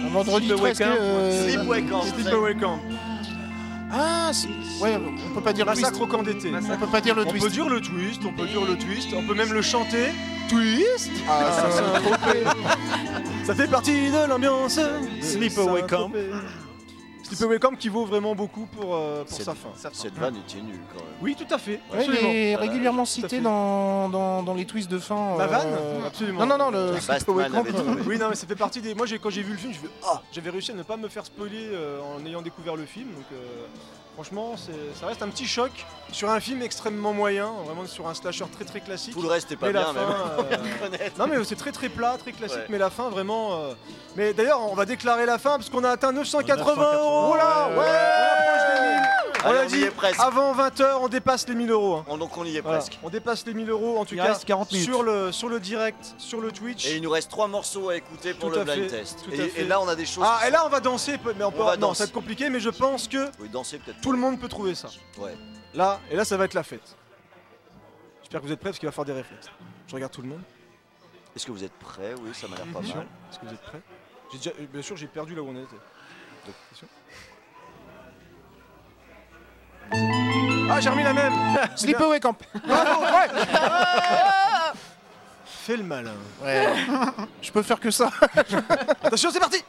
Un vendredi
Sleepaway
presque,
Camp.
euh,
Sleepaway Camp. Sleepaway Camp.
Ah, c'est- ouais, on peut pas dire twist.
Massacre au camp d'été.
On peut pas dire le twist.
On peut dire le twist, on peut dire le twist, on peut même le chanter. Twist
Ah, ça, c'est un
Saint-Tropez. Ça fait partie de l'ambiance. Sleepaway Camp. Sleepaway Camp qui vaut vraiment beaucoup pour, euh, pour
Cette-
sa fin.
Cette vanne était nulle quand même.
Oui, tout à fait.
Ouais,
absolument.
il est
Voilà.
régulièrement
Tout à
cité
fait.
dans, dans, dans les twists de fin.
La
euh,
vanne Absolument.
Non, non, non, le Sleepaway Camp.
Oui, non, mais ça fait partie des. Moi, j'ai- quand j'ai vu le film, je fais Ah J'avais réussi à ne pas me faire spoiler euh, en ayant découvert le film. Donc, euh, franchement, c'est- ça reste un petit choc sur un film extrêmement moyen, vraiment sur un slasher très très classique.
Tout le reste est pas
Mais la
bien,
fin,
même.
euh, Non, mais c'est très très plat, très classique,
Ouais.
mais la fin vraiment. euh, Mais d'ailleurs, on va déclarer la fin parce qu'on a atteint 980 euros. Voilà, ouais, on
Allez,
approche
on y est
des 1000. On l'a dit,
presque.
avant 20h, on dépasse les 1000 euros. hein.
On- Donc on y est
Voilà.
presque.
On dépasse les 1000 euros en tout
Il
cas
reste 40 minutes.
sur le sur le direct, sur le Twitch.
Et il nous reste trois morceaux à écouter pour
Tout
le
à
blind
fait,
test.
tout à
Et,
fait.
et là on a des choses.
Ah,
qui
et là on va danser, peut- mais on, peut-
va
non,
danser.
ça va être compliqué, mais je pense que
sont- Oui, danser peut-être.
tout le monde peut trouver ça.
Ouais.
Là, et là ça va être la fête. J'espère que vous êtes prêts parce qu'il va falloir des réflexes. Je regarde tout le monde.
Est-ce que vous êtes prêts Oui, ça m'a l'air pas
Attention.
mal.
Est-ce que vous êtes prêts J'ai déjà- euh, Bien sûr, j'ai perdu là où on était. Attention. Ah, j'ai remis la même
Sleepaway Camp.
Bravo, ouais.
Ah,
Fais le malin.
Ouais. Je peux faire que ça.
Attention, c'est parti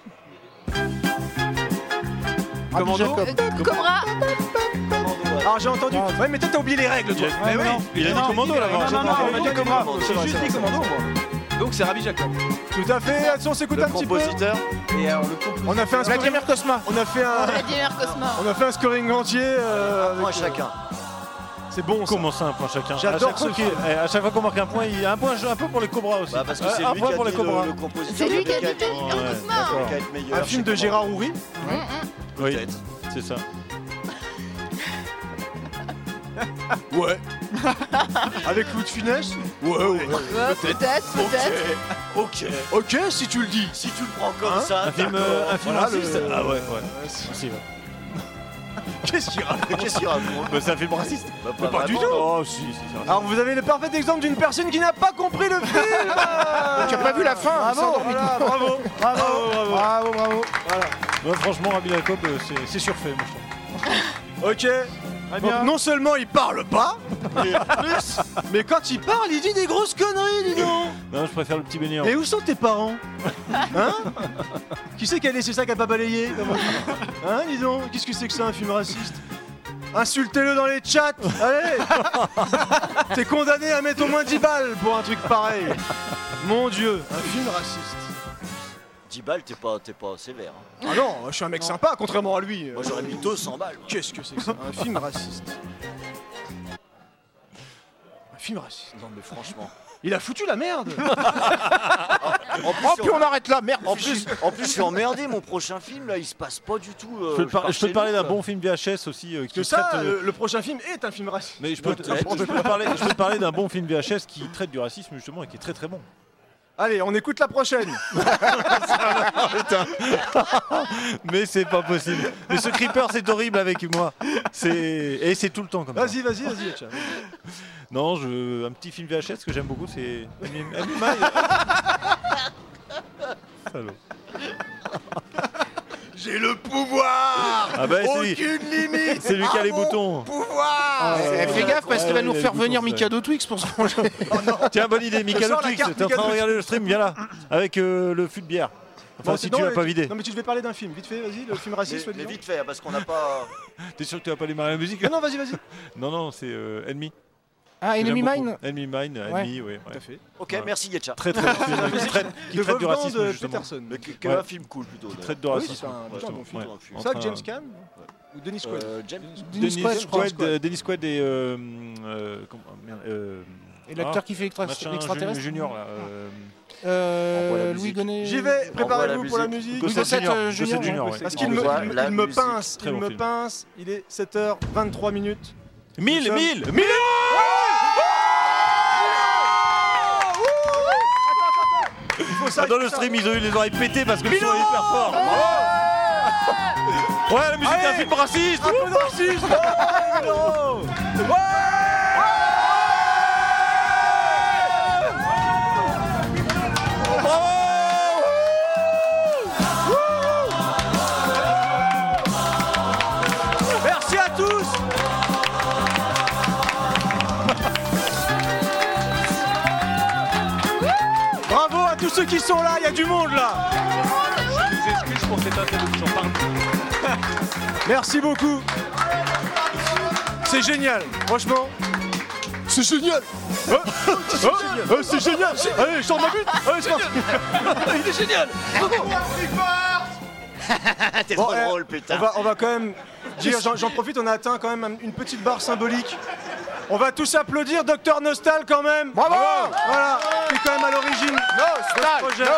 Ah,
Commando
Jacob.
Cobra
Alors Ah, j'ai entendu. Ouais, mais toi t'as oublié les règles, toi. Ah,
Il a-
Mais
mais
oui.
non, il a dit commando, là,
Non, non, non,
avant. J'ai
on a
entendu
dit
commando.
commando.
C'est
J'ai
vrai,
juste
c'est
dit
vrai,
commando, moi.
Donc c'est Rabbi Jacob.
Tout à fait. Attention, on s'écoute un petit peu.
compositeur.
Et alors le compositeur.
On a fait un scoring.
Vladimir Cosma.
On a fait un.
Vladimir Cosma.
On a fait un scoring entier. euh, avec,
Moi
euh,
chacun.
C'est bon. ça.
Comment ça, un point chacun
J'adore
À chaque fois
ce
qu'il-
film.
eh, à chaque fois qu'on marque un point, il y a un point un peu pour les cobras aussi.
Bah parce que
Ouais,
c'est
un
lui
point
qui a
pour les
dit
cobras.
le, le compositeur.
C'est lui qui a dit
Beckett.
Vladimir
Ouais.
Cosma.
D'accord, qui a été meilleur
Un film
chez
de
Commando.
Gérard Houry.
Oui,
Peut-être.
c'est ça.
Ouais,
Avec Louis de Funès.
ouais, ouais.
Ouais, Peut-être, peut-être.
Ok, ok, si tu le dis.
Si tu le prends comme ça,
Un film,
d'accord.
euh, un film
Hein Voilà,
raciste
le-
Ah ouais, ouais.
Ouais, c'est-
Si, ouais.
Qu'est-ce qu'il raconte
Qu'est-ce qu'il raconte
Bah, c'est un film raciste
Bah,
Mais pas du tout
vraiment. Ah.
Oh, si, si, c'est raciste.
Alors vous avez le parfait exemple d'une personne qui n'a pas compris le film.
Tu as pas vu la fin
Bravo, voilà, bravo, bravo, bravo.
Bravo, bravo.
Ouais, franchement, Rabbi Jacob, euh, c'est- c'est surfait, moi, je trouve.
Ok. Donc, non seulement il parle pas, mais en plus, mais quand il parle, il dit des grosses conneries, dis donc.
Non, je préfère le petit bénéant.
Et où sont tes parents Hein Qui c'est qui a laissé ça qui a pas balayé comme on dit Hein, dis donc Qu'est-ce que c'est que ça, un film raciste Insultez-le dans les chats Allez T'es condamné à mettre au moins 10 balles pour un truc pareil Mon Dieu Un film raciste
10 balles, t'es pas, t'es pas sévère. hein.
Ah non, je suis un mec sympa, contrairement à lui
Moi j'aurais mis 200 balles. moi.
Qu'est-ce que c'est que ça Un film raciste Un film raciste
Non mais franchement.
Il a foutu la merde
En plus,
Oh,
sur-
puis on arrête là, merde.
En plus, en plus, je suis emmerdé, mon prochain film, là, il se passe pas du tout. euh,
Je peux te, par-
pars
je peux te
chez
parler
nous,
d'un
quoi.
bon film VHS aussi euh, qui
Que ça,
traite. euh,
le, le prochain film est un film raciste
Mais je peux, te, eh, je peux te parler, je peux te parler d'un bon film VHS qui traite du racisme justement et qui est très très bon.
Allez, on écoute la prochaine Ah,
Mais c'est pas possible. Mais ce creeper c'est horrible avec moi. C'est et c'est tout le temps comme ça.
Vas-y, vas-y, vas-y, tiens.
Non, je un petit film VHS que j'aime beaucoup c'est Ami- Ami Mai. Salaud.
J'ai le pouvoir
Ah bah c'est lui,
Aucune limite
c'est lui qui a les boutons.
Pouvoir
Ah,
Eh,
ouais,
Fais
ouais,
gaffe parce
ouais,
qu'il va
ouais,
nous
il a
faire
les boutons,
venir
ouais.
Mikado Twix pour se manger.
Tiens, bonne idée, Mikado
sors la
Twix,
carte,
t'es en train de
Mikado
regarder le stream, viens là, avec euh, le fût de bière. Enfin,
Bon,
si
sinon,
tu l'as
euh,
pas vidé.
Non, mais tu devais parler d'un film, vite fait, vas-y, le film
Mais-
raciste,
Mais,
soi-disant.
vite fait, parce qu'on n'a pas.
T'es sûr que tu vas pas démarrer la musique
Non, non, vas-y, vas-y. Tout
Non, non, c'est euh, Enemy.
Ah, Enemy
J'aime beaucoup.
Mine
Enemy Mine,
Ouais.
Enemy, oui. ouais.
à fait.
Ok,
Voilà.
merci Getcha.
Très très bon film qui traite, qui
de
traite du
Wolfgang
racisme
de
justement.
Peterson.
Mais que, que
Ouais.
un film cool plutôt.
Qui
d'ailleurs.
traite du
oui,
racisme.
c'est un
ouais,
putain de bon
film, un film.
C'est ça
Enfin,
que James Caan Ou Dennis Quaid
Euh, James-
Dennis Quaid, je crois.
Quaid, euh, Dennis Quaid et. euh, euh, comment- merde, euh,
Et l'acteur qui fait l'extra-
Machin,
l'extraterrestre
Junior, là.
Ah.
euh,
Euh,
Envoie la
Louis
musique.
Gonnet.
J'y vais, préparez-vous pour la musique.
Gossett
Gossett,
Junior,
euh,
Gossett
Junior,
Junior, ouais.
Parce qu'il me,
Envoie
il-
la
il me
musique.
pince,
Très
il
bon
me
film.
pince, il est 7h23 minutes.
1000, 1000, 1000
Ah, Dans le stream, ils ont eu les oreilles pétées parce que le son est hyper fort. Bravo. Ouais, la musique d'un film raciste.
Ah,
Merci à tous
Bravo à tous ceux qui sont là, il y a du monde là
Je vous excuse pour cette interruption, pardon.
Merci beaucoup C'est génial, franchement Oh, C'est génial oh,
C'est génial Allez, je sors ma bute Allez, c'est parti Il est génial
T'es
Bon,
trop
eh,
drôle, putain.
On va, on va quand même dire, j'en j'en profite, on a atteint quand même une petite barre symbolique. On va tous applaudir Docteur Nostal quand même. Bravo Voilà, qui est quand même à l'origine. Nostal, Nostal,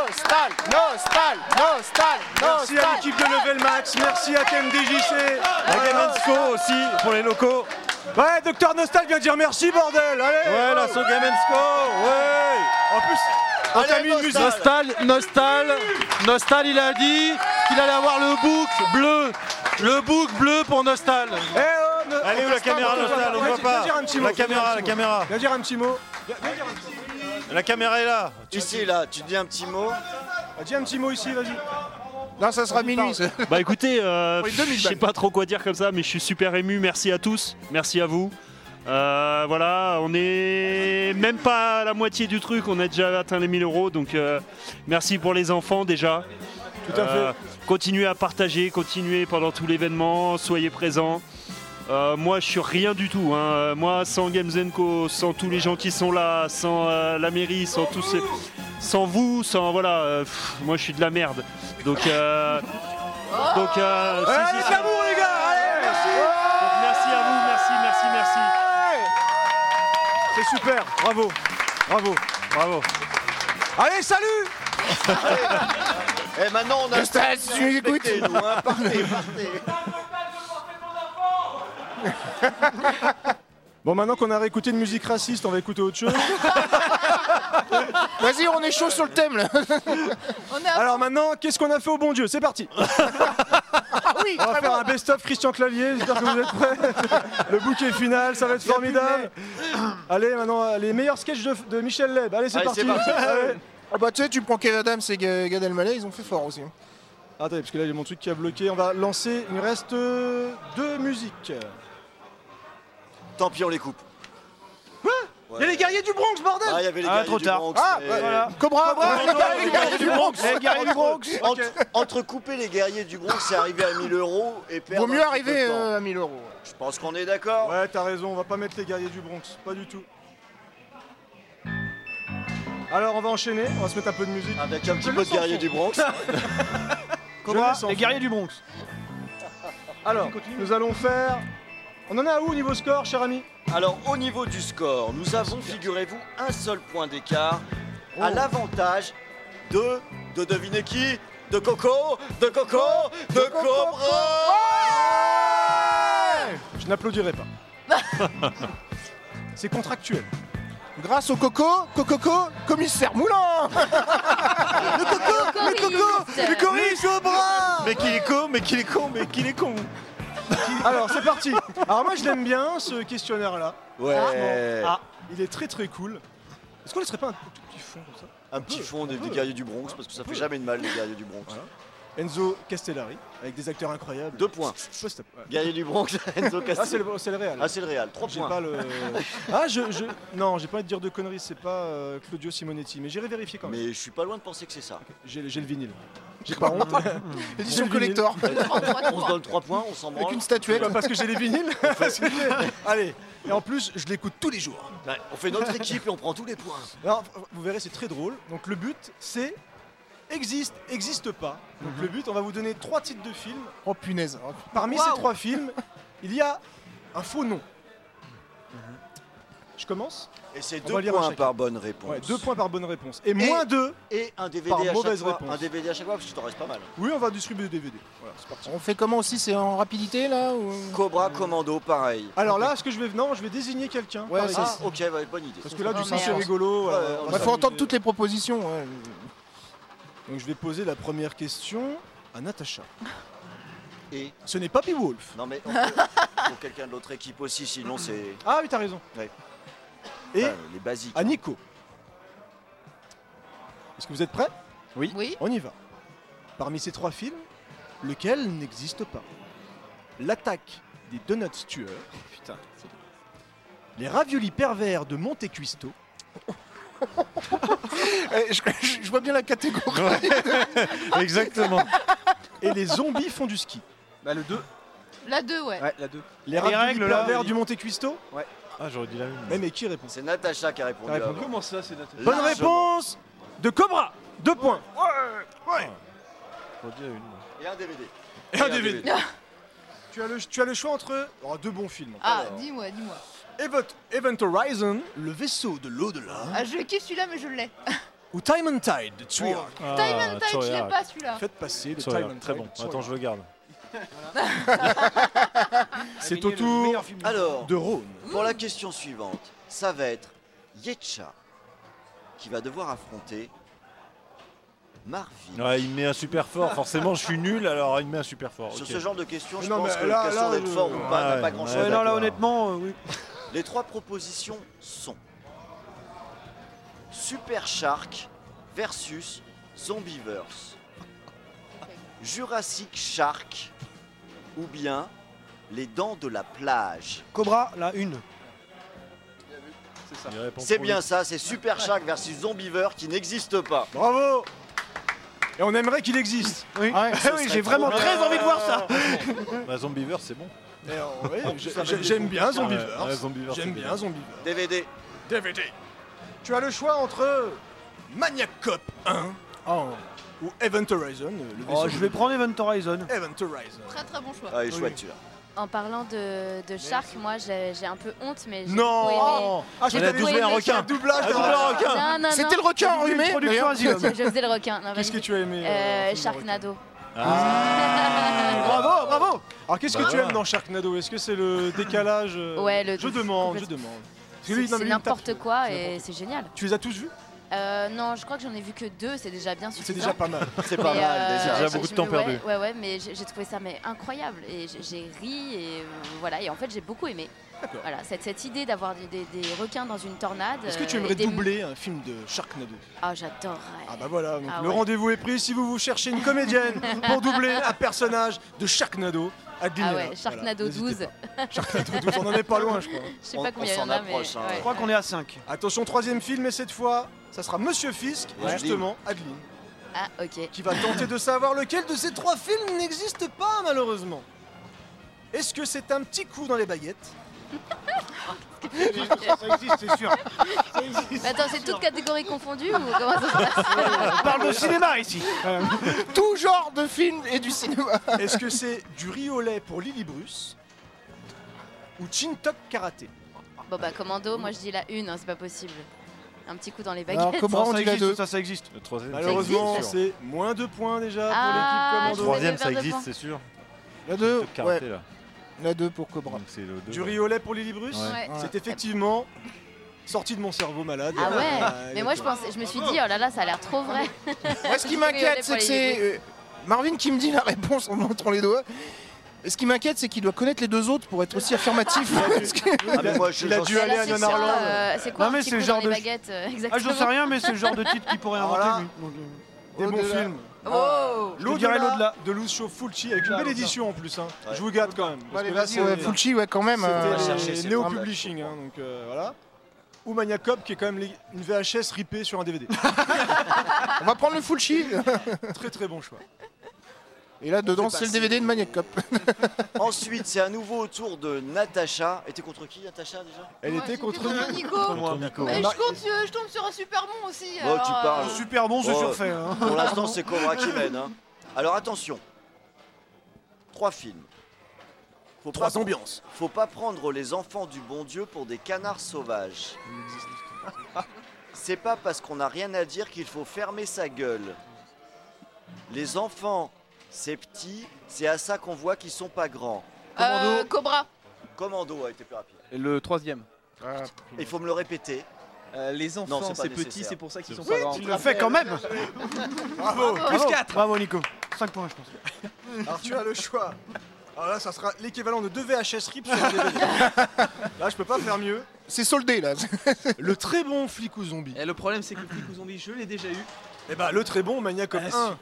Nostal, Nostal, Merci à l'équipe de Level Max, merci à KMDJC. La aussi pour les locaux. Ouais, Docteur Nostal vient dire merci bordel. Allez.
Ouais, la son Gamensco. Ouais.
En plus,
on t'a mis une musique. Nostal, Nostal, Nostal, il a dit qu'il allait avoir le bouc bleu. Le bouc bleu pour
Eh,
Nostal.
oh,
Allez, où la caméra, Nostal On ne voit pas. La caméra, la caméra.
Viens dire un petit mot.
La caméra est là.
Ici, là, tu dis un petit mot.
Dis un petit mot ici, vas-y.
Là, ça sera minuit. ça.
Bah écoutez, euh,
Oui, 2000
je sais
bah.
pas trop quoi dire comme ça, mais je suis super ému. Merci à tous, merci à vous. Euh, voilà, on est même pas à la moitié du truc, on a déjà atteint les 1000 euros, donc euh, merci pour les enfants déjà. Euh,
Tout à fait.
Continuez à partager, continuez pendant tout l'événement, soyez présents. Euh, moi, je suis rien du tout. hein. Euh, Moi, sans Games Co, sans tous les gens qui sont là, sans euh, la mairie, sans tous ces, sans vous, sans voilà, euh, pff, moi, je suis de la merde. Donc, euh, donc, euh, si, si, si.
les gars Allez, merci
Donc, merci à vous, merci, merci, merci.
C'est super, bravo, bravo, bravo. Allez, salut
Et Eh, maintenant, on a.
Nostal, si tu nous écoutes.
Respectez-nous, hein. Partez, partez.
Bon, maintenant qu'on a réécouté une musique raciste, on va écouter autre chose.
Vas-y, on est chaud sur le thème là.
Alors maintenant, qu'est-ce qu'on a fait au bon Dieu C'est parti On va faire un best-of Christian Clavier, j'espère que vous êtes prêts. Le bouquet final, ça va être formidable. Allez, maintenant, euh, les meilleurs sketchs de, de Michel Leb. Allez, c'est
Allez,
parti.
c'est parti.
Allez.
Ah bah tu sais, tu prends Kev Adams et Ga- Gad Elmaleh, ils ont fait fort aussi.
Attendez, parce que là, il y a mon truc qui a bloqué. On va lancer, il nous reste euh, deux musiques.
Tant pis, on les coupe.
Il y a les guerriers du Bronx, bordel
Ah, il y avait les
Ah,
guerriers
trop
du
tard.
Bronx.
Ah,
mais-
ouais, voilà. Cobra, Cobra, les guerriers du Bronx. Les guerriers du Bronx.
Entre, entrecouper les guerriers du Bronx et arriver à 1000 euros et perdre.
Vaut
un
mieux
petit peu
arriver
de temps.
euh, à 1000 euros.
Je pense qu'on est d'accord.
Ouais, t'as raison, on va pas mettre les guerriers du Bronx, pas du tout. Alors, on va enchaîner, on va se mettre un peu de musique.
Avec un
petit
peu de guerriers du Bronx.
Cobra, les guerriers du Bronx. Alors, nous allons faire. On en est à où au niveau score, cher ami
Alors, au niveau du score, nous avons, figurez-vous, un seul point d'écart
Oh.
à l'avantage de. de deviner qui De Coco De Coco
Oh.
De Cobra
Je n'applaudirai pas. C'est contractuel.
Grâce au coco, cococo, commissaire Moulin Le coco, le coco, le
choriste.
cobra
Mais qu'il est con, mais qu'il est con, mais qu'il est con.
Alors, c'est parti. Alors, moi, je l'aime bien, ce questionnaire-là.
Ouais.
Franchement. Ah, il est très très cool. Est-ce qu'on laisserait pas un tout petit fond comme ça
Un petit fond des,
on
des
peut.
guerriers du Bronx, parce que ça fait jamais de mal, les guerriers du Bronx.
Enzo Castellari, avec des acteurs incroyables.
Deux points.
Post-up, ouais.
Guerriers du Bronx, Enzo Castellari.
Ah, c'est le, c'est le Real.
Ah, c'est le Real, trois
J'ai
points.
pas le- Ah, je, je- Non, j'ai pas envie de dire de conneries, c'est pas euh, Claudio Simonetti, mais j'irai vérifier quand même.
Mais je suis pas loin de penser que c'est ça.
J'ai j'ai le vinyle. J'ai pas honte.
Édition
J'ai le vinyle.
collector.
On se donne trois points, on s'en branle.
Avec une statuette.
Pas parce que j'ai les vinyles. parce que j'ai- Allez, et en plus, je l'écoute tous les jours.
Ouais, on fait notre équipe et on prend tous les points.
Alors, vous verrez, c'est très drôle. Donc, le but, c'est existe, existe pas. Donc, le but, on va vous donner trois titres de films.
Mhm. Oh punaise.
Parmi ces trois films, il y a un faux nom. Je commence
Et c'est
On
deux
va lire un
points
chacun.
par bonne réponse.
Ouais, deux points par bonne réponse. Et, moins deux
et un DVD
par
à chaque
mauvaise
fois.
réponse.
Un DVD à chaque fois parce que t'en reste pas mal.
Oui, on va distribuer des DVD. Voilà, c'est parti.
On fait comment aussi C'est en rapidité là ou...
Cobra Commando, pareil.
Alors là, ce que je vais non, je vais désigner quelqu'un.
Ouais,
par
ah,
exemple.
ok, bah, bonne idée.
Parce que là,
Oh,
du sang, c'est
merde.
rigolo.
Ouais,
euh, on
ouais, ouais,
va
faut
s'amuser.
entendre toutes les propositions. ouais.
Donc je vais poser la première question à Natacha.
Et
Ce n'est pas Beowulf.
Non mais on peut- pour quelqu'un de l'autre équipe aussi, sinon c'est.
Ah oui, t'as raison.
Ouais.
Et
Ah, les basiques.
à Nico. Est-ce que vous êtes prêts
oui.
On y va. Parmi ces trois films, lequel n'existe pas L'attaque des donuts tueurs. Putain. Les raviolis pervers de Monte Cristo.
Eh, je, vois bien la catégorie.
Exactement.
Et les zombies font du ski.
Bah le 2.
La 2, ouais.
Ouais, la 2.
Les raviolis pervers du Monte Cristo
Ouais.
Ah, j'aurais dit la même.
Mais, mais qui répond
C'est Natacha qui a répondu.
T'as répondu
avant.
Comment ça, c'est Natacha
Largement.
Bonne réponse de Cobra Deux points
J'aurais dit la une.
Et un DVD.
Et
Ah,
un DVD. tu, as le, tu as le choix entre oh, deux bons films.
Ah, dis-moi, dis-moi.
Event, Event Horizon, le vaisseau de l'au-delà,
Ah, je kiffe celui-là, mais je l'ai.
ou Time and Tide de Tsuyark.
Ah,
Oh. Time and Tide, je l'ai
Tsuyark.
pas celui-là.
Faites passer le
Ça,
Time and Tide.
très bon.
de Tsuyark.
Attends, je le garde.
C'est au tour
Alors,
de Rhône.
Pour la question suivante, ça va être Yetcha qui va devoir affronter Marvin.
Ouais, il met un super fort. Forcément, je suis nul, alors il met un super fort.
Sur
ok.
ce genre de questions, je
Non,
pense
mais
que
là-
le
là, euh,
d'être
je-
fort ou pas n'a
Ouais,
pas grand chose.
ouais,
à
non,
voir.
là,
euh,
honnêtement, oui.
Les trois propositions sont Super Shark versus Zombiverse, Jurassic Shark ou bien Les Dents de la Plage.
Cobra, la une.
Il répond
C'est
pour
bien
lui.
ça, c'est Super Shark versus Zombiverse qui n'existe pas.
Bravo Et on aimerait qu'il existe.
Oui,
Ah ouais,
Ah
ce
oui,
serait
j'ai
trop
vraiment
bien.
très envie de voir ça.
Bah, Zombieverse, c'est bon.
Eh, oh, oui, j'ai-
Ah, ça va
j'ai-
être
J'aime bien
découvert.
Zombievers.
Ouais, ouais, Zombievers,
J'aime
c'est
bien
bien.
Zombievers.
DVD.
DVD. Tu as le choix entre Maniac Cop 1 ou Event Horizon. Le
Oh,
vaisseau
je
de
vais prendre Event Horizon.
Event Horizon.
Très très bon choix.
Ah, il est
Oui.
chouette celui-là.
En parlant de, de Shark, moi j'ai j'ai un peu honte, mais j'ai
Non
beaucoup aimé-
Ah, je
j'ai
t'ai
beaucoup
doublé
aimé
un
le
requin.
Shark.
Doublage d'un
Ah,
requin.
non, non, non.
C'était le
J'ai
requin
doublé
enrhumé,
une production
d'ailleurs.
Asylum. Je faisais le requin. non,
Qu'est-ce que
vas-y.
tu as aimé euh,
Euh,
film de
Sharknado.
Bravo, bravo Alors qu'est-ce que
Bah
tu
voilà.
aimes dans Sharknado Est-ce que c'est le décalage euh,
Ouais, le-
Je demande, je
complètement.
demande. Parce que lui,
C'est
non,
c'est
mais lui, il tape.
n'importe quoi et c'est génial.
Tu les as tous vus
Euh, non, je crois que j'en ai vu que deux, c'est déjà bien suffisant.
C'est déjà pas mal.
C'est pas
Mais,
mal
euh,
déjà.
déjà
je-
beaucoup
je
de temps
me-
perdu.
Ouais, ouais, ouais, mais j'ai j'ai trouvé ça mais incroyable et j'ai- j'ai ri et euh, voilà et en fait j'ai beaucoup aimé. Voilà, cette, cette idée d'avoir des, des- des requins dans une tornade.
Est-ce que tu
euh,
aimerais
et des-
doubler un film de Sharknado
Ah, j'adorerais.
Ah bah voilà, donc
Ah
le
ouais.
rendez-vous est pris si vous vous cherchez une comédienne pour doubler un personnage de Sharknado. Adeline
Ah
est
ouais,
là.
Sharknado
Voilà, n'hésitez
12.
pas. Sharknado 12, on en est pas loin je crois.
Je sais
On-
pas
on
combien il y
s'en
en a, mais.
approche, hein.
ouais.
Je crois qu'on est à 5.
Attention, troisième film et cette fois, ça sera Monsieur Fisk et
Ouais.
justement Adeline
Ah, ok.
qui va tenter de savoir lequel de ces trois films n'existe pas malheureusement. Est-ce que c'est un petit coup dans les baguettes
Ça existe, c'est sûr.
Mais attends, c'est toute catégorie confondue ou comment ça se passe
On parle de cinéma ici.
Tout genre de films et du cinéma.
Est-ce que c'est du riz au lait pour Lily Bruce ou Chintok Karaté
Bon bah, commando, moi je dis la une, hein, c'est pas possible. Un petit coup dans les
Alors,
baguettes.
comment
Non,
on
ça
dit la
existe,
2
ça, ça existe.
Le troisième, ça
Malheureusement,
existe, c'est sûr.
c'est moins de points déjà
Ah,
pour
Le
l'équipe commando.
troisième,
je
ça
vais vers
existe,
devant.
c'est sûr.
La 2
Top karaté, là.
La 2 pour Cobra.
Donc, c'est le deux.
Du riz au lait pour Lily Bruce
Ouais.
Ouais.
C'est effectivement sorti de mon cerveau malade.
Ah
Ah,
ouais Mais moi je
exactement.
pensais, je me suis dit, oh là là, ça a l'air trop vrai.
Moi, ce qui
Rigoler
m'inquiète,
pour
c'est que
les
c'est euh, Marvin qui me dit la réponse en montrant les doigts. Et Ce qui m'inquiète, c'est qu'il doit connaître les deux autres pour être aussi affirmatif. Parce que-
Ah, mais moi, je,
Il a
j'en
dû
sais-
Mais
aller
là,
à
c'est
Nonarland.
sûr, euh, C'est quoi
Non, mais
un petit
c'est le
coup
genre
dans les
de-
baguettes euh,
Ah, je
Exactement.
sais rien, mais c'est le genre de titre qui pourrait
Voilà.
inventer. lui. Donc, euh,
Des bons
Au-delà.
films.
Oh
dirais
L'au-delà
l'au-delà.
de Lucio Fulci avec une belle édition en plus. hein. Je vous gâte quand même. parce
Allez,
que là,
vas-y,
c'est- euh,
ouais, Fulci, ouais, quand même.
c'était
euh,
les
chercher, c'est
Neo
vraiment la
Publishing. hein, donc euh, voilà. Ou Maniacop qui est quand même les- une VHS ripée sur un DVD.
on va prendre le Fulci.
très très bon choix.
Et là, dedans,
fait
c'est le
passer.
DVD de Maniac Cop.
Ensuite, c'est à nouveau au tour de Natacha. Et t'es contre qui, Natacha, déjà
Elle
Ouais,
était
j'étais
contre
contre Nico.
Contre Nico.
Et je,
Bah,
compte sur- je tombe sur un super bon
Oh,
aussi.
Bon, tu
alors,
parles.
euh,
Super bon, c'est
Bon,
surfait. hein.
Pour l'instant, c'est Cobra qui mène. hein. Alors attention. Trois films. faut
Trois
pas-
ambiances.
Faut pas prendre les enfants du bon Dieu pour des canards sauvages. C'est pas parce qu'on n'a rien à dire qu'il faut fermer sa gueule. Les enfants, c'est petit, c'est à ça qu'on voit qu'ils sont pas grands.
Euh, Cobra.
Commando a été plus rapide.
Le troisième.
Il faut me le répéter.
les enfants,
Non, c'est pas
c'est petit,
nécessaire.
c'est pour ça qu'ils sont
Oui,
pas grands.
tu le fais quand même.
Bravo,
Bravo.
Bravo Nico 5 points je pense.
Alors tu as le choix. Alors là, ça sera l'équivalent de 2 VHS RIP sur le DVD. Là, je peux pas faire mieux.
C'est soldé là.
Le très bon flic ou zombie.
Et Eh, le problème, c'est que le flic aux zombies, je l'ai déjà eu.
Eh bah, le très bon Maniac Cop
Ah,
1.
superbe.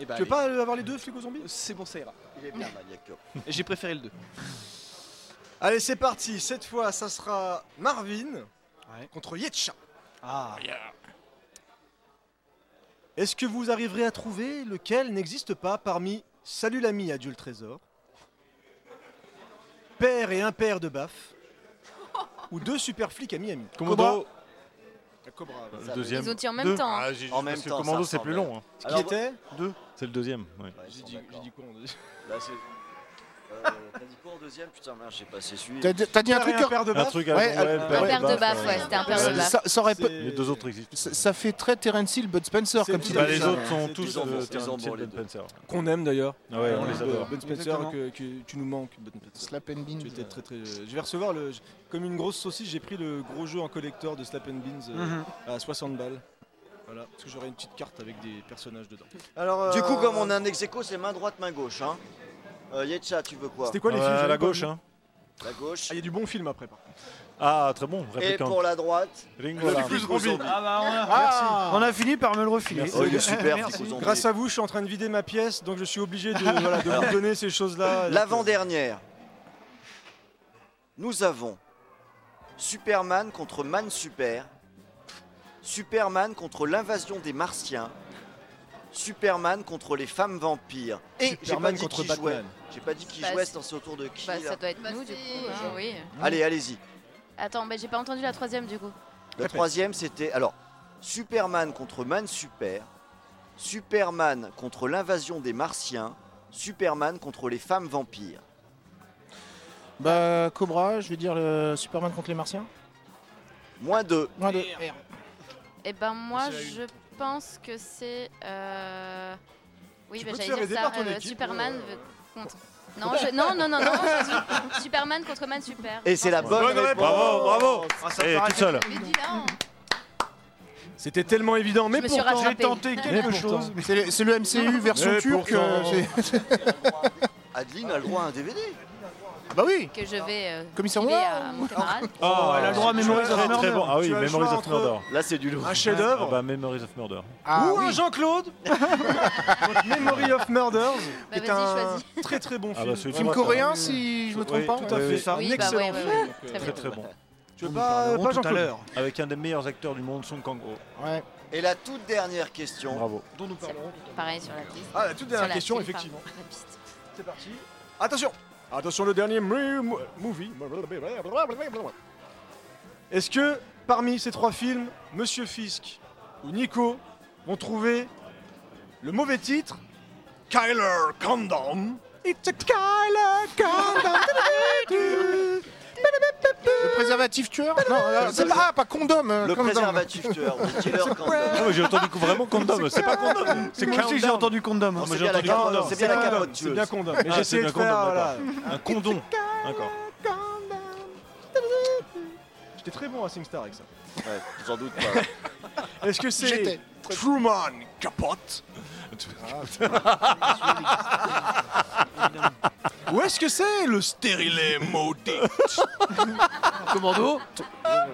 Eh bah,
tu veux
allez.
pas euh, avoir les deux flics aux zombies
C'est bon, ça ira.
J'ai bien Maniac Cop.
J'ai préféré le 2.
Allez, c'est parti. Cette fois, ça sera Marvin contre Yetcha.
Ah.
Est-ce que vous arriverez à trouver lequel n'existe pas parmi Salut l'ami adulte trésor, Père et impère de Baf, ou deux super flics à Miami
Commando.
Cobra.
Euh,
Le
Ça,
deuxième.
les autres en
Deux.
même temps, hein.
Ah, j'ai-
En même
parce que
temps,
Commando,
ça
c'est plus
ressemble.
long. hein.
Ce qui Alors, était
Deux. C'est le deuxième. ouais.
J'ai dit, j'ai dit quoi en deuxième
Là, c'est. Euh, T'as dit quoi en deuxième Putain, merde, je sais pas, c'est celui.
T'as dit- t'as dit un truc
père de baffe
Ouais,
Ouais,
euh,
un père de baffe, ouais,
c'était un père de baffe.
Ça, ça aurait peu-
Les deux autres existent.
ça, ça fait très Terence Hill, Bud Spencer comme titre.
Bah, les autres sont tous
en
euh,
de Terence Hill, Ben Spencer.
Qu'on aime d'ailleurs.
Ah ouais, on
Euh,
les adore.
Ben Spencer,
Exactement.
que, que tu nous manques. Ben Spencer.
Slap and Beans.
Tu étais très, très, Je vais recevoir le. je- Comme une grosse saucisse, j'ai pris le gros jeu en collector de Slap and Beans euh,
Mhm.
à 60 balles. Voilà, parce que j'aurai une petite carte avec des personnages dedans.
Alors, Du coup, comme on a un ex aequo, c'est main droite, main gauche. Hein. Euh, Yetcha, tu veux quoi
C'était quoi les
Euh,
films
à
j'avais
la
pas
gauche,
vu.
hein.
La gauche.
Ah, il y a du bon film après, par contre.
Ah, très bon.
Et
répliquant.
pour la droite,
Ringo
le
Lam.
flic aux zombies.
Ah bah on a,
Ah.
on a fini par me le refiler.
Merci.
Oh, il est super,
Merci.
flic aux zombies.
Grâce à vous, je suis en train de vider ma pièce, donc je suis obligé de, voilà, de vous donner ces choses-là. euh,
L'avant-dernière. Nous avons Superman contre Man Super. Superman contre l'invasion des Martiens. Superman contre les femmes vampires. Et j'ai pas
Superman
dit
contre
qui jouait.
Batman.
J'ai pas dit qui
Bah,
jouait,
si.
c'est c'est autour de qui.
Bah,
là
ça doit être nous, du coup. hein, oui.
Mmh.
Allez, allez-y.
Attends, mais j'ai pas entendu la troisième, du coup.
Le troisième, c'était. Alors, Superman contre Man Super. Superman contre l'invasion des Martiens. Superman contre les femmes vampires.
Bah, Cobra, je vais dire le Superman contre les Martiens.
Moins deux.
Moins deux.
Eh ben, moi,
C'est la une.
je pense que c'est. euh, Oui,
Tu
bah,
peux te
j'allais
faire
dire
aider
ça.
par ton
euh,
équipe,
Superman
euh,
veut- contre. Non, je- non, non, non, non, je- Superman contre Man Super.
Et c'est la bonne, réponse. Ah,
Bravo, bravo. Et toute seule.
C'était tellement évident, mais
me suis
pourtant
rattrapée. Mais pourtant.
C'est le, c'est le MCU version
Mais
turque.
pourtant.
euh, c'est-
Adeline a le droit à un DVD.
bah oui.
Que je vais. euh,
Commissaire
filer
Moulin.
à mon camarade.
Ah,
Oh, elle a le droit à Memories of
très,
Murder.
Très bon. Ah oui,
Tu as le
Memories
choix
of
entre-
Murder.
Là, c'est du lourd.
Un chef-d'œuvre.
Ah bah, Memories of Murder.
Ou un Jean-Claude
Bah,
Votre Memory of Murders
Bah,
est
vas-y,
un
choisis.
très très bon
Ah,
film.
bah, celui-là,
Film
Ouais,
coréen,
ouais.
si je me
Oui,
trompe pas.
tout à
ouais.
fait.
C'est un
Oui, bah
excellent
ouais, ouais,
film.
ouais.
donc, euh,
Très bien.
Très très bon.
Je veux pas, pas
tout à
Jean-Claude.
l'heure. Avec un des meilleurs acteurs du monde, Song Kang-ho.
Ouais.
Et la toute dernière question.
Bravo.
Dont nous parlerons.
Pareil sur la piste.
Ah, la toute dernière
Sur la
question,
pile,
effectivement.
pardon, la piste.
C'est parti. Attention Attention, le dernier mu- mu- movie. Est-ce que parmi ces trois films, Monsieur Fisk ou Nico vont trouver le mauvais titre Kyler Condom It's a Kyler Condom
Le préservatif tueur Non, là, c'est pas, ah, pas condom. euh,
Le
condom.
préservatif tueur, le killer condom.
Ah, mais j'ai entendu que vraiment condom, c'est pas condom. C'est
Moi aussi j'ai
countdown.
entendu condom.
Ah,
hein.
bien
moi, j'ai
la
entendu
carotte,
condom.
c'est bien la
C'est
carotte,
condom,
tu
c'est
veux.
bien condom. Mais
Ah,
j'ai
c'est
essayé de
bien
faire,
condom,
voilà.
d'accord. Un condom. D'accord.
J'étais très bon à SingStar avec ça.
Ouais, j'en doute pas.
Est-ce que
J'étais.
c'est Truman Capote Ah,
Ah,
Ou est-ce que c'est le stérilet maudit
Commando Bah,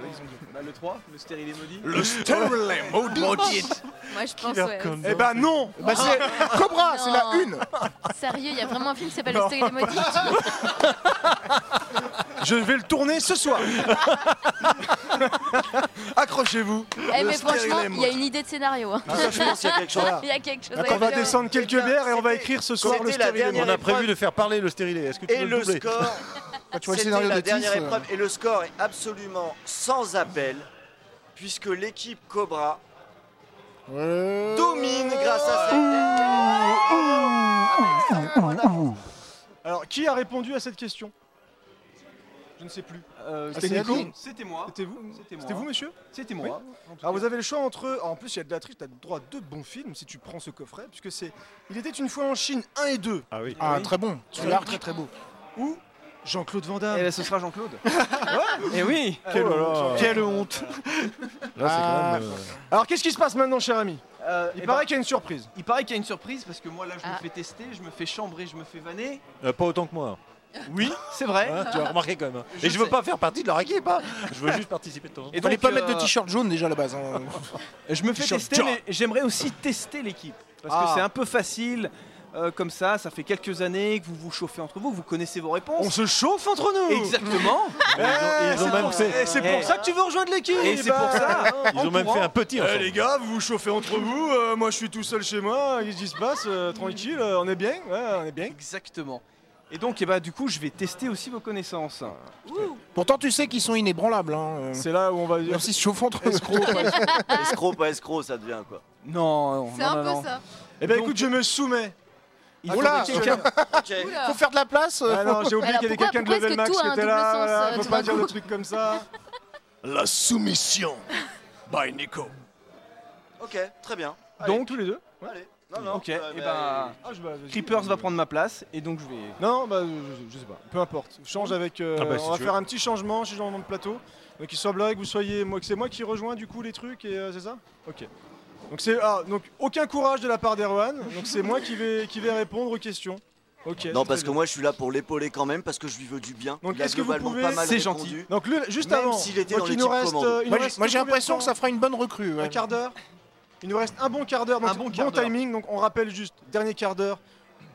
le 3, le stérile est maudit.
Le stérilet maudit
Moi, je pense.
Killer
ouais,
Condom.
Eh ben non
Bah, c'est Cobra, c'est la
Non.
une.
ben.
Sérieux, il y a vraiment un film qui s'appelle Le Stérile Maudit.
Je vais le tourner ce soir Accrochez-vous
Eh,
Le
mais franchement,
stérile
il y a une idée de scénario. hein.
Ah, ça, je pense qu'il y a quelque chose.
Il y a quelque chose. à
On va
faire.
descendre quelques bières et on va écrire ce soir le
c'était la
stérilet
dernière
maudit.
On a prévu de faire parler le stérilet. Est-ce que tu
Et
veux
le
doubler
score,
Quand tu vois
c'était
le scénario
la
de
dernière
Tiff, euh,
épreuve. Et le score est absolument sans appel, puisque l'équipe Cobra
ouais.
Euh. Ah,
domine grâce à cette...
Alors, qui a répondu à cette question Je ne sais plus.
Euh,
Ah,
c'était
c'est
Nico
Adrien.
C'était moi.
C'était vous
C'était moi.
C'était vous, monsieur
C'était
Oui.
moi. En tout
Alors
cas.
vous avez le choix entre. En plus, il y a de la triche, tu as droit à deux bons films si tu prends ce coffret, puisque c'est. Il était une fois en Chine 1 et 2.
Ah oui.
Ah, très bon. Celui-là, très,
très beau. Ou Jean-Claude Van Damme.
Eh ben, ce sera Jean-Claude.
Ouais.
Eh oui.
Quelle
Oh là là.
honte. Quelle honte. ah,
Là, c'est quand même, euh,
Alors qu'est-ce qui se passe maintenant, cher ami
Euh,
Il
eh
paraît
ben,
qu'il y a une surprise.
Il paraît qu'il y a une surprise parce que moi là je me fais tester, je me fais chambrer, je me fais vanner.
Euh, pas autant que moi.
Oui, c'est vrai.
Hein, tu as remarqué quand même. hein.
Je
Et je veux
sais.
pas faire partie de leur équipe. hein. Je veux juste participer de temps. en temps.
Et
Et fallait
donc,
pas
euh,
mettre de t-shirt jaune déjà à la base. hein.
Je me fais
T-shirt
tester,
jaune.
mais j'aimerais aussi tester l'équipe. Parce
Ah.
que c'est un peu facile euh, comme ça. Ça fait quelques années que vous vous chauffez entre vous, vous connaissez vos réponses.
On se chauffe entre nous.
Exactement.
Eh, c'est pour- eh, C'est pour ça que tu veux rejoindre l'équipe. Eh
Et c'est pour ça.
En
Ils ont même
courant.
fait un petit
Eh,
ensemble.
les gars, vous vous chauffez entre vous. euh, moi, je suis tout seul chez moi. Qu'est-ce qui se passe Euh, Tranquille, euh, on est bien. Ouais, on est bien.
Exactement. Et donc, eh ben, du coup, je vais tester aussi vos connaissances.
Ah,
Pourtant, tu sais qu'ils sont inébranlables. hein, euh. C'est
là où on va
dire. si se chauffent entre eux.
escroc, pas escroc, ça devient quoi.
Non,
C'est non, un non, peu non. ça.
Eh ben, écoute, je me soumets.
Il
faut
Oula,
que quelqu'un- Faut faire de la place. euh,
Ah non, j'ai oublié
Alors,
qu'il y avait
pourquoi-
quelqu'un de
pourquoi est-ce
level
que
max
tout a
qui
un
était
double
là.
sens,
voilà,
euh,
faut
tout
pas
d'un
dire
coup
de trucs comme ça.
La soumission. By Nico.
Ok, très bien.
Donc, tous les deux
Allez. Non, non.
Ok,
euh,
et
bah,
ben. Creepers va prendre ma place, et donc je vais.
ah, Non, bah, je, je sais pas. Peu importe. Change avec. euh,
Ah bah, si
on va
tu veux.
faire un petit changement si dans le plateau. Donc il semble là que vous soyez, moi que c'est moi qui rejoins du coup les trucs et euh, c'est ça. Ok. Donc c'est ah, donc aucun courage de la part d'Erwan. Donc c'est moi qui vais qui vais répondre aux questions. Ok.
Non, parce
c'est très
que moi je suis là pour l'épauler quand même, parce que je lui veux du bien.
Donc
hein. Il a
est-ce que vous
globalement
pouvez
pas mal
C'est
répondu.
gentil. Donc le- juste
Même
avant,
s'il était
donc
dans
il
l'équipe
nous reste,
commando.
euh, il nous
Moi, j'ai-
reste
moi, j'ai
combien de
l'impression
temps
que ça fera une bonne recrue.
un
ouais.
quart d'heure. Il nous reste un bon quart d'heure, donc bon, timing. Donc on rappelle juste, dernier quart d'heure.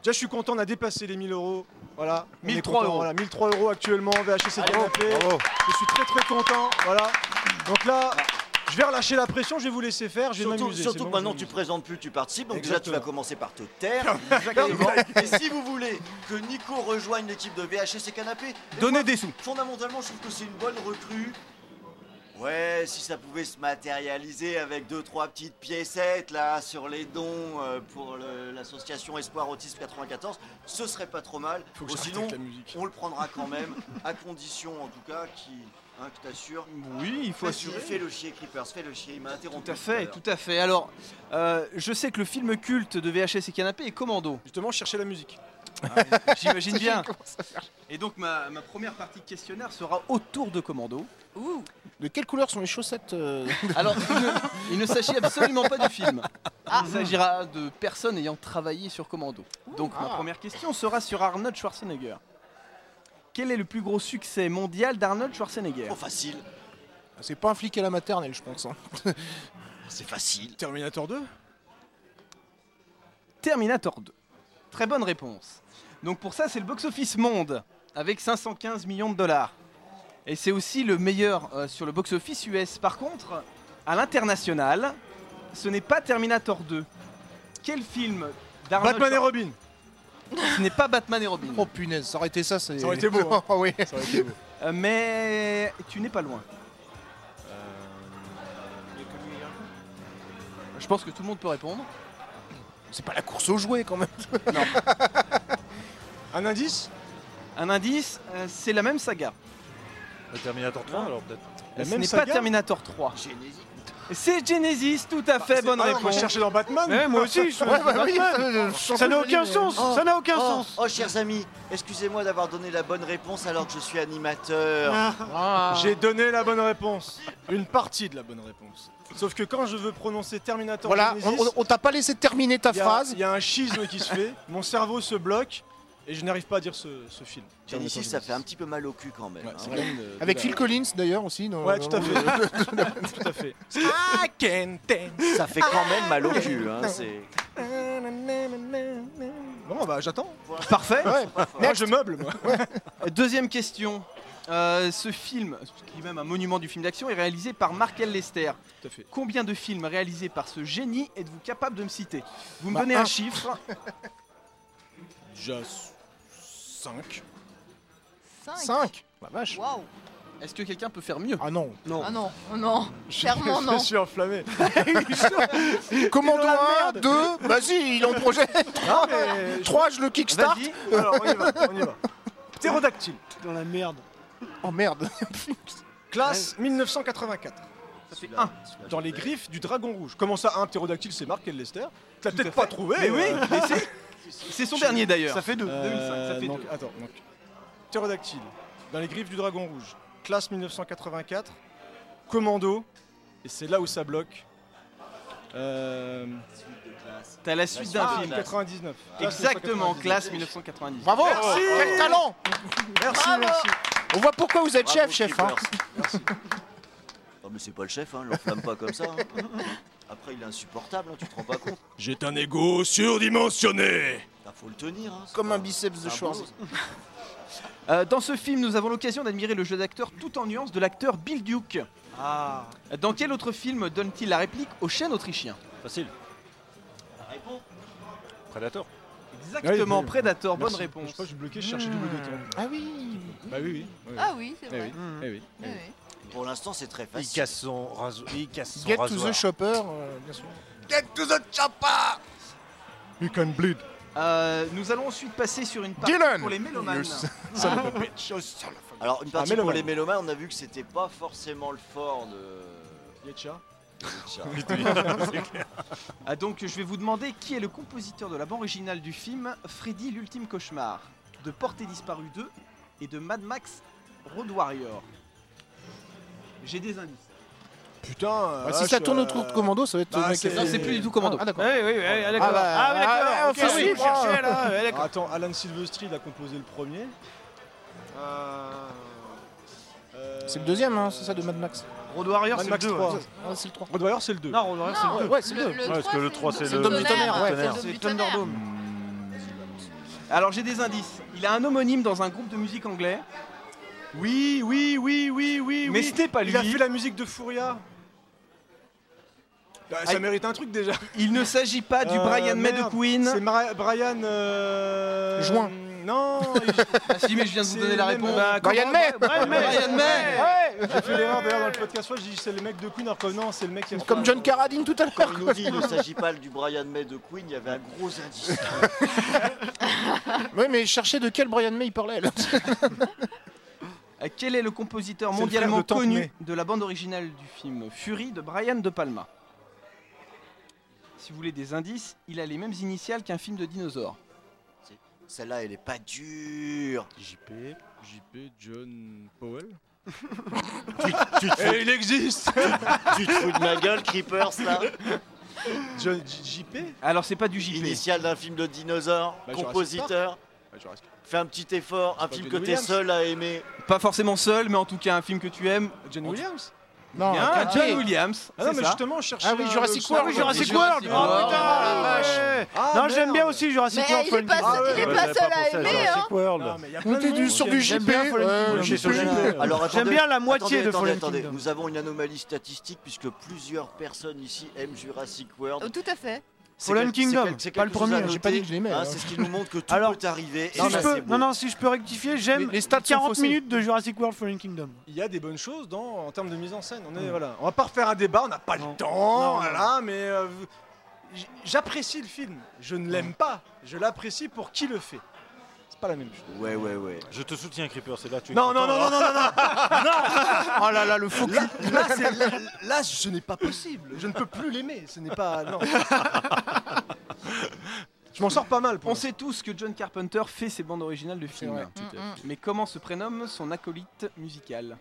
Déjà, je suis content, on a dépassé les 1000 euros. Voilà, on est
1003
content,
euros.
Voilà, 1003 euros actuellement, VHC
Allez,
Canapé.
bravo.
Je suis très très content. Voilà. Donc là, je vais relâcher la pression, je vais vous laisser faire, je vais
Surtout,
m'amuser.
surtout que maintenant tu présentes plus, tu participes, donc déjà tu vas commencer par te taire.
Exactement.
Et si vous voulez que Nico rejoigne l'équipe de VHS et Canapé,
Donnez des sous.
fondamentalement je trouve que c'est une bonne recrue. Ouais, si ça pouvait se matérialiser avec deux trois petites piécettes là sur les dons euh, pour le- l'association Espoir Autisme 94, ce serait pas trop mal.
Faut que
Ou
j'arrête
sinon,
avec la musique.
on le prendra quand même, à condition en tout cas qui, hein, que t'assures.
Oui, il faut
Vas-y,
assurer.
Fais le chier, Creepers, fais le chier. Il m'a interrompu.
Tout à fait, tout à fait. Alors, euh, je sais que le film culte de VHS et Canapé est Commando. Ah,
Justement, chercher la musique.
J'imagine bien. Et donc, ma, ma première partie de questionnaire sera autour de Commando.
De quelle couleur sont les chaussettes euh,
Alors, il ne, il ne s'agit absolument pas du film.
Ah.
Ah.
Il s'agira de personnes ayant travaillé sur Commando. Donc, ma
Ah.
première question sera sur Arnold Schwarzenegger. Quel est le plus gros succès mondial d'Arnold Schwarzenegger
Trop facile.
C'est pas un flic à la maternelle, je pense. hein.
C'est facile.
Terminator 2
Terminator 2. Très bonne réponse. Donc pour ça, c'est le box-office monde avec 515 millions de dollars. Et c'est aussi le meilleur euh, sur le box-office US. Par contre, à l'international, ce n'est pas Terminator 2. Quel film d'Arnold
Batman et
Schwar-
Robin.
Ce n'est pas Batman et Robin.
Oh punaise, ça aurait été ça, c'est.
Ça aurait été beau, hein.
Ah oui.
Euh, mais tu n'es pas loin. Je pense que tout le monde peut répondre.
C'est pas la course aux jouets quand même.
Non.
Un indice
Un indice, euh, c'est la même saga.
Le Terminator 3 alors peut-être.
Ce n'est pas Terminator 3. C'est Genesis, tout à fait, bonne
Ah non,
réponse.
moi, je cherchais dans Batman.
Ouais, moi aussi, je suis
Ouais, bah
dans
oui,
Batman.
ça- ça n'a aucun sens, ça n'a aucun
oh,
sens.
Oh, chers amis, excusez-moi d'avoir donné la bonne réponse alors que je suis animateur.
Ah. J'ai donné la bonne réponse. Une partie de la bonne réponse. Sauf que quand je veux prononcer Terminator
Voilà, on,
Genesis,
on- on t'a pas laissé terminer ta
il y a-
phrase.
Il y a un schisme qui se fait, mon cerveau se bloque et je n'arrive pas à dire ce, ce film.
Genesis, ça fait un petit peu mal au cul quand même. hein.
c'est vrai. Euh,
Avec
bah,
Phil Collins d'ailleurs aussi. dans-
Ouais, tout à
dans-
fait. tout à fait. I can dance.
Ça fait quand même mal au cul. Hein, c'est-
Euh, Bon, bah j'attends.
Parfait.
Moi je meuble, moi.
Deuxième question. Euh, ce film, qui est même un monument du film d'action, est réalisé par Markel Lester.
Tout à fait.
Combien de films réalisés par ce génie êtes-vous capable de me citer Vous me
Bah,
donnez
un.
un chiffre.
Déjà 5.
5
Cinq. Bah vache.
Waouh
Est-ce que quelqu'un peut faire mieux
Ah non.
Non.
Ah non, non,
Je-
clairement
je
non.
suis enflammé.
Commando 1, 2, vas-y, il en projette.
Non, mais-
3, je le kickstart.
Vas-y, alors, on y va, on y va.
Ptérodactyle.
Dans la merde.
Oh merde.
Classe 1984. Ça fait 1 dans les griffes du dragon rouge. Comment ça, un ptérodactyle, c'est Marc Lester T'as peut-être pas trouvé
Mais oui,
euh,
mais c'est- c'est son dernier, d'ailleurs.
Ça fait 2.
Euh, ça fait
donc,
deux.
Attends, donc. Ptérodactyle, dans les griffes du dragon rouge. Classe 1984. Commando. Et c'est là où ça bloque. Euh,
T'as la suite d'un film.
99.
Exactement, classe
1999.
1999.
Bravo. Merci.
Quel talent
Merci,
Bravo.
merci.
On voit pourquoi vous êtes
Bravo,
chef, chef. hein.
Keepers. Merci. Non, mais c'est pas le chef, hein, l'enflamme pas comme ça. hein. Après, il est insupportable, hein, tu te rends pas compte.
J'ai un ego surdimensionné.
Ah, faut le tenir. Hein,
Comme un biceps de Schwarz.
Euh, dans ce film, nous avons l'occasion d'admirer le jeu d'acteur tout en nuances de l'acteur Bill Duke.
Ah.
Dans quel autre film donne-t-il la réplique au chêne autrichien
Facile. Predator.
Exactement,
Oui, oui.
Predator,
Merci.
bonne réponse.
Je crois que je suis bloqué, je cherchais double hein. de temps.
Ah oui
Bah oui, oui. oui.
Ah oui, c'est
Eh
vrai.
oui, eh oui, eh oui.
Pour l'instant, c'est très
Il
facile.
casse son rasoir. Il casse son
Get to
rasoir.
the shopper, euh, bien sûr.
Get to the chopper
You can bleed.
Euh, nous allons ensuite passer sur une partie
Dylan
pour les mélomanes.
Ah
Alors, une partie
Ah,
pour
mélomane.
les mélomanes, on a vu que c'était pas forcément le fort de.
Yetcha
Yetcha.
Ah, donc, je vais vous demander qui est le compositeur de la bande originale du film Freddy l'ultime cauchemar, de Portée disparue 2 et de Mad Max Road Warrior. J'ai des indices.
Putain.
Bah, si ça
euh,
tourne autour de Commando, ça va être.
Bah,
le mec
c'est-
qui a
non,
fait-
c'est plus du tout
Commando.
Ah d'accord.
Oui, oui, oui, ah, d'accord.
Ah, bah,
Ah, oui, d'accord,
ah,
ok,
faut
oui,
suivre,
chercher,
hein.
là, ouais, d'accord.
Attends, Alan Silvestri, il a composé le premier.
C'est le deuxième, hein, c'est ça de Mad Max.
Road Warrior,
Mad
c'est le
Max
2.
3.
ouais.
Ah, c'est le 3.
Road Warrior, c'est le 2.
Non, Road Warrior, c'est le 2.
ouais, c'est le 2.
Le
Ouais, parce que
trois,
le
c'est
3, c'est
le
le.
dôme du tonnerre,
ouais,
c'est le dôme
C'est
du tonnerre.
Thunderdome.
Hmm.
Alors j'ai des indices. Il a un homonyme dans un groupe de musique anglais.
Oui, oui, oui, oui, oui.
Mais
oui.
c'était pas
Il a
lui.
fait la musique de Furia. Bah, ça
Aïe.
mérite un truc déjà.
Ah, Il ne s'agit
Ah,
pas du
Euh,
Brian May de
merde, C'est
Queen.
Mara- Brian. euh,
Juin.
Non.
Ah, si mais je viens de vous
C'est
donner la
le même.
réponse.
Bah,
Brian May
Brian May. Brian May.
J'ai fait l'erreur d'ailleurs dans le podcast. Soit j'ai dit c'est le mec de Queen, alors que non, c'est le mec qui a fait
Comme John Carradine tout à l'heure.
Il nous dit, il ne s'agit pas du Brian May de Queen, il y avait un gros indice.
Oui, mais cherchez de quel Brian May il parlait là.
Euh, Quel est le compositeur
C'est le frère
mondialement
de Tank
connu
May.
de la bande originale du film Fury de Brian De Palma Si vous voulez des indices, il a les mêmes initiales qu'un film de dinosaure.
Celle-là, elle est pas dure.
JP, JP, John Powell.
Et Eh, il existe
Tu te fous de ma gueule, Creepers, là
John J- JP
Alors c'est pas du JP.
Initial d'un film de dinosaure,
Bah, Jurassic
compositeur.
Bah, Jurassic Park.
Fais un petit effort, un
pas
film
John
que t'es
Williams.
seul à aimer.
Pas forcément seul, mais en tout cas un film que tu aimes.
John Williams
Non,
Bien,
attendez.
John Williams.
Ah non,
c'est
mais
ça.
justement, je cherchais.
Ah oui,
un-
Jurassic
le-
World.
Ah oui,
Jurassic
Jurassic
World.
World
Oh, putain,
la vache.
Ah,
non, j'aime
merde.
bien aussi Jurassic
Mais
World.
il
faut
est
le
pas,
dire.
Ah ouais,
il est
bah,
pas
j'avais
seul
pas
à
pensé à
aimer.
Jurassic
Hein.
World.
Non, mais y a plein
On
de
était
monde.
du sur du
J'aime
JP.
bien Fallen
ouais,
Kingdom.
du
Chez
JP.
Sojourner.
Alors
J'aime
attendez-
bien la moitié
attendez,
de Fallen
attendez, attendez.
Kingdom.
Nous avons une anomalie statistique puisque plusieurs personnes ici aiment Jurassic World.
Oh, Tout à fait.
C'est
Fallen
quel-
Kingdom,
c'est quel- c'est
pas le
quelque chose à
premier,
j'ai pas
noter,
dit que je l'aimais,
hein,
hein.
c'est ce qui nous montre que tout
Alors,
peut arriver.
Si
et
je
ça,
peux-
c'est beau.
non, non, si je peux rectifier, j'aime
Mais les stats sont
40
faussées.
minutes de Jurassic World Fallen Kingdom.
Il y a des bonnes choses dans, en termes de mise en scène. On, est, voilà. on va pas refaire un débat, on n'a pas
Non.
le temps,
Non.
voilà, mais euh, j- j'apprécie le film. Je ne l'aime pas, je l'apprécie pour qui le fait. C'est pas la même chose.
Ouais, ouais, ouais.
Je te soutiens, Creeper, c'est là tu es
Non, non,
content, hein.
non,
là.
non, non, non, non,
Oh là là, le faux cul.
là, là, c'est- là, là, ce n'est pas possible. Je ne peux plus l'aimer. Ce n'est pas. Non. Je m'en sors pas mal pour
On sait tous que John Carpenter fait ses bandes originales de
vrai.
films.
Mm, mm.
Mais comment se prénomme son acolyte musical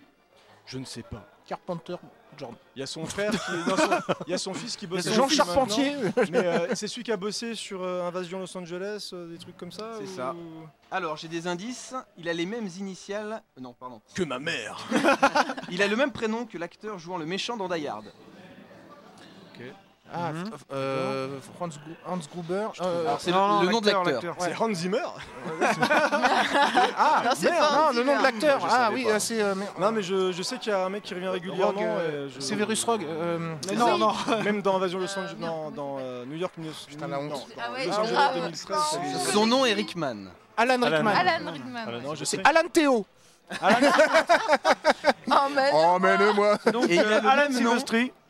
Je ne sais pas.
Carpenter Jordan.
Il y a son frère qui est- non, son- Il y a son fils qui bosse.
Jean
dessus maintenant.
Charpentier.
Mais euh, c'est celui qui a bossé sur euh, Invasion Los Angeles, euh, des trucs comme ça
C'est
ou-
ça. Alors, j'ai des indices. Il a les mêmes initiales. euh, Non, pardon.
Que ma mère.
Il a le même prénom que l'acteur jouant le méchant dans Die Hard.
Ah,
Mhm.
f- euh, Franz Gu- Hans Gruber. euh,
Alors, c'est
Non,
le,
non,
le nom de l'acteur.
l'acteur.
C'est Hans Zimmer
Ah,
Non, c'est
merde,
pas
non,
Hans
le nom
Zimmer.
de l'acteur.
Je
Ah
savais
oui,
pas.
euh, c'est. euh, merde.
Non mais je, je sais qu'il y a un mec qui revient régulièrement.
Rogue, euh,
et je-
Severus Rogue. euh,
Mais non,
Oui.
non.
Même dans Invasion Los
Euh,
Angeles,
merde,
dans,
comment
dans, euh, New York 19...
Putain, la honte.
Ah ouais,
Los
grave.
Angeles 2013.
Quand-
c'est-
quand-
Son nom est Rickman.
Alan Rickman.
Alan Rickman.
Alan
ouais.
Non, je sais.
C'est Alan Théo.
Alan-
moi.
Et il
euh,
euh,
a, le même nom,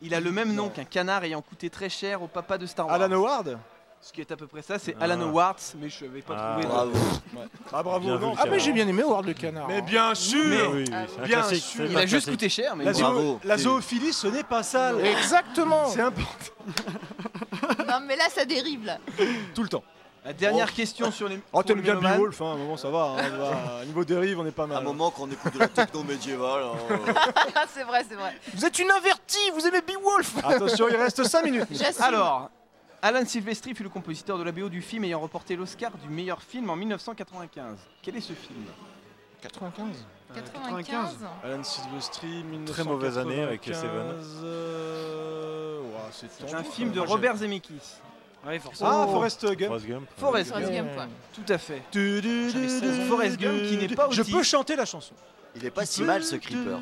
il a le même nom qu'un canard ayant coûté très cher au papa de Star Wars.
Alan Howard
Ce qui est à peu près ça, c'est
Ah.
Alan Howard, mais je vais pas
Ah,
trouver. de-
bravo.
Ouais.
Ah, bravo, Bien non. vu,
Ah, mais j'ai bien aimé Howard le canard. hein.
Mais bien sûr
Mais- Oui, oui,
Ah
c'est un
Bien
classique,
sûr
c'est Il a un juste classique. coûté cher, mais
la,
bravo.
zoo- la
C'est-
zoophilie, ce n'est pas sale
Exactement
C'est important
Non, mais là, ça dérive, là.
tout le temps.
La dernière question sur les.
Oh,
pour
t'aimes
le
bien
méloman.
Beowulf, hein, à un moment ça va. hein, là, niveau dérive, on est pas mal. À un moment
qu'on écoute de la techno médiévale.
c'est vrai, c'est vrai.
Vous êtes une invertie, vous aimez Beowulf
Attention, il reste 5 minutes. J'assume.
Alors, Alan Silvestri fut le compositeur de la BO du film ayant remporté l'Oscar du meilleur film en 1995. Quel est ce film
95
95.
Alan Silvestri, 1995.
Très mauvaise année avec les Seven.
euh, ouah, c'est
C'est
tendu,
un film de
moi, j'ai-
Robert Zemeckis. Ouais, forcément.
Ah, Forrest Gump.
Forrest Gump.
Forrest
Forrest
Gump.
Gump, ouais.
Tout à fait.
Du, du,
J'avais
du,
16 ans.
du,
Forrest
du,
Gump qui
du,
n'est pas
Je
autiste.
peux chanter la chanson.
Il est pas si mal ce Creepers.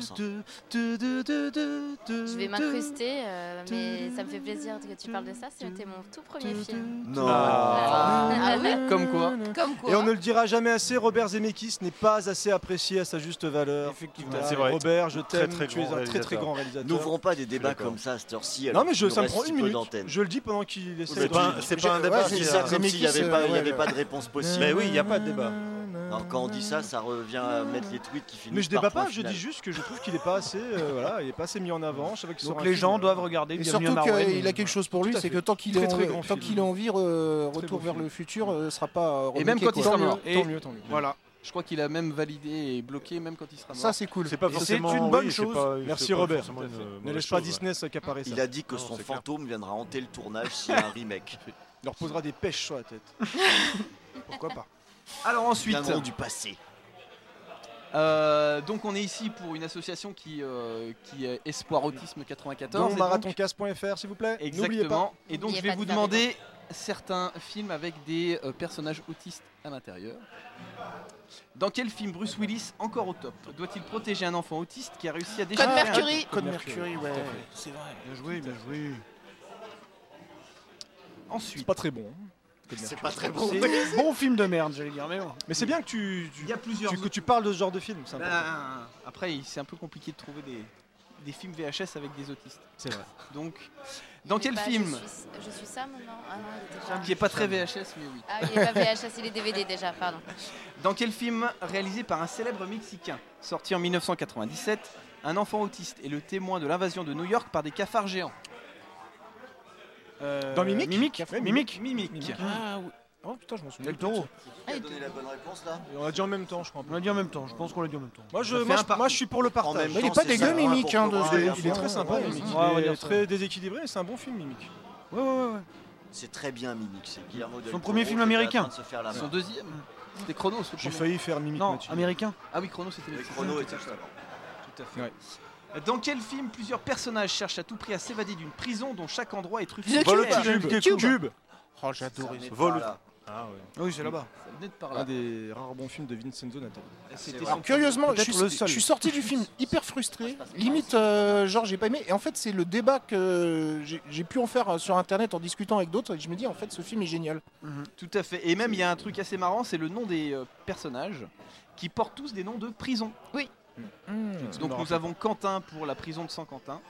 Je vais m'incruster, euh, mais ça me fait plaisir que tu parles de ça. C'était mon tout premier film.
Non.
Ah ouais
Comme quoi
Comme
Et on ne le dira jamais assez, Robert Zemeckis n'est pas assez apprécié à sa juste valeur. Effectivement,
C'est vrai.
Robert, je
Très,
t'aime,
très
tu es
grand
un très très
réalisateur.
grand réalisateur.
N'ouvrons pas des débats comme ça à cette heure-ci, alors
Non mais je,
qu'il
ça
nous
me
reste
prend
si
une
peu
minute.
d'antenne.
Je le dis pendant qu'il essaie.
C'est
de-
pas- c'est pas un débat,
Ouais,
c'est ça, comme s'il n'y avait, pas, il y avait pas de réponse possible.
Mais oui, il y a pas de débat.
Alors quand on dit ça, ça revient à mettre les tweets qui finissent
Mais je
par
débat pas,
point
je
final.
dis juste que je trouve qu'il est pas assez, euh, voilà, il est pas assez mis en avant. Je savais que
Donc les gens doivent regarder
Et surtout
euh,
qu'il a quelque chose pour lui, c'est que tant qu'il
est
est,
euh, très
en,
grand
tant
film.
qu'il est en vie, re- retour vers le futur ne sera pas. euh,
Et même
remarqué,
quand il
quoi.
sera mort.
Tant
Et
mieux, tant mieux, tant mieux.
Voilà. Je crois qu'il a même validé et bloqué même quand il sera mort.
Ça, c'est cool. C'est pas
Et
forcément-
une bonne
oui, c'est
chose.
pas- c'est
Merci Robert.
forcément une, euh,
Ne
mauvaise
laisse pas
chose,
Disney s'accaparer ça.
Il a dit que son fantôme viendra hanter le tournage s'il y a un remake.
Il leur posera des pêches sur la tête. Pourquoi pas
Alors ensuite.
Viendront du passé.
Euh, donc on est ici pour une association qui, euh, qui est Espoir Autisme 94. et
Donc
donc-
marathoncast.fr s'il vous plaît. N'oubliez
Exactement.
pas.
Et donc je vais vous demander certains films avec des euh, personnages autistes à l'intérieur. Dans quel film Bruce Willis, encore au top, doit-il protéger un enfant autiste qui a réussi à déjà...
Code
Ah,
faire un-
Mercury. Code Mercury, ouais.
tout à fait.
C'est vrai.
Bien joué, bien joué. Ensuite.
Pas très bon.
C'est pas très
bon.
C'est bon film de merde, j'allais dire, mais bon.
Mais c'est bien que tu, tu-
Il y a plusieurs
tu- que tu parles de ce genre de film. c'est important.
Ben, après, il- c'est un peu compliqué de trouver des, des films VHS avec des autistes.
C'est vrai.
Donc, dans quel
Eh ben,
Bah, je
film
suis- Je suis ça maintenant Ah non, il est déjà.
Qui est pas très VHS, mais oui.
Ah, il est pas VHS, il est DVD déjà, pardon.
Dans quel film réalisé par un célèbre Mexicain, sorti en 1997, un enfant autiste est le témoin de l'invasion de New York par des cafards géants Euh,
Dans Mimic
Mimic
Ouais,
Mimic
Mimic.
Mimic.
Ah oui. Oh putain, je m'en souviens.
Del Toro.
Il a donné la bonne réponse là
On l'a dit en même temps, je crois.
On l'a dit en même temps, je pense qu'on l'a dit en même temps.
Moi je,
Ça fait
moi,
un
je-
partout.
moi, je suis pour le
En
partage.
même Mais il est temps, pas c'est dégueu, ça, Mimic, pour hein, de- Cobra,
Il est-
hein,
il est très
ouais,
sympa,
ouais,
Mimic.
ouais,
Il
ouais,
est
ouais.
très déséquilibré, mais c'est un bon film, Mimic.
Ouais, ouais, ouais.
C'est très bien Mimic, c'est Guillermo del
Ah. Son
Toro
premier film
qui était en
américain.
train de se faire la
Son
main.
deuxième C'était Chronos. le
J'ai
premier.
failli faire Mimic.
Non,
mais tu-
Américain.
Ah oui, Chrono c'était
Et
mexicain.
Chrono était juste avant.
Tout à fait. Dans quel film plusieurs personnages cherchent à tout prix à s'évader d'une prison dont chaque endroit est truffé
The
de
Vol au
mystères
Cube. Cube. Cube.
Oh, j'ai adoré
Ça
ce
n'est pas
vol.
là.
Ah
Ah oui, c'est là-bas.
Ça venait de par là.
Un des rares bons films de Vincenzo Natali.
C'était
Alors, curieusement, je suis, je suis sorti du film hyper frustré. Limite, euh, genre, j'ai pas aimé. Et en fait, c'est le débat que j'ai- j'ai pu en faire euh, sur Internet en discutant avec d'autres. Et je me dis, en fait, ce film est génial.
Mhm. Tout à fait. Et même, il y a un truc assez marrant, c'est le nom des euh, personnages qui portent tous des noms de prisons.
Oui.
Mm.
Donc nous avons Quentin pour la prison de Saint-Quentin,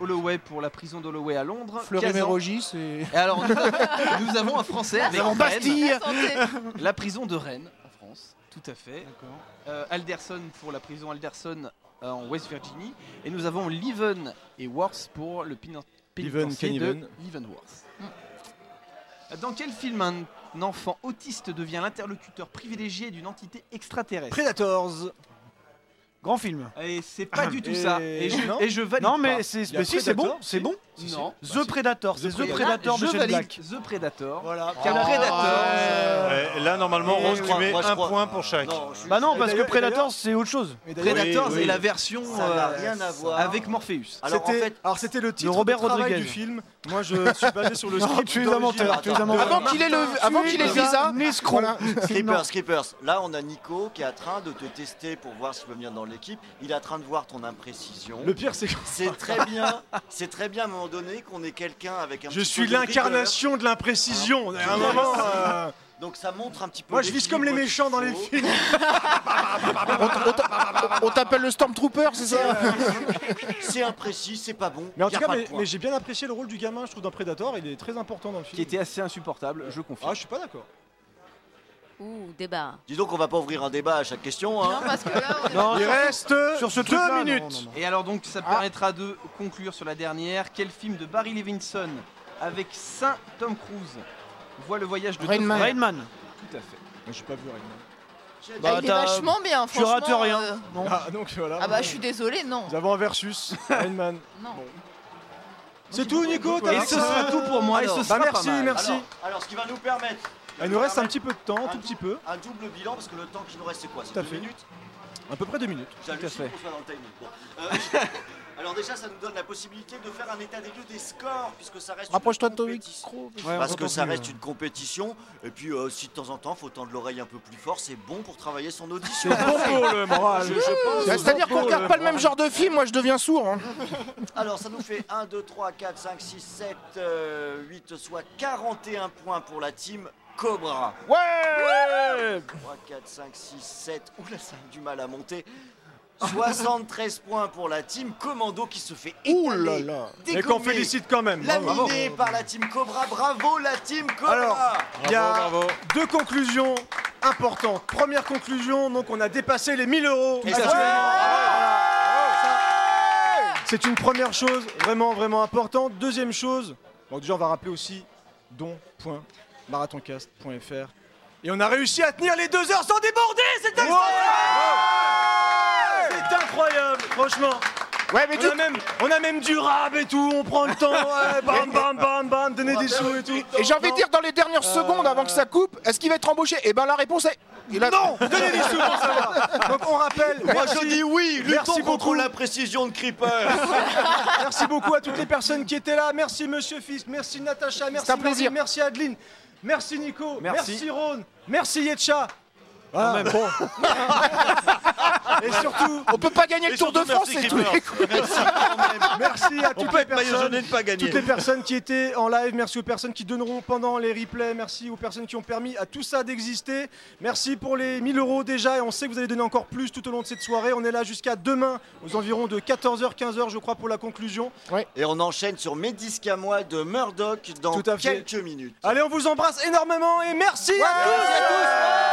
Holloway pour la prison d'Holloway à Rondres,
Fleury
Kazan-
Mérogis, c'est.
Et alors, nous, nous avons un Français
Nous
avec
avons
Rennes.
Bastille.
La prison de Rennes, en France, tout à fait. Euh, Alderson pour la prison Alderson euh, en West Virginie. Et nous avons Leven et Worth pour le pénin-
Leven,
pénitencier de
Keniven.
Leavenworth. Dans quel film un un enfant autiste devient l'interlocuteur privilégié d'une entité extraterrestre
Predators
Grand film.
Et Euh, c'est pas du tout ça. Et je,
non.
et je valide.
Non,
pas.
mais c'est- Il y a mais si, c'est bon, Predator, c'est si. bon. Si, si.
Non.
The Predator, c'est The Predator
je
de Shane
valide
Black.
The Predator.
Voilà.
Car
Oh,
Predator.
ouais.
Et là, normalement,
Et
Rose,
je
tu
crois-
mets
moi, je
un
crois-
point pour chaque.
Bah non,
Et
parce que
d'ailleurs-
Predator, c'est autre chose.
Et d'ailleurs- Predators
Oui, oui.
est la version
Ça n'a
euh,
rien à voir.
avec Morpheus.
Alors, c'était, alors c'était le titre
Robert
de travail
Rodriguez.
du film. Moi je suis basé sur le
Non,
script.
tu es un
d'origine.
menteur, tu es un menteur.
De-
Avant qu'il ait le- avant qu'il ait le visa, voilà.
Skippers, skippers. Là, on a Nico qui est en train de te tester pour voir s'il peut venir dans l'équipe. Il est en train de voir ton imprécision.
Le pire, c'est que-
c'est très bien. C'est très bien à un moment donné qu'on ait quelqu'un avec un.
Je
petit
suis
peu de Ah,
l'incarnation de l'imprécision.
rigueur.
À un moment. euh,
Donc ça montre un petit peu.
Moi je vise comme les
l'équilibre
méchants dans les
qu'il faut.
films.
On t'a- on t'a- On t'appelle le Stormtrooper, c'est ça
C'est imprécis, c'est pas bon.
Mais en
y a
tout cas,
pas de
mais,
point.
mais j'ai bien apprécié le rôle du gamin, je trouve, d'un prédateur. Il est très important dans le film.
Qui était assez insupportable, je confirme.
Ah, je suis pas d'accord.
Ouh, débat.
Dis donc, on va pas ouvrir un débat à chaque question. Hein.
Non,
Il
sur-
reste deux
truc-là,
minutes. Ah.
non, non, non. Et alors donc, ça permettra de conclure sur la dernière. Quel film de Barry Levinson avec Saint Tom Cruise voit le voyage de
Rain
deux
Man.
frères
Rain Man.
Tout à fait.
J'ai pas vu Rainman.
Bah, il est
t'as-
vachement bien,
tu rates
franchement,
rien.
euh,
Non.
Ah, donc voilà.
Ah bah, je suis désolée, non.
Nous avons un versus. Rainman.
Non.
C'est tout, Nico. t'as
Et
dit
ce
ça
sera tout pour moi, Ah, et
Alors,
ce
bah,
sera pas
merci,
mal.
merci.
Alors, alors, ce qui va nous permettre.
Il nous reste un petit peu de temps, tout petit peu.
Un double bilan, parce que le temps qu'il nous reste, c'est quoi C'est
Tout à
deux
fait.
minutes
À peu près deux minutes.
J'hallucine qu'on soit dans le timing. Bon. Euh, alors, déjà, ça nous donne la possibilité de faire un état des lieux des scores, puisque ça reste. une
Rapproche-toi de ton micro.
parce que ça reste une compétition. Et puis, euh, si de temps en temps, faut tendre l'oreille un peu plus fort, c'est bon pour travailler son audition.
C'est bon pour le moral.
Je- je pense-
Bah, C'est-à-dire qu'on regarde pas le même genre de film, moi je deviens sourd. hein.
Alors, ça nous fait 1, 2, 3, 4, 5, 6, 7, 8, euh, soit 41 points pour la team Cobra.
Ouais
3, 4, 5, 6, 7. Oula, ça a du mal à monter. 73 points pour la team Commando qui se fait étaler,
Et qu'on
dégommer,
félicite quand même. hein. Bravo.
Laminé par la team Cobra. Bravo la team Cobra
Alors, il y a deux conclusions importantes. Première conclusion, donc on a dépassé les 1000 euros.
Et ça,
actuellement.
c'est-
C'est une première chose vraiment, vraiment importante. Deuxième chose, bon, déjà on va rappeler aussi don.marathoncast.fr. Et on a réussi à tenir les deux heures sans déborder, c'est incroyable C'est incroyable, franchement
Ouais, mais
on, a même, on a même du rap et tout, on prend le temps, ouais, bam, bam, bam, bam, donner des sous et tout. Euh.
Et j'ai envie de
Non.
dire dans les dernières secondes avant que ça coupe, est-ce qu'il va être embauché Et ben la réponse est. Il a...
Non Donnez des sous pour savoir Donc on rappelle,
Moi
merci.
je dis oui,
Merci
luttons contre
beaucoup.
la précision de Creeper.
merci beaucoup à toutes les personnes qui étaient là. Merci Monsieur Fisk, merci Natacha, merci
un plaisir.
Marie, merci Adeline, merci Nico,
Merci.
merci, Rhône, merci Yetcha. Ah, bon. et surtout,
On peut pas gagner le
Et
Tour de
surtout,
France,
merci,
c'est tout.
merci à
On
toutes
peut
les
être
personnes,
mayonnaise et ne pas gagner.
toutes les personnes qui étaient en live, merci aux personnes qui donneront pendant les replays, merci aux personnes qui ont permis à tout ça d'exister. Merci pour les 1000 euros déjà et on sait que vous allez donner encore plus tout au long de cette soirée. On est là jusqu'à demain aux environs de 14h 15h je crois pour la conclusion.
Et on enchaîne sur mes disques à moi de Murdoch dans
Tout à fait.
quelques minutes.
hein. Allez, on vous embrasse énormément et merci à tous.